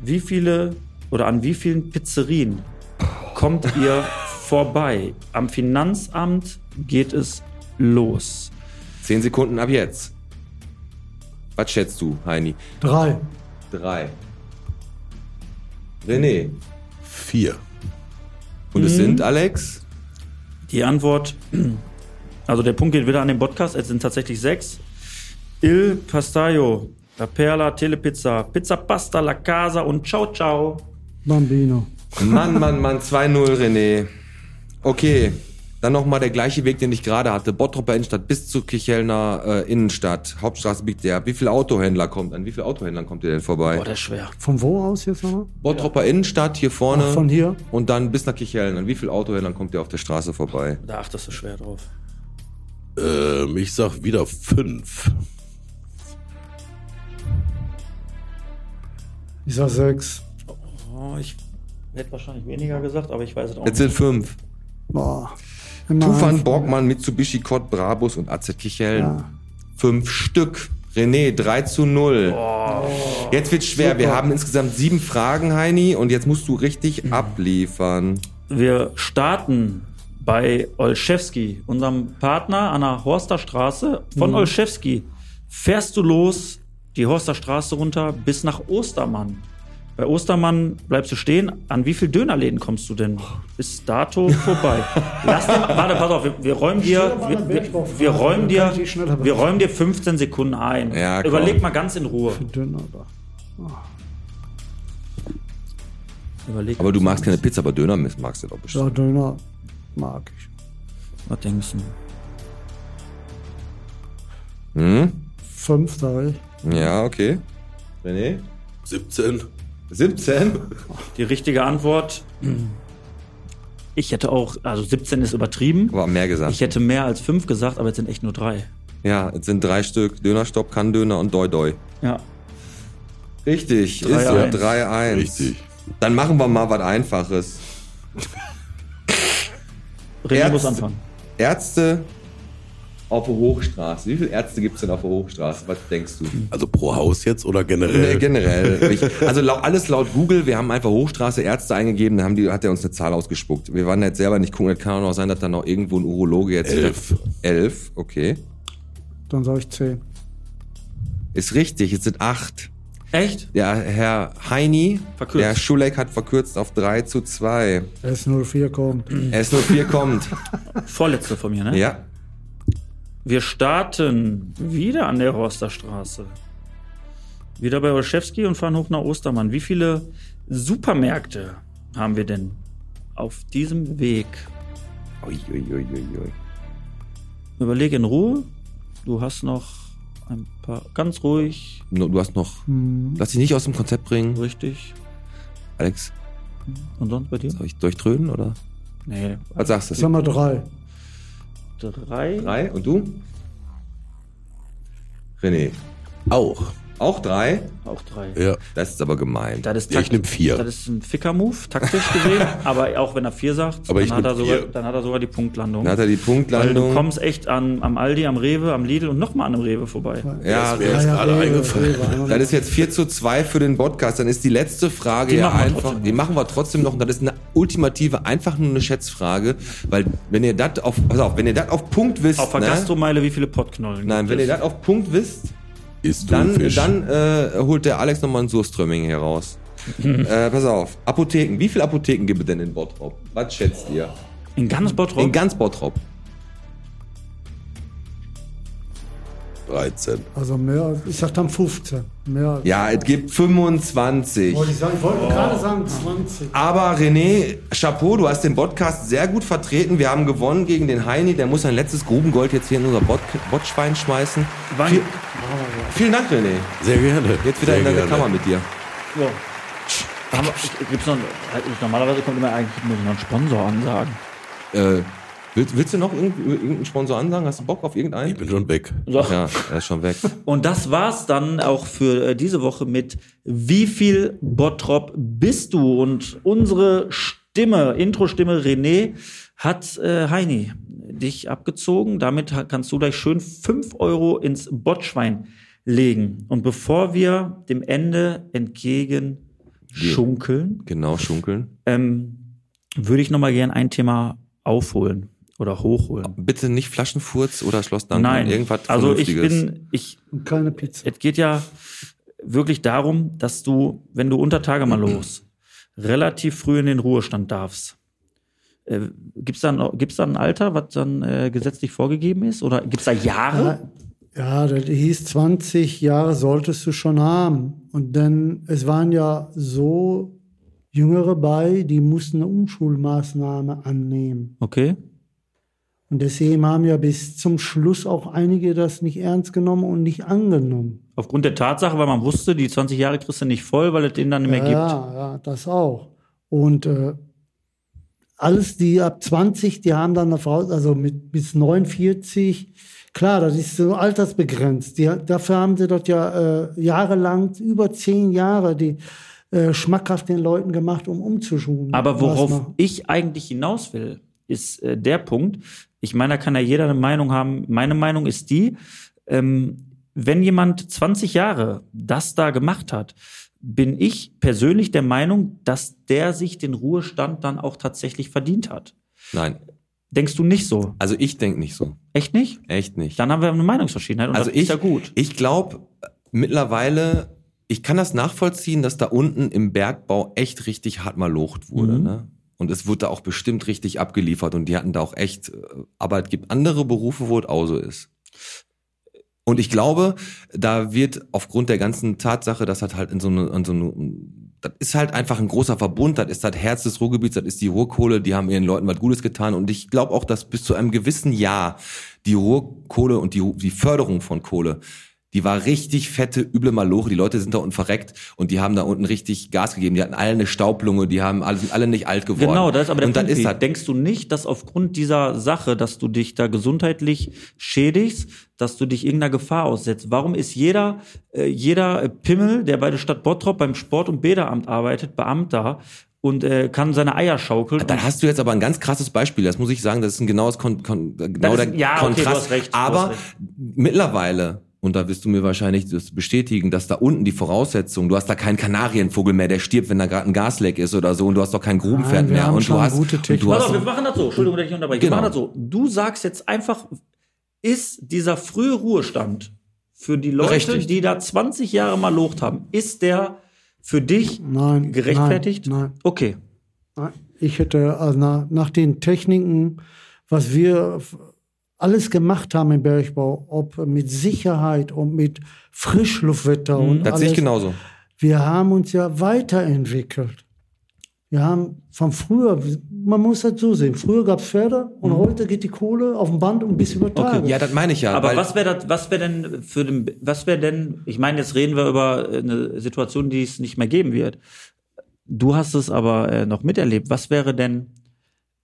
Speaker 2: Wie viele oder an wie vielen Pizzerien kommt ihr vorbei? Am Finanzamt geht es los.
Speaker 1: Zehn Sekunden ab jetzt. Was schätzt du, Heini?
Speaker 4: Drei.
Speaker 1: Drei. René.
Speaker 3: Vier.
Speaker 1: Und
Speaker 2: Mhm.
Speaker 1: es sind, Alex?
Speaker 2: Die Antwort, also der Punkt geht wieder an den Podcast, es sind tatsächlich sechs. Il Pastaio, La Perla, Telepizza, Pizza Pasta, La Casa und Ciao Ciao.
Speaker 4: Bambino.
Speaker 1: Mann, Mann, Mann, 2-0, René. Okay, dann nochmal der gleiche Weg, den ich gerade hatte. Bottroper Innenstadt bis zur Kichelner äh, Innenstadt. Hauptstraße biegt der. Wie viele Autohändler kommt? An wie viele Autohändlern kommt ihr denn vorbei?
Speaker 2: Boah, der ist schwer.
Speaker 4: Von wo aus jetzt nochmal?
Speaker 1: Bottroper Innenstadt hier vorne.
Speaker 4: Ach, von hier?
Speaker 1: Und dann bis nach Kicheln. An wie viele Autohändlern kommt ihr auf der Straße vorbei?
Speaker 2: Da achtest du schwer drauf.
Speaker 3: Ähm, ich sag wieder fünf.
Speaker 4: Ich sag sechs.
Speaker 2: Oh, ich hätte wahrscheinlich weniger gesagt, aber ich weiß es auch
Speaker 1: Jetzt
Speaker 2: nicht.
Speaker 1: sind fünf.
Speaker 4: Boah. Immer
Speaker 1: Tufan,
Speaker 4: ein-
Speaker 1: Borgmann, Mitsubishi, Kott, Brabus und AZ Kicheln.
Speaker 4: Ja.
Speaker 1: Fünf Stück. René, 3 zu 0. Jetzt wird's schwer. Wir
Speaker 4: Super. Mhm.
Speaker 1: haben insgesamt sieben Fragen, Heini, und jetzt musst du richtig abliefern.
Speaker 2: Wir starten bei Olszewski, unserem Partner an der Horster Straße.
Speaker 4: Mhm.
Speaker 2: Von Olszewski fährst du los die Horster Straße runter bis nach Ostermann. Bei Ostermann bleibst du stehen. An wie viel Dönerläden kommst du denn? Bis dato vorbei. Lass dir, warte, pass auf, wir, wir räumen dir,
Speaker 4: Stell doch mal eine
Speaker 2: wir, wir,
Speaker 4: Weltbaufrage,
Speaker 2: wir räumen
Speaker 4: dann
Speaker 2: dir,
Speaker 4: kann ich die schneller
Speaker 2: wir räumen dir 15 Sekunden ein.
Speaker 1: Ja, komm.
Speaker 2: Überleg mal ganz in Ruhe.
Speaker 4: Dünn aber.
Speaker 2: Überleg
Speaker 1: Aber du magst keine Pizza, aber Döner magst du doch bestimmt.
Speaker 4: Ja, Döner mag ich.
Speaker 2: Was denkst du?
Speaker 1: Hm?
Speaker 4: Fünf, sag ich.
Speaker 1: Ja, okay. René?
Speaker 3: 17.
Speaker 1: 17?
Speaker 2: Die richtige Antwort. Ich hätte auch, also 17 ist übertrieben.
Speaker 1: Aber mehr gesagt.
Speaker 2: Ich hätte mehr als 5 gesagt, aber jetzt sind echt nur 3.
Speaker 1: Ja, es sind drei Stück. Dönerstopp, Kann-Döner und Doi-Doi.
Speaker 2: Ja.
Speaker 1: Richtig, ist
Speaker 2: 3-1.
Speaker 1: 3-1.
Speaker 3: Richtig.
Speaker 1: Dann machen wir mal was Einfaches.
Speaker 2: René muss
Speaker 1: Ärzte-
Speaker 2: anfangen.
Speaker 1: Ärzte auf der Hochstraße. Wie viele Ärzte gibt's denn auf der Hochstraße? Was denkst du?
Speaker 3: Also pro Haus jetzt oder generell?
Speaker 1: Nee, generell. Ich, also lau, alles laut Google. Wir haben einfach Hochstraße Ärzte eingegeben, dann haben die, hat er uns eine Zahl ausgespuckt. Wir waren jetzt selber nicht gucken. Es kann auch noch sein, dass da noch irgendwo ein Urologe jetzt.
Speaker 3: Elf.
Speaker 1: Elf, okay.
Speaker 4: Dann sag ich zehn.
Speaker 1: Ist richtig, es sind acht.
Speaker 2: Echt?
Speaker 1: Ja, Herr Heini,
Speaker 2: Verkürzt.
Speaker 1: der Schuleck hat verkürzt auf 3 zu 2.
Speaker 4: S04 kommt.
Speaker 1: S04 kommt.
Speaker 2: Vorletzte von mir, ne?
Speaker 1: Ja.
Speaker 2: Wir starten wieder an der Horsterstraße. Wieder bei Olszewski und fahren hoch nach Ostermann. Wie viele Supermärkte haben wir denn auf diesem Weg?
Speaker 1: Ui, ui, ui, ui, ui.
Speaker 2: Überleg in Ruhe. Du hast noch ein paar. Ganz ruhig,
Speaker 1: No, Du hast noch.
Speaker 4: Hm.
Speaker 1: Lass dich nicht aus dem Konzept bringen,
Speaker 2: richtig.
Speaker 1: Alex.
Speaker 2: Und sonst bei dir?
Speaker 1: Soll ich durchdröhnen oder?
Speaker 2: Nee.
Speaker 1: Was sagst du?
Speaker 4: Sag mal drei.
Speaker 2: Drei.
Speaker 1: Drei und du? René.
Speaker 3: Auch.
Speaker 1: Auch drei?
Speaker 2: Auch drei.
Speaker 3: Ja.
Speaker 1: Das ist aber gemein.
Speaker 2: Das ist
Speaker 3: Ja, ich
Speaker 2: takt-
Speaker 3: nehm vier.
Speaker 2: Das ist ein Ficker-Move, taktisch gesehen. aber auch wenn er vier sagt,
Speaker 3: Aber ich
Speaker 2: dann, hat
Speaker 3: nehm
Speaker 2: er sogar,
Speaker 3: vier.
Speaker 2: dann hat er sogar die Punktlandung.
Speaker 1: Dann hat er die
Speaker 2: Weil du
Speaker 1: Punktlandung.
Speaker 2: kommst echt an, am Aldi, am Rewe, am Lidl und nochmal an einem Rewe vorbei.
Speaker 1: Ja,
Speaker 3: Das wär- Mir ist gerade
Speaker 4: Rewe,
Speaker 3: eingefallen.
Speaker 4: Rewe, einmal
Speaker 1: das ist jetzt 4 zu 2 für den Podcast. Dann ist die letzte Frage
Speaker 2: Die
Speaker 1: ja
Speaker 2: machen wir
Speaker 1: einfach.
Speaker 2: trotzdem.
Speaker 1: Die machen wir trotzdem noch. Und das ist eine ultimative, einfach nur eine Schätzfrage. Weil wenn ihr das auf, pass auf, wenn ihr das auf Punkt wisst.
Speaker 2: Auf der
Speaker 1: ne?
Speaker 2: Gastromeile, wie viele Pottknollen
Speaker 1: Nein,
Speaker 2: gibt
Speaker 1: wenn ihr
Speaker 2: es?
Speaker 1: das auf Punkt wisst,
Speaker 3: Ist
Speaker 1: dann,
Speaker 3: Thunfisch.
Speaker 1: dann äh, holt der Alex nochmal einen Surströmming heraus. äh, pass auf, Apotheken. Wie viele Apotheken gibt es denn in Bottrop? Was schätzt ihr?
Speaker 2: In ganz Bottrop?
Speaker 1: In ganz Bottrop.
Speaker 3: 13.
Speaker 4: Also mehr, als- ich sag dann 15. Mehr als,
Speaker 1: Ja, es gibt 25.
Speaker 4: Wollte ich, sagen, ich wollte gerade sagen 20.
Speaker 1: Aber René, Chapeau, du hast den Podcast sehr gut vertreten. Wir haben gewonnen gegen den Heini. Der muss sein letztes Grubengold jetzt hier in unser Bot Botschwein schmeißen.
Speaker 2: Wann-
Speaker 1: Viel, vielen Dank, René.
Speaker 3: Sehr gerne.
Speaker 1: Jetzt wieder
Speaker 3: Sehr
Speaker 1: in der
Speaker 3: gerne.
Speaker 1: Kammer mit dir.
Speaker 2: so. Da haben wir- Gibt's noch, äh, normalerweise kommt immer eigentlich muss ich noch einen Sponsor ansagen.
Speaker 1: Äh, willst, willst du noch irgendeinen, irgendeinen Sponsor ansagen? Hast du Bock auf
Speaker 3: Ich
Speaker 1: irgendeinen?
Speaker 3: bin schon weg.
Speaker 2: So.
Speaker 1: Ja, er ist schon weg.
Speaker 2: Und das war's dann auch für äh, diese Woche mit Wie viel Bottrop bist du? Und unsere Stimme, Intro-Stimme René, hat äh, Heini dich abgezogen. Damit ha- kannst du gleich schön 5 Euro ins Bottschwein legen. Und bevor wir dem Ende entgegen schunkeln,
Speaker 1: Genau, schunkeln.
Speaker 2: ähm, würde ich nochmal gern ein Thema aufholen oder hochholen.
Speaker 1: Bitte nicht Flaschenfurz oder Schloss Danken.
Speaker 2: Nein,
Speaker 1: Irgendwas
Speaker 2: also ich
Speaker 1: Vernünftiges.
Speaker 2: bin, ich,
Speaker 4: Und keine Pizza.
Speaker 2: es geht ja wirklich darum, dass du, wenn du unter Tage mal los, relativ früh in den Ruhestand darfst. Äh, gibt es da, ein- gibt's da ein Alter, was dann äh, gesetzlich vorgegeben ist? Oder gibt es da Jahre?
Speaker 4: Ja, das hieß 20 Jahre solltest du schon haben. Und dann, es waren ja so Jüngere bei, die mussten eine Umschulmaßnahme annehmen.
Speaker 2: Okay.
Speaker 4: Und deswegen haben ja bis zum Schluss auch einige das nicht ernst genommen und nicht angenommen.
Speaker 2: Aufgrund der Tatsache, weil man wusste, die 20 Jahre kriegst du nicht voll, weil es den dann nicht mehr gibt.
Speaker 4: Ja, ja, das auch. Und äh, alles, die ab 20, die haben dann eine Frau, also mit bis 49, klar, das ist so altersbegrenzt. Die, dafür haben sie dort ja äh, jahrelang, über zehn Jahre, die äh, schmackhaft den Leuten gemacht, um umzuschulen.
Speaker 2: Aber worauf
Speaker 4: Was man-
Speaker 2: ich eigentlich hinaus will, ist äh, der Punkt. Ich meine, da kann ja jeder eine Meinung haben. Meine Meinung ist die, ähm, wenn jemand 20 Jahre das da gemacht hat, bin ich persönlich der Meinung, dass der sich den Ruhestand dann auch tatsächlich verdient hat.
Speaker 1: Nein.
Speaker 2: Denkst du nicht so?
Speaker 1: Also ich denke nicht so.
Speaker 2: Echt nicht?
Speaker 1: Echt nicht.
Speaker 2: Dann haben wir eine Meinungsverschiedenheit und
Speaker 1: also
Speaker 2: das
Speaker 1: ich,
Speaker 2: ist ja gut.
Speaker 1: ich glaube mittlerweile, ich kann das nachvollziehen, dass da unten im Bergbau echt richtig hart mal locht wurde.
Speaker 2: Mhm.
Speaker 1: Ne? Und es wurde da auch bestimmt richtig abgeliefert und die hatten da auch echt, äh, aber es gibt andere Berufe, wo es auch so ist. Und ich glaube, da wird aufgrund der ganzen Tatsache, dass das halt in so eine, in so eine das ist halt einfach ein großer Verbund, das ist das Herz des Ruhrgebiets, das ist die Ruhrkohle, die haben ihren Leuten was Gutes getan und ich glaube auch, dass bis zu einem gewissen Jahr die Ruhrkohle und die, die Förderung von Kohle, die war richtig fette, üble Maloche, die Leute sind da unten verreckt und die haben da unten richtig Gas gegeben, die hatten alle eine Staublunge, die haben alle, sind alle nicht alt geworden.
Speaker 2: Genau, das ist aber der
Speaker 1: und
Speaker 2: Punkt.
Speaker 1: dann ist halt das,
Speaker 2: Pete. Denkst du nicht, dass aufgrund dieser Sache, dass du dich da gesundheitlich schädigst, dass du dich irgendeiner Gefahr aussetzt? Warum ist jeder, äh, jeder äh, Pimmel, der bei der Stadt Bottrop beim Sport- und Bäderamt arbeitet, Beamter und äh, kann seine Eier schaukeln?
Speaker 1: Dann
Speaker 2: und-
Speaker 1: hast du jetzt aber ein ganz krasses Beispiel. Das muss ich sagen, das ist ein genaues Kon Kon genau
Speaker 2: ist-
Speaker 1: der
Speaker 2: ja, okay,
Speaker 1: Kontrast.
Speaker 2: du hast recht, du hast
Speaker 1: aber
Speaker 2: recht.
Speaker 1: mittlerweile und da wirst du mir wahrscheinlich das bestätigen, dass da unten die Voraussetzungen, du hast da keinen Kanarienvogel mehr, der stirbt, wenn da gerade ein Gasleck ist oder so und du hast doch kein Grubenpferd
Speaker 4: Nein, Ah, wir
Speaker 1: mehr
Speaker 4: haben
Speaker 1: und
Speaker 4: schon
Speaker 1: du hast
Speaker 4: gute
Speaker 1: und du
Speaker 4: Technik.
Speaker 2: Pass
Speaker 1: hast
Speaker 2: auf, wir machen das so. Entschuldigung, dass ich unterbreche.
Speaker 1: Genau.
Speaker 2: Wir machen das so. Du sagst jetzt einfach, ist dieser frühe Ruhestand für die Leute,
Speaker 1: Berechtigt.
Speaker 2: die da 20 Jahre mal locht haben, ist der für dich
Speaker 4: Nein,
Speaker 2: gerechtfertigt?
Speaker 4: nein, nein.
Speaker 2: Okay.
Speaker 4: Ich hätte also nach, nach den Techniken, was wir f- alles gemacht haben im Bergbau, ob mit Sicherheit und mit Frischluftwetter
Speaker 2: Hm,
Speaker 4: und
Speaker 1: das sehe ich
Speaker 4: alles,
Speaker 1: genauso.
Speaker 4: wir haben uns ja weiterentwickelt. Wir haben von früher, man muss das so sehen, früher gab es Pferde und heute geht die Kohle auf dem Band und bis über Tage.
Speaker 1: Mhm. Ja, das meine ich ja.
Speaker 2: Aber
Speaker 1: weil-
Speaker 2: was wäre das, was wäre denn für den, was wäre denn, ich meine, jetzt reden wir über äh, eine Situation, die es nicht mehr geben wird. Du hast es aber äh, noch miterlebt. Was wäre denn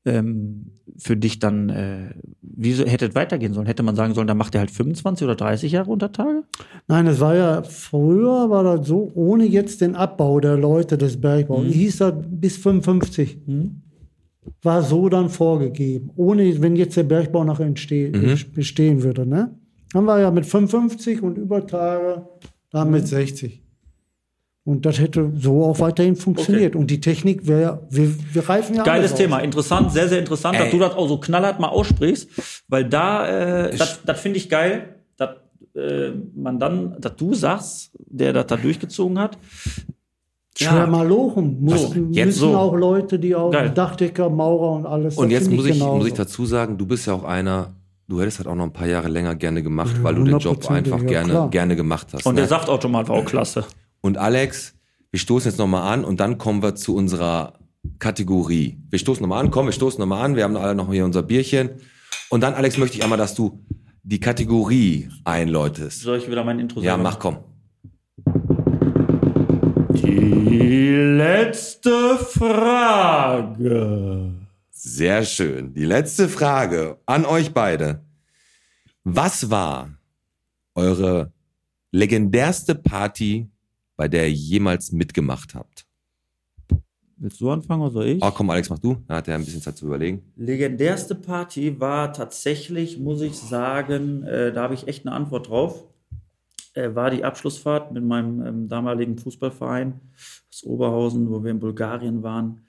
Speaker 2: ähm, für dich dann, äh, wie so, hätte es weitergehen sollen? Hätte man sagen sollen, dann macht er halt 25 oder 30 Jahre unter Tage?
Speaker 4: Nein, das war ja früher, war das so, ohne jetzt den Abbau der Leute des
Speaker 1: Mhm.
Speaker 4: Bergbaus. Hieß das bis 55. War so dann vorgegeben. Ohne, wenn jetzt der Bergbau noch entsteh,
Speaker 1: Mhm.
Speaker 4: bestehen würde. Ne? Dann war ja mit 55 und über Tage dann
Speaker 1: Mhm.
Speaker 4: mit 60. Und das hätte so auch weiterhin funktioniert. Und die Technik wäre, wir, wir reifen ja alles
Speaker 2: Geiles
Speaker 4: aus.
Speaker 2: Thema, interessant, sehr, sehr interessant,
Speaker 1: Ey.
Speaker 2: dass du das auch so knallhart mal aussprichst, weil da, äh, das, das finde ich geil, dass äh, man dann, dass du sagst, der das da durchgezogen hat,
Speaker 4: Schwer mal lochen. Müssen,
Speaker 1: jetzt
Speaker 4: müssen
Speaker 1: so.
Speaker 4: auch Leute, die auch
Speaker 2: Geil.
Speaker 4: Dachdecker, Maurer und alles.
Speaker 1: und
Speaker 4: das
Speaker 1: jetzt
Speaker 4: finde
Speaker 1: muss ich, muss
Speaker 4: genauso.
Speaker 1: ich dazu sagen, du bist ja auch einer, du hättest halt auch noch ein paar Jahre länger gerne gemacht, weil du den Job
Speaker 4: 100%,
Speaker 1: einfach
Speaker 4: ja,
Speaker 1: gerne,
Speaker 4: klar.
Speaker 1: gerne gemacht hast.
Speaker 2: Und
Speaker 1: ne?
Speaker 2: der Saftautomat war auch klasse.
Speaker 1: Und Alex, wir stoßen jetzt nochmal an und dann kommen wir zu unserer Kategorie. Wir stoßen nochmal an, komm, wir stoßen nochmal an, wir haben alle noch hier unser Bierchen. Und dann, Alex, möchte ich einmal, dass du die Kategorie einläutest.
Speaker 2: Soll ich wieder mein Intro
Speaker 1: Ja,
Speaker 2: sagen?
Speaker 1: mach komm.
Speaker 2: Die letzte Frage.
Speaker 1: Sehr schön. Die letzte Frage an euch beide. Was war eure legendärste Party, bei der ihr jemals mitgemacht habt?
Speaker 2: Willst du anfangen oder soll ich?
Speaker 1: Oh, komm, Alex, mach du. Da hat er ein bisschen Zeit zu überlegen.
Speaker 2: Legendärste Party war tatsächlich, muss ich sagen, äh, da habe ich echt eine Antwort drauf, äh, war die Abschlussfahrt mit meinem ähm, damaligen Fußballverein aus Oberhausen, wo wir in Bulgarien waren.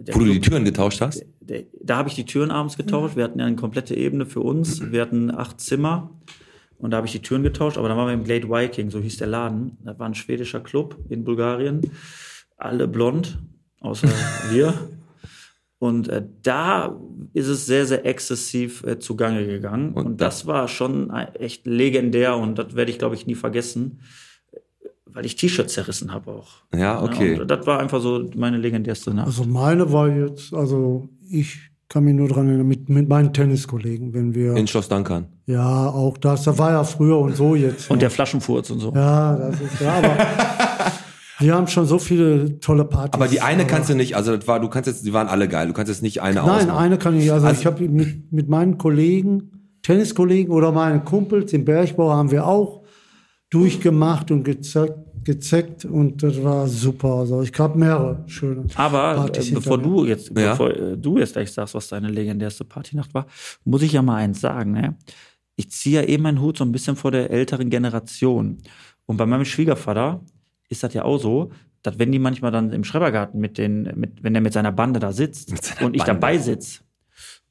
Speaker 2: Der
Speaker 1: Wo du die
Speaker 2: Club-
Speaker 1: Türen getauscht hast?
Speaker 2: der, da habe ich die Türen abends getauscht. Wir hatten ja eine komplette Ebene für uns. Wir hatten acht Zimmer und da habe ich die Türen getauscht. Aber dann waren wir im Glade Viking, so hieß der Laden. Das war ein schwedischer Club in Bulgarien. Alle blond, außer wir. Und äh, da ist es sehr, sehr exzessiv äh, zugange gegangen.
Speaker 1: Und
Speaker 2: Und, das war schon äh, echt legendär und das werde ich, glaube ich, nie vergessen, weil ich T-Shirts zerrissen habe auch.
Speaker 1: Ja, Ah, okay.
Speaker 2: Und das war einfach so meine legendärste Nacht.
Speaker 4: Also meine war jetzt, also ich kann mich nur dran erinnern, mit, mit meinen Tenniskollegen, wenn wir,
Speaker 1: In Schloss Dankern.
Speaker 4: ja, auch das, das war ja früher und so jetzt.
Speaker 2: Und
Speaker 4: ne?
Speaker 2: der Flaschenfurz und so.
Speaker 4: ja, das ist ja, aber wir haben schon so viele tolle Partys.
Speaker 1: Aber die eine kannst du nicht, also das war, du kannst jetzt, die waren alle geil, du kannst jetzt nicht eine
Speaker 4: Nein,
Speaker 1: ausmachen.
Speaker 4: eine kann ich, also,
Speaker 1: Also-
Speaker 4: ich habe mit, mit meinen Kollegen, Tenniskollegen oder meinen Kumpels im Bergbau haben wir auch durchgemacht und gezeckt, gezeckt und das war super. Also ich habe mehrere schöne.
Speaker 2: Aber
Speaker 4: Partys
Speaker 2: äh, bevor
Speaker 4: hinterher.
Speaker 2: du jetzt,
Speaker 1: Ja.
Speaker 2: bevor äh, du jetzt gleich sagst, was deine legendärste Partynacht war, muss ich ja mal eins sagen. Ne? ich ziehe ja eben meinen Hut so ein bisschen vor der älteren Generation. Und bei meinem Schwiegervater ist das ja auch so, dass wenn die manchmal dann im Schrebergarten mit den, mit, wenn der mit seiner Bande da sitzt
Speaker 1: Mit seiner
Speaker 2: und ich
Speaker 1: Bande.
Speaker 2: dabei sitze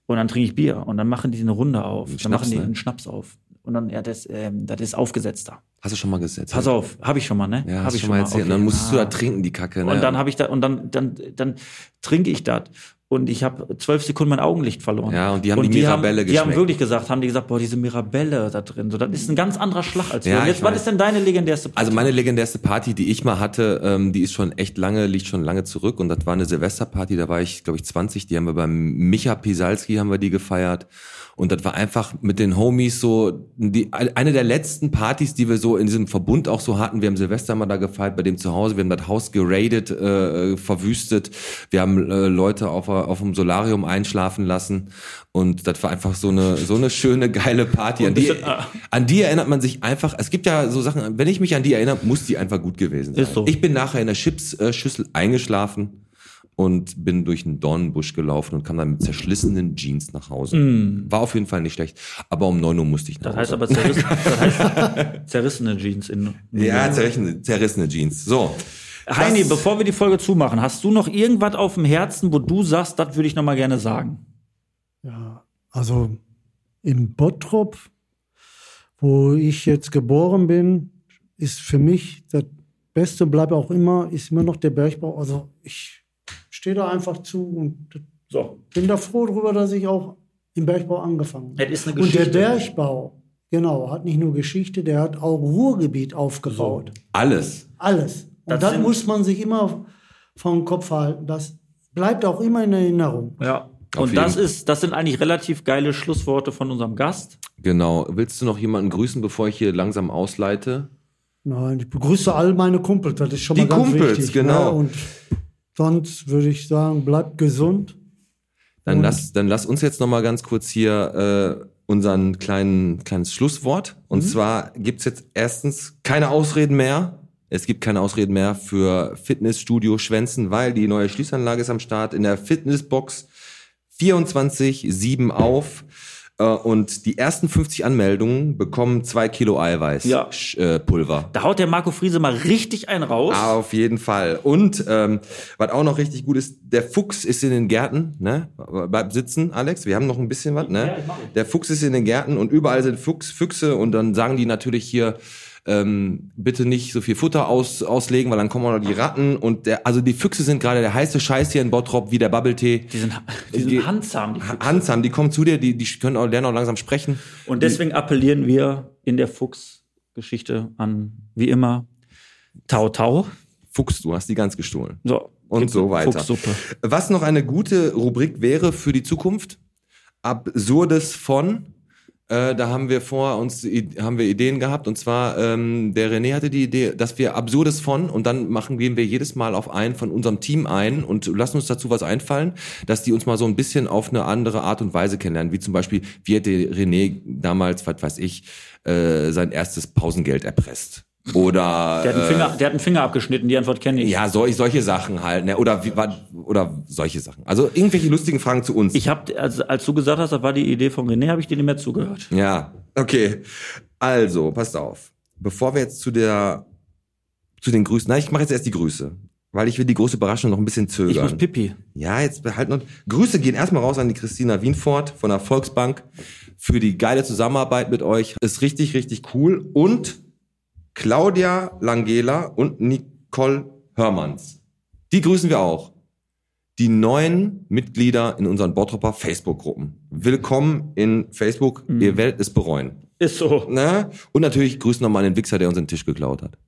Speaker 2: und dann trinke ich Bier und dann machen die eine Runde auf, dann
Speaker 1: Schnaps,
Speaker 2: machen die
Speaker 1: ne?
Speaker 2: einen Schnaps auf. Und dann, ja, das, ähm, das ist aufgesetzter.
Speaker 1: Hast du schon mal gesetzt?
Speaker 2: Pass auf, habe ich schon mal, ne?
Speaker 1: Ja,
Speaker 2: hab
Speaker 1: hast du
Speaker 2: ich
Speaker 1: schon mal erzählt.
Speaker 2: okay.
Speaker 1: Und dann musstest du da
Speaker 2: Ah.
Speaker 1: trinken, die Kacke. ne?
Speaker 2: Und dann habe ich da und dann dann dann trinke ich das und ich habe zwölf Sekunden mein Augenlicht verloren.
Speaker 1: Ja, und die haben die Mirabelle
Speaker 2: haben, Die haben
Speaker 1: geschmeckt.
Speaker 2: wirklich gesagt, haben die gesagt, boah, diese Mirabelle da drin, so das ist ein ganz anderer Schlag als
Speaker 1: Ja,
Speaker 2: wir. Und
Speaker 1: ich
Speaker 2: Jetzt, was
Speaker 1: weiß.
Speaker 2: ist denn deine legendärste
Speaker 1: Also meine legendärste Party, die ich mal hatte, ähm, die ist schon echt lange, liegt schon lange zurück und das war eine Silvesterparty, da war ich glaube ich 20, die haben wir beim Micha Pisalski haben wir die gefeiert und das war einfach mit den Homies so die eine der letzten Partys, die wir so in diesem Verbund auch so hatten. Wir haben Silvester mal da gefeiert bei dem zu Hause, wir haben das Haus geradet, äh, verwüstet, wir haben äh, Leute auf auf dem Solarium einschlafen lassen und das war einfach so eine so eine schöne geile Party, an die an die erinnert man sich einfach. Es gibt ja so Sachen, wenn ich mich an die erinnere, muss die einfach gut gewesen sein.
Speaker 2: Ist so.
Speaker 1: Ich bin nachher in der Chips-Schüssel eingeschlafen und bin durch einen Dornenbusch gelaufen und kam dann mit zerschlissenen Jeans nach Hause.
Speaker 2: Mm.
Speaker 1: War auf jeden Fall nicht schlecht. Aber um 9 Uhr musste ich nach
Speaker 2: Das
Speaker 1: Hause.
Speaker 2: heißt aber zerrissen, das heißt zerrissene Jeans in.
Speaker 1: ja, zerrissene, zerrissene Jeans. So.
Speaker 2: Heini,
Speaker 1: Das-
Speaker 2: bevor wir die Folge zumachen, hast du noch irgendwas auf dem Herzen, wo du sagst, das würde ich noch mal gerne sagen?
Speaker 4: Ja, also in Bottrop, wo ich jetzt geboren bin, ist für mich das Beste, bleibt auch immer, ist immer noch der Bergbau. Also ich stehe da einfach zu und
Speaker 2: So,
Speaker 4: bin da froh drüber, dass ich auch im Bergbau angefangen habe.
Speaker 2: das ist eine
Speaker 4: Und der
Speaker 2: Geschichte.
Speaker 4: Bergbau, genau, hat nicht nur Geschichte, der hat auch Ruhrgebiet aufgebaut.
Speaker 1: Alles.
Speaker 4: Alles. Und
Speaker 2: Das
Speaker 4: das,
Speaker 2: sind-
Speaker 4: muss man sich immer vom Kopf halten. Das bleibt auch immer in Erinnerung.
Speaker 2: ja.
Speaker 1: Auf
Speaker 2: Und das
Speaker 1: jeden.
Speaker 2: ist, das sind eigentlich relativ geile Schlussworte von unserem Gast.
Speaker 1: Genau. Willst du noch jemanden grüßen, bevor ich hier langsam ausleite?
Speaker 4: Nein, ich begrüße all meine Kumpels, das ist schon
Speaker 1: Die
Speaker 4: mal ganz
Speaker 1: Kumpels,
Speaker 4: wichtig.
Speaker 1: genau.
Speaker 4: Ne? Und sonst würde ich sagen, bleibt gesund.
Speaker 1: Dann
Speaker 4: Und-
Speaker 1: lass, dann lass uns jetzt noch mal ganz kurz hier äh, unseren kleinen kleines Schlusswort. Und zwar gibt's jetzt erstens keine Ausreden mehr. Es gibt keine Ausreden mehr für Fitnessstudio Schwänzen, weil die neue Schließanlage ist am Start in der Fitnessbox 24/7 auf. Äh, Und die ersten 50 Anmeldungen bekommen zwei Kilo Eiweiß
Speaker 2: Ja.
Speaker 1: Sch- äh, Pulver.
Speaker 2: Da haut der Marco Friese mal richtig einen raus.
Speaker 1: Ah, auf jeden Fall. Und ähm, was auch noch richtig gut ist, der Fuchs ist in den Gärten, ne? Bleib sitzen, Alex, wir haben noch ein bisschen was, ne? der Fuchs ist in den Gärten und überall sind Fuchs, Füchse und dann sagen die natürlich hier, ähm, bitte nicht so viel Futter aus, auslegen, weil dann kommen auch noch die Ratten und der, also die Füchse sind gerade der heiße Scheiß hier in Bottrop, wie der Bubble-Tee.
Speaker 2: Die sind, die sind
Speaker 1: Die-
Speaker 2: handsam. Die Füchse.
Speaker 1: Hans haben, die kommen zu dir, die, die können auch, lernen auch langsam sprechen.
Speaker 2: und deswegen appellieren wir in der Fuchs-Geschichte an, wie immer, Tau Tau.
Speaker 1: Fuchs, du hast die ganz gestohlen.
Speaker 2: So.
Speaker 1: Und
Speaker 2: Gibt's
Speaker 1: so weiter.
Speaker 2: Fuchssuppe.
Speaker 1: Was noch eine gute Rubrik wäre für die Zukunft, Absurdes von, äh, da haben wir vor uns, i- haben wir Ideen gehabt und zwar, ähm, der René hatte die Idee, dass wir Absurdes von und dann machen, gehen wir jedes Mal auf einen von unserem Team ein und lassen uns dazu was einfallen, dass die uns mal so ein bisschen auf eine andere Art und Weise kennenlernen, wie zum Beispiel, wie hätte René damals, was weiß ich, äh, sein erstes Pausengeld erpresst. Oder
Speaker 2: Der hat, einen
Speaker 1: äh,
Speaker 2: Finger, der hat einen Finger abgeschnitten, die Antwort kenne ich.
Speaker 1: ja, sol solche Sachen halt, ne? Oder wie, wa- oder solche Sachen. Also irgendwelche lustigen Fragen zu uns.
Speaker 2: Ich habe, als, als du gesagt hast, das war die Idee von René, habe ich dir nicht mehr zugehört.
Speaker 1: ja, okay. Also, passt auf. Bevor wir jetzt zu der zu den Grüßen. Nein, ich mache jetzt erst die Grüße, weil ich will die große Überraschung noch ein bisschen
Speaker 2: Ich
Speaker 1: zögern.
Speaker 2: muss pipi.
Speaker 1: Ja, jetzt behalten und Grüße gehen erstmal raus an die Christina Wienfort von der Volksbank für die geile Zusammenarbeit mit euch. Ist richtig, richtig cool. Und Claudia Langela und Nicole Hörmanns. Die grüßen wir auch. Die neuen Mitglieder in unseren Bottropper Facebook-Gruppen. Willkommen in Facebook. Ihr werdet es bereuen.
Speaker 2: Ist so.
Speaker 1: Ne? Und natürlich grüßen nochmal den Wichser, der uns den Tisch geklaut hat.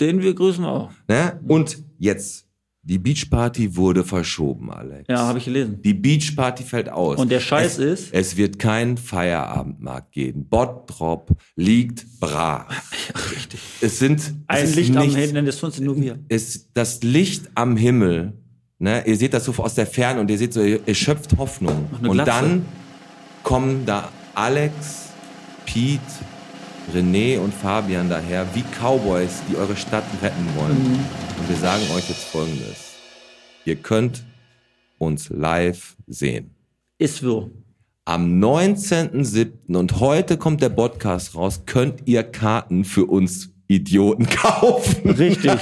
Speaker 2: Den wir grüßen auch.
Speaker 1: Ne? Und jetzt. Die Beachparty wurde verschoben, Alex.
Speaker 2: Ja, habe ich gelesen.
Speaker 1: Die Beachparty fällt aus.
Speaker 2: Und der Scheiß
Speaker 1: es,
Speaker 2: ist?
Speaker 1: Es wird keinen Feierabendmarkt geben. Bottrop liegt brach. Richtig. Es sind es
Speaker 2: Ein
Speaker 1: ist
Speaker 2: Licht am
Speaker 1: nichts-
Speaker 2: Himmel, das sind nur wir.
Speaker 1: Es, das Licht am Himmel. Ne, ihr seht das so aus der Ferne und ihr seht so, ihr, ihr schöpft Hoffnung.
Speaker 2: eine
Speaker 1: Und
Speaker 2: Glatze.
Speaker 1: dann kommen da Alex, Pete, René und Fabian daher wie Cowboys, die eure Stadt retten wollen.
Speaker 2: Mhm.
Speaker 1: Und wir sagen euch jetzt Folgendes. Ihr könnt uns live sehen.
Speaker 2: Ist so.
Speaker 1: Am 19.07. und heute kommt der Podcast raus, könnt ihr Karten für uns Idioten kaufen.
Speaker 2: Richtig.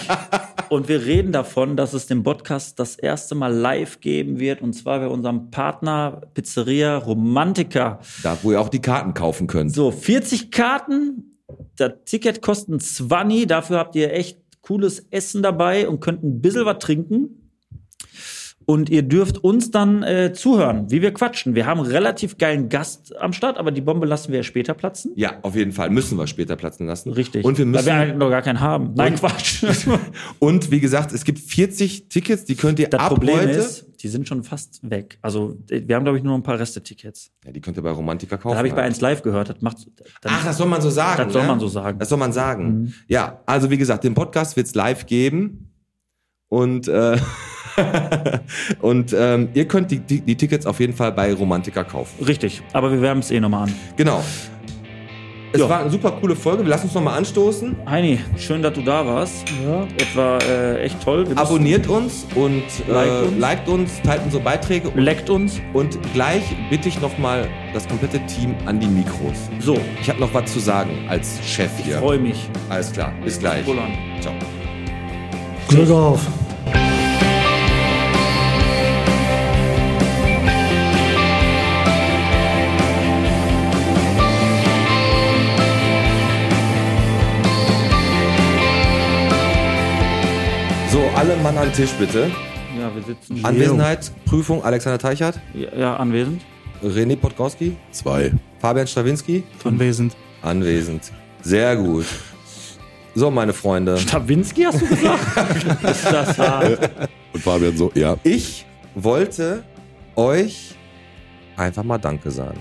Speaker 2: Und wir reden davon, dass es den Podcast das erste Mal live geben wird. Und zwar bei unserem Partner Pizzeria Romantica.
Speaker 1: Da, wo ihr auch die Karten kaufen könnt.
Speaker 2: So, 40 Karten. Das Ticket kostet ein 20. Dafür habt ihr echt cooles Essen dabei und könnt ein bisschen was trinken. Und ihr dürft uns dann äh, zuhören, wie wir quatschen. Wir haben einen relativ geilen Gast am Start, aber die Bombe lassen wir ja später platzen.
Speaker 1: Ja, auf jeden Fall. Müssen wir später platzen lassen.
Speaker 2: Richtig.
Speaker 1: Und wir müssen.
Speaker 2: Weil wir halt noch gar keinen haben. Nein, Quatsch.
Speaker 1: Und wie gesagt, es gibt 40 Tickets, die könnt ihr
Speaker 2: Das
Speaker 1: ab
Speaker 2: Problem
Speaker 1: heute.
Speaker 2: ist, die sind schon fast weg. Also äh, wir haben, glaube ich, nur noch ein paar Restetickets.
Speaker 1: ja, die könnt ihr bei Romantika kaufen.
Speaker 2: Da habe ich bei
Speaker 1: halt.
Speaker 2: 1 Live gehört. Das macht, dann,
Speaker 1: Ach, das soll man so sagen.
Speaker 2: Das soll
Speaker 1: ne?
Speaker 2: man so sagen.
Speaker 1: Das soll man sagen.
Speaker 2: Mhm.
Speaker 1: Ja, also wie gesagt, den Podcast wird's live geben. Und, äh, und ähm, ihr könnt die, die, die Tickets auf jeden Fall bei Romantika kaufen.
Speaker 2: richtig. Aber wir wärmen es eh nochmal an.
Speaker 1: Genau. Es
Speaker 2: Ja.
Speaker 1: war eine super coole Folge. Wir lassen uns nochmal anstoßen.
Speaker 2: Heini, schön, dass du da warst.
Speaker 4: Ja.
Speaker 2: Etwa äh, echt toll. Wir müssen-
Speaker 1: Abonniert uns und äh,
Speaker 2: Liked uns.
Speaker 1: liked uns, teilt unsere Beiträge
Speaker 2: Leckt uns.
Speaker 1: Und gleich bitte ich nochmal das komplette Team an die Mikros.
Speaker 2: So,
Speaker 1: Ich habe noch was zu sagen als Chef
Speaker 2: ich
Speaker 1: hier.
Speaker 2: freue mich.
Speaker 1: Alles klar, bis gleich.
Speaker 2: Roland.
Speaker 1: Ciao.
Speaker 4: Glück auf.
Speaker 1: So, alle Mann an den Tisch bitte.
Speaker 2: Ja, wir sitzen
Speaker 1: Anwesenheitsprüfung Alexander Teichert,
Speaker 2: Ja, ja, anwesend.
Speaker 1: René Podgorski,
Speaker 3: Zwei.
Speaker 1: Fabian Strawinski.
Speaker 7: Anwesend.
Speaker 1: Anwesend. Sehr gut. So, meine Freunde.
Speaker 2: Stawinski hast du gesagt? ist das
Speaker 1: Äh,
Speaker 2: hart?
Speaker 3: Und Fabian so, ja.
Speaker 1: Ich wollte euch einfach mal Danke sagen.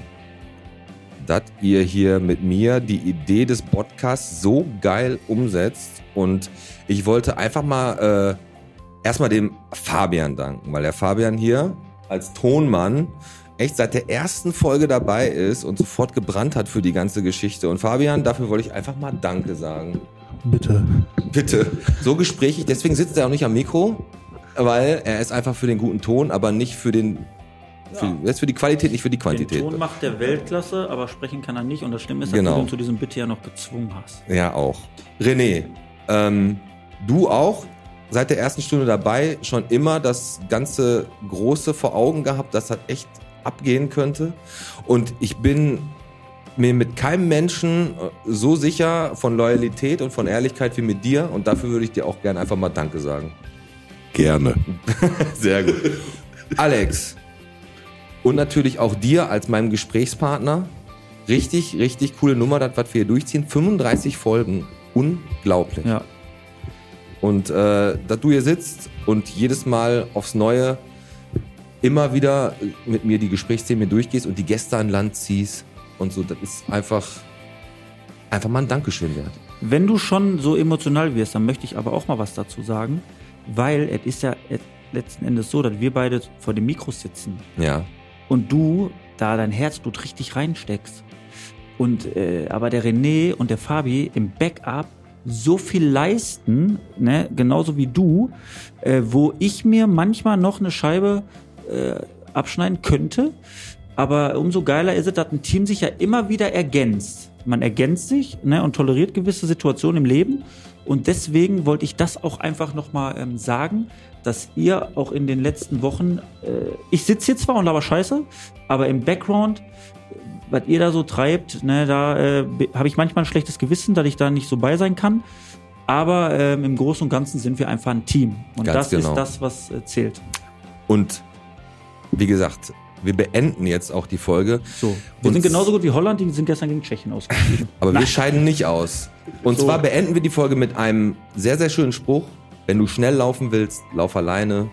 Speaker 1: Dass ihr hier mit mir die Idee des Podcasts so geil umsetzt. Und ich wollte einfach mal äh, erstmal dem Fabian danken, weil der Fabian hier als Tonmann echt seit der ersten Folge dabei ist und sofort gebrannt hat für die ganze Geschichte. Und Fabian, dafür wollte ich einfach mal Danke sagen.
Speaker 7: Bitte.
Speaker 1: Bitte. So gesprächig, deswegen sitzt er auch nicht am Mikro, weil er ist einfach für den guten Ton, aber nicht für den. Für, Er ist für die Qualität, nicht für die
Speaker 2: Den
Speaker 1: Quantität.
Speaker 2: Ton macht der Weltklasse, aber sprechen kann er nicht. Und das Schlimme ist, dass
Speaker 1: Genau.
Speaker 2: du ihn zu diesem Bitte ja noch gezwungen hast.
Speaker 1: Ja, auch. René, ähm, du auch seit der ersten Stunde dabei, schon immer das ganze Große vor Augen gehabt, dass das echt abgehen könnte. Und ich bin mir mit keinem Menschen äh, so sicher von Loyalität und von Ehrlichkeit wie mit dir. Und dafür würde ich dir auch gerne einfach mal Danke sagen.
Speaker 3: Gerne.
Speaker 1: Sehr gut. Alex. Und natürlich auch dir als meinem Gesprächspartner. Richtig, richtig coole Nummer, das, was wir hier durchziehen. 35 Folgen. Unglaublich.
Speaker 2: Ja.
Speaker 1: Und äh, dass du hier sitzt und jedes Mal aufs Neue immer wieder mit mir die Gesprächsthemen durchgehst und die Gäste an Land ziehst und so, das ist einfach, einfach mal ein Dankeschön wert.
Speaker 2: Wenn du schon so emotional wirst, dann möchte ich aber auch mal was dazu sagen, weil es ist ja et- letzten Endes so, dass wir beide vor dem Mikro sitzen
Speaker 1: Ja.
Speaker 2: und du da dein Herzblut richtig reinsteckst. Und äh, aber der René und der Fabi im Backup so viel leisten, ne, genauso wie du, äh, wo ich mir manchmal noch eine Scheibe äh, abschneiden könnte. Aber umso geiler ist es, dass ein Team sich ja immer wieder ergänzt. Man ergänzt sich ne, und toleriert gewisse Situationen im Leben. Und deswegen wollte ich das auch einfach nochmal ähm, sagen, dass ihr auch in den letzten Wochen, äh, ich sitze hier zwar und laber Scheiße, aber im Background, äh, was ihr da so treibt, ne, da äh, habe ich manchmal ein schlechtes Gewissen, dass ich da nicht so bei sein kann. Aber ähm, im Großen und Ganzen sind wir einfach ein Team. Und
Speaker 1: Ganz
Speaker 2: das
Speaker 1: genau.
Speaker 2: ist das, was äh, zählt.
Speaker 1: Und wie gesagt, wir beenden jetzt auch die Folge.
Speaker 2: So. Wir
Speaker 1: Und-
Speaker 2: sind genauso gut wie Holland, die sind gestern gegen Tschechien ausgeschieden.
Speaker 1: Aber wir scheiden nicht aus. Und zwar beenden wir die Folge mit einem sehr, sehr schönen Spruch. Wenn du schnell laufen willst, lauf alleine.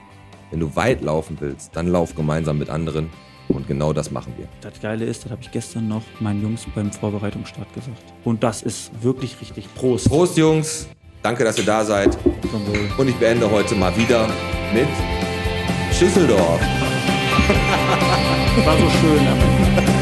Speaker 1: Wenn du weit laufen willst, dann lauf gemeinsam mit anderen. Und genau das machen wir.
Speaker 2: Das Geile ist, das habe ich gestern noch meinen Jungs beim Vorbereitungsstart gesagt. Und das ist wirklich richtig. Prost.
Speaker 1: Prost, Jungs. Danke, dass ihr da seid.
Speaker 2: Zum Wohl.
Speaker 1: Und ich beende heute mal wieder mit Schüsseldorf.
Speaker 2: War so schön. ne? Aber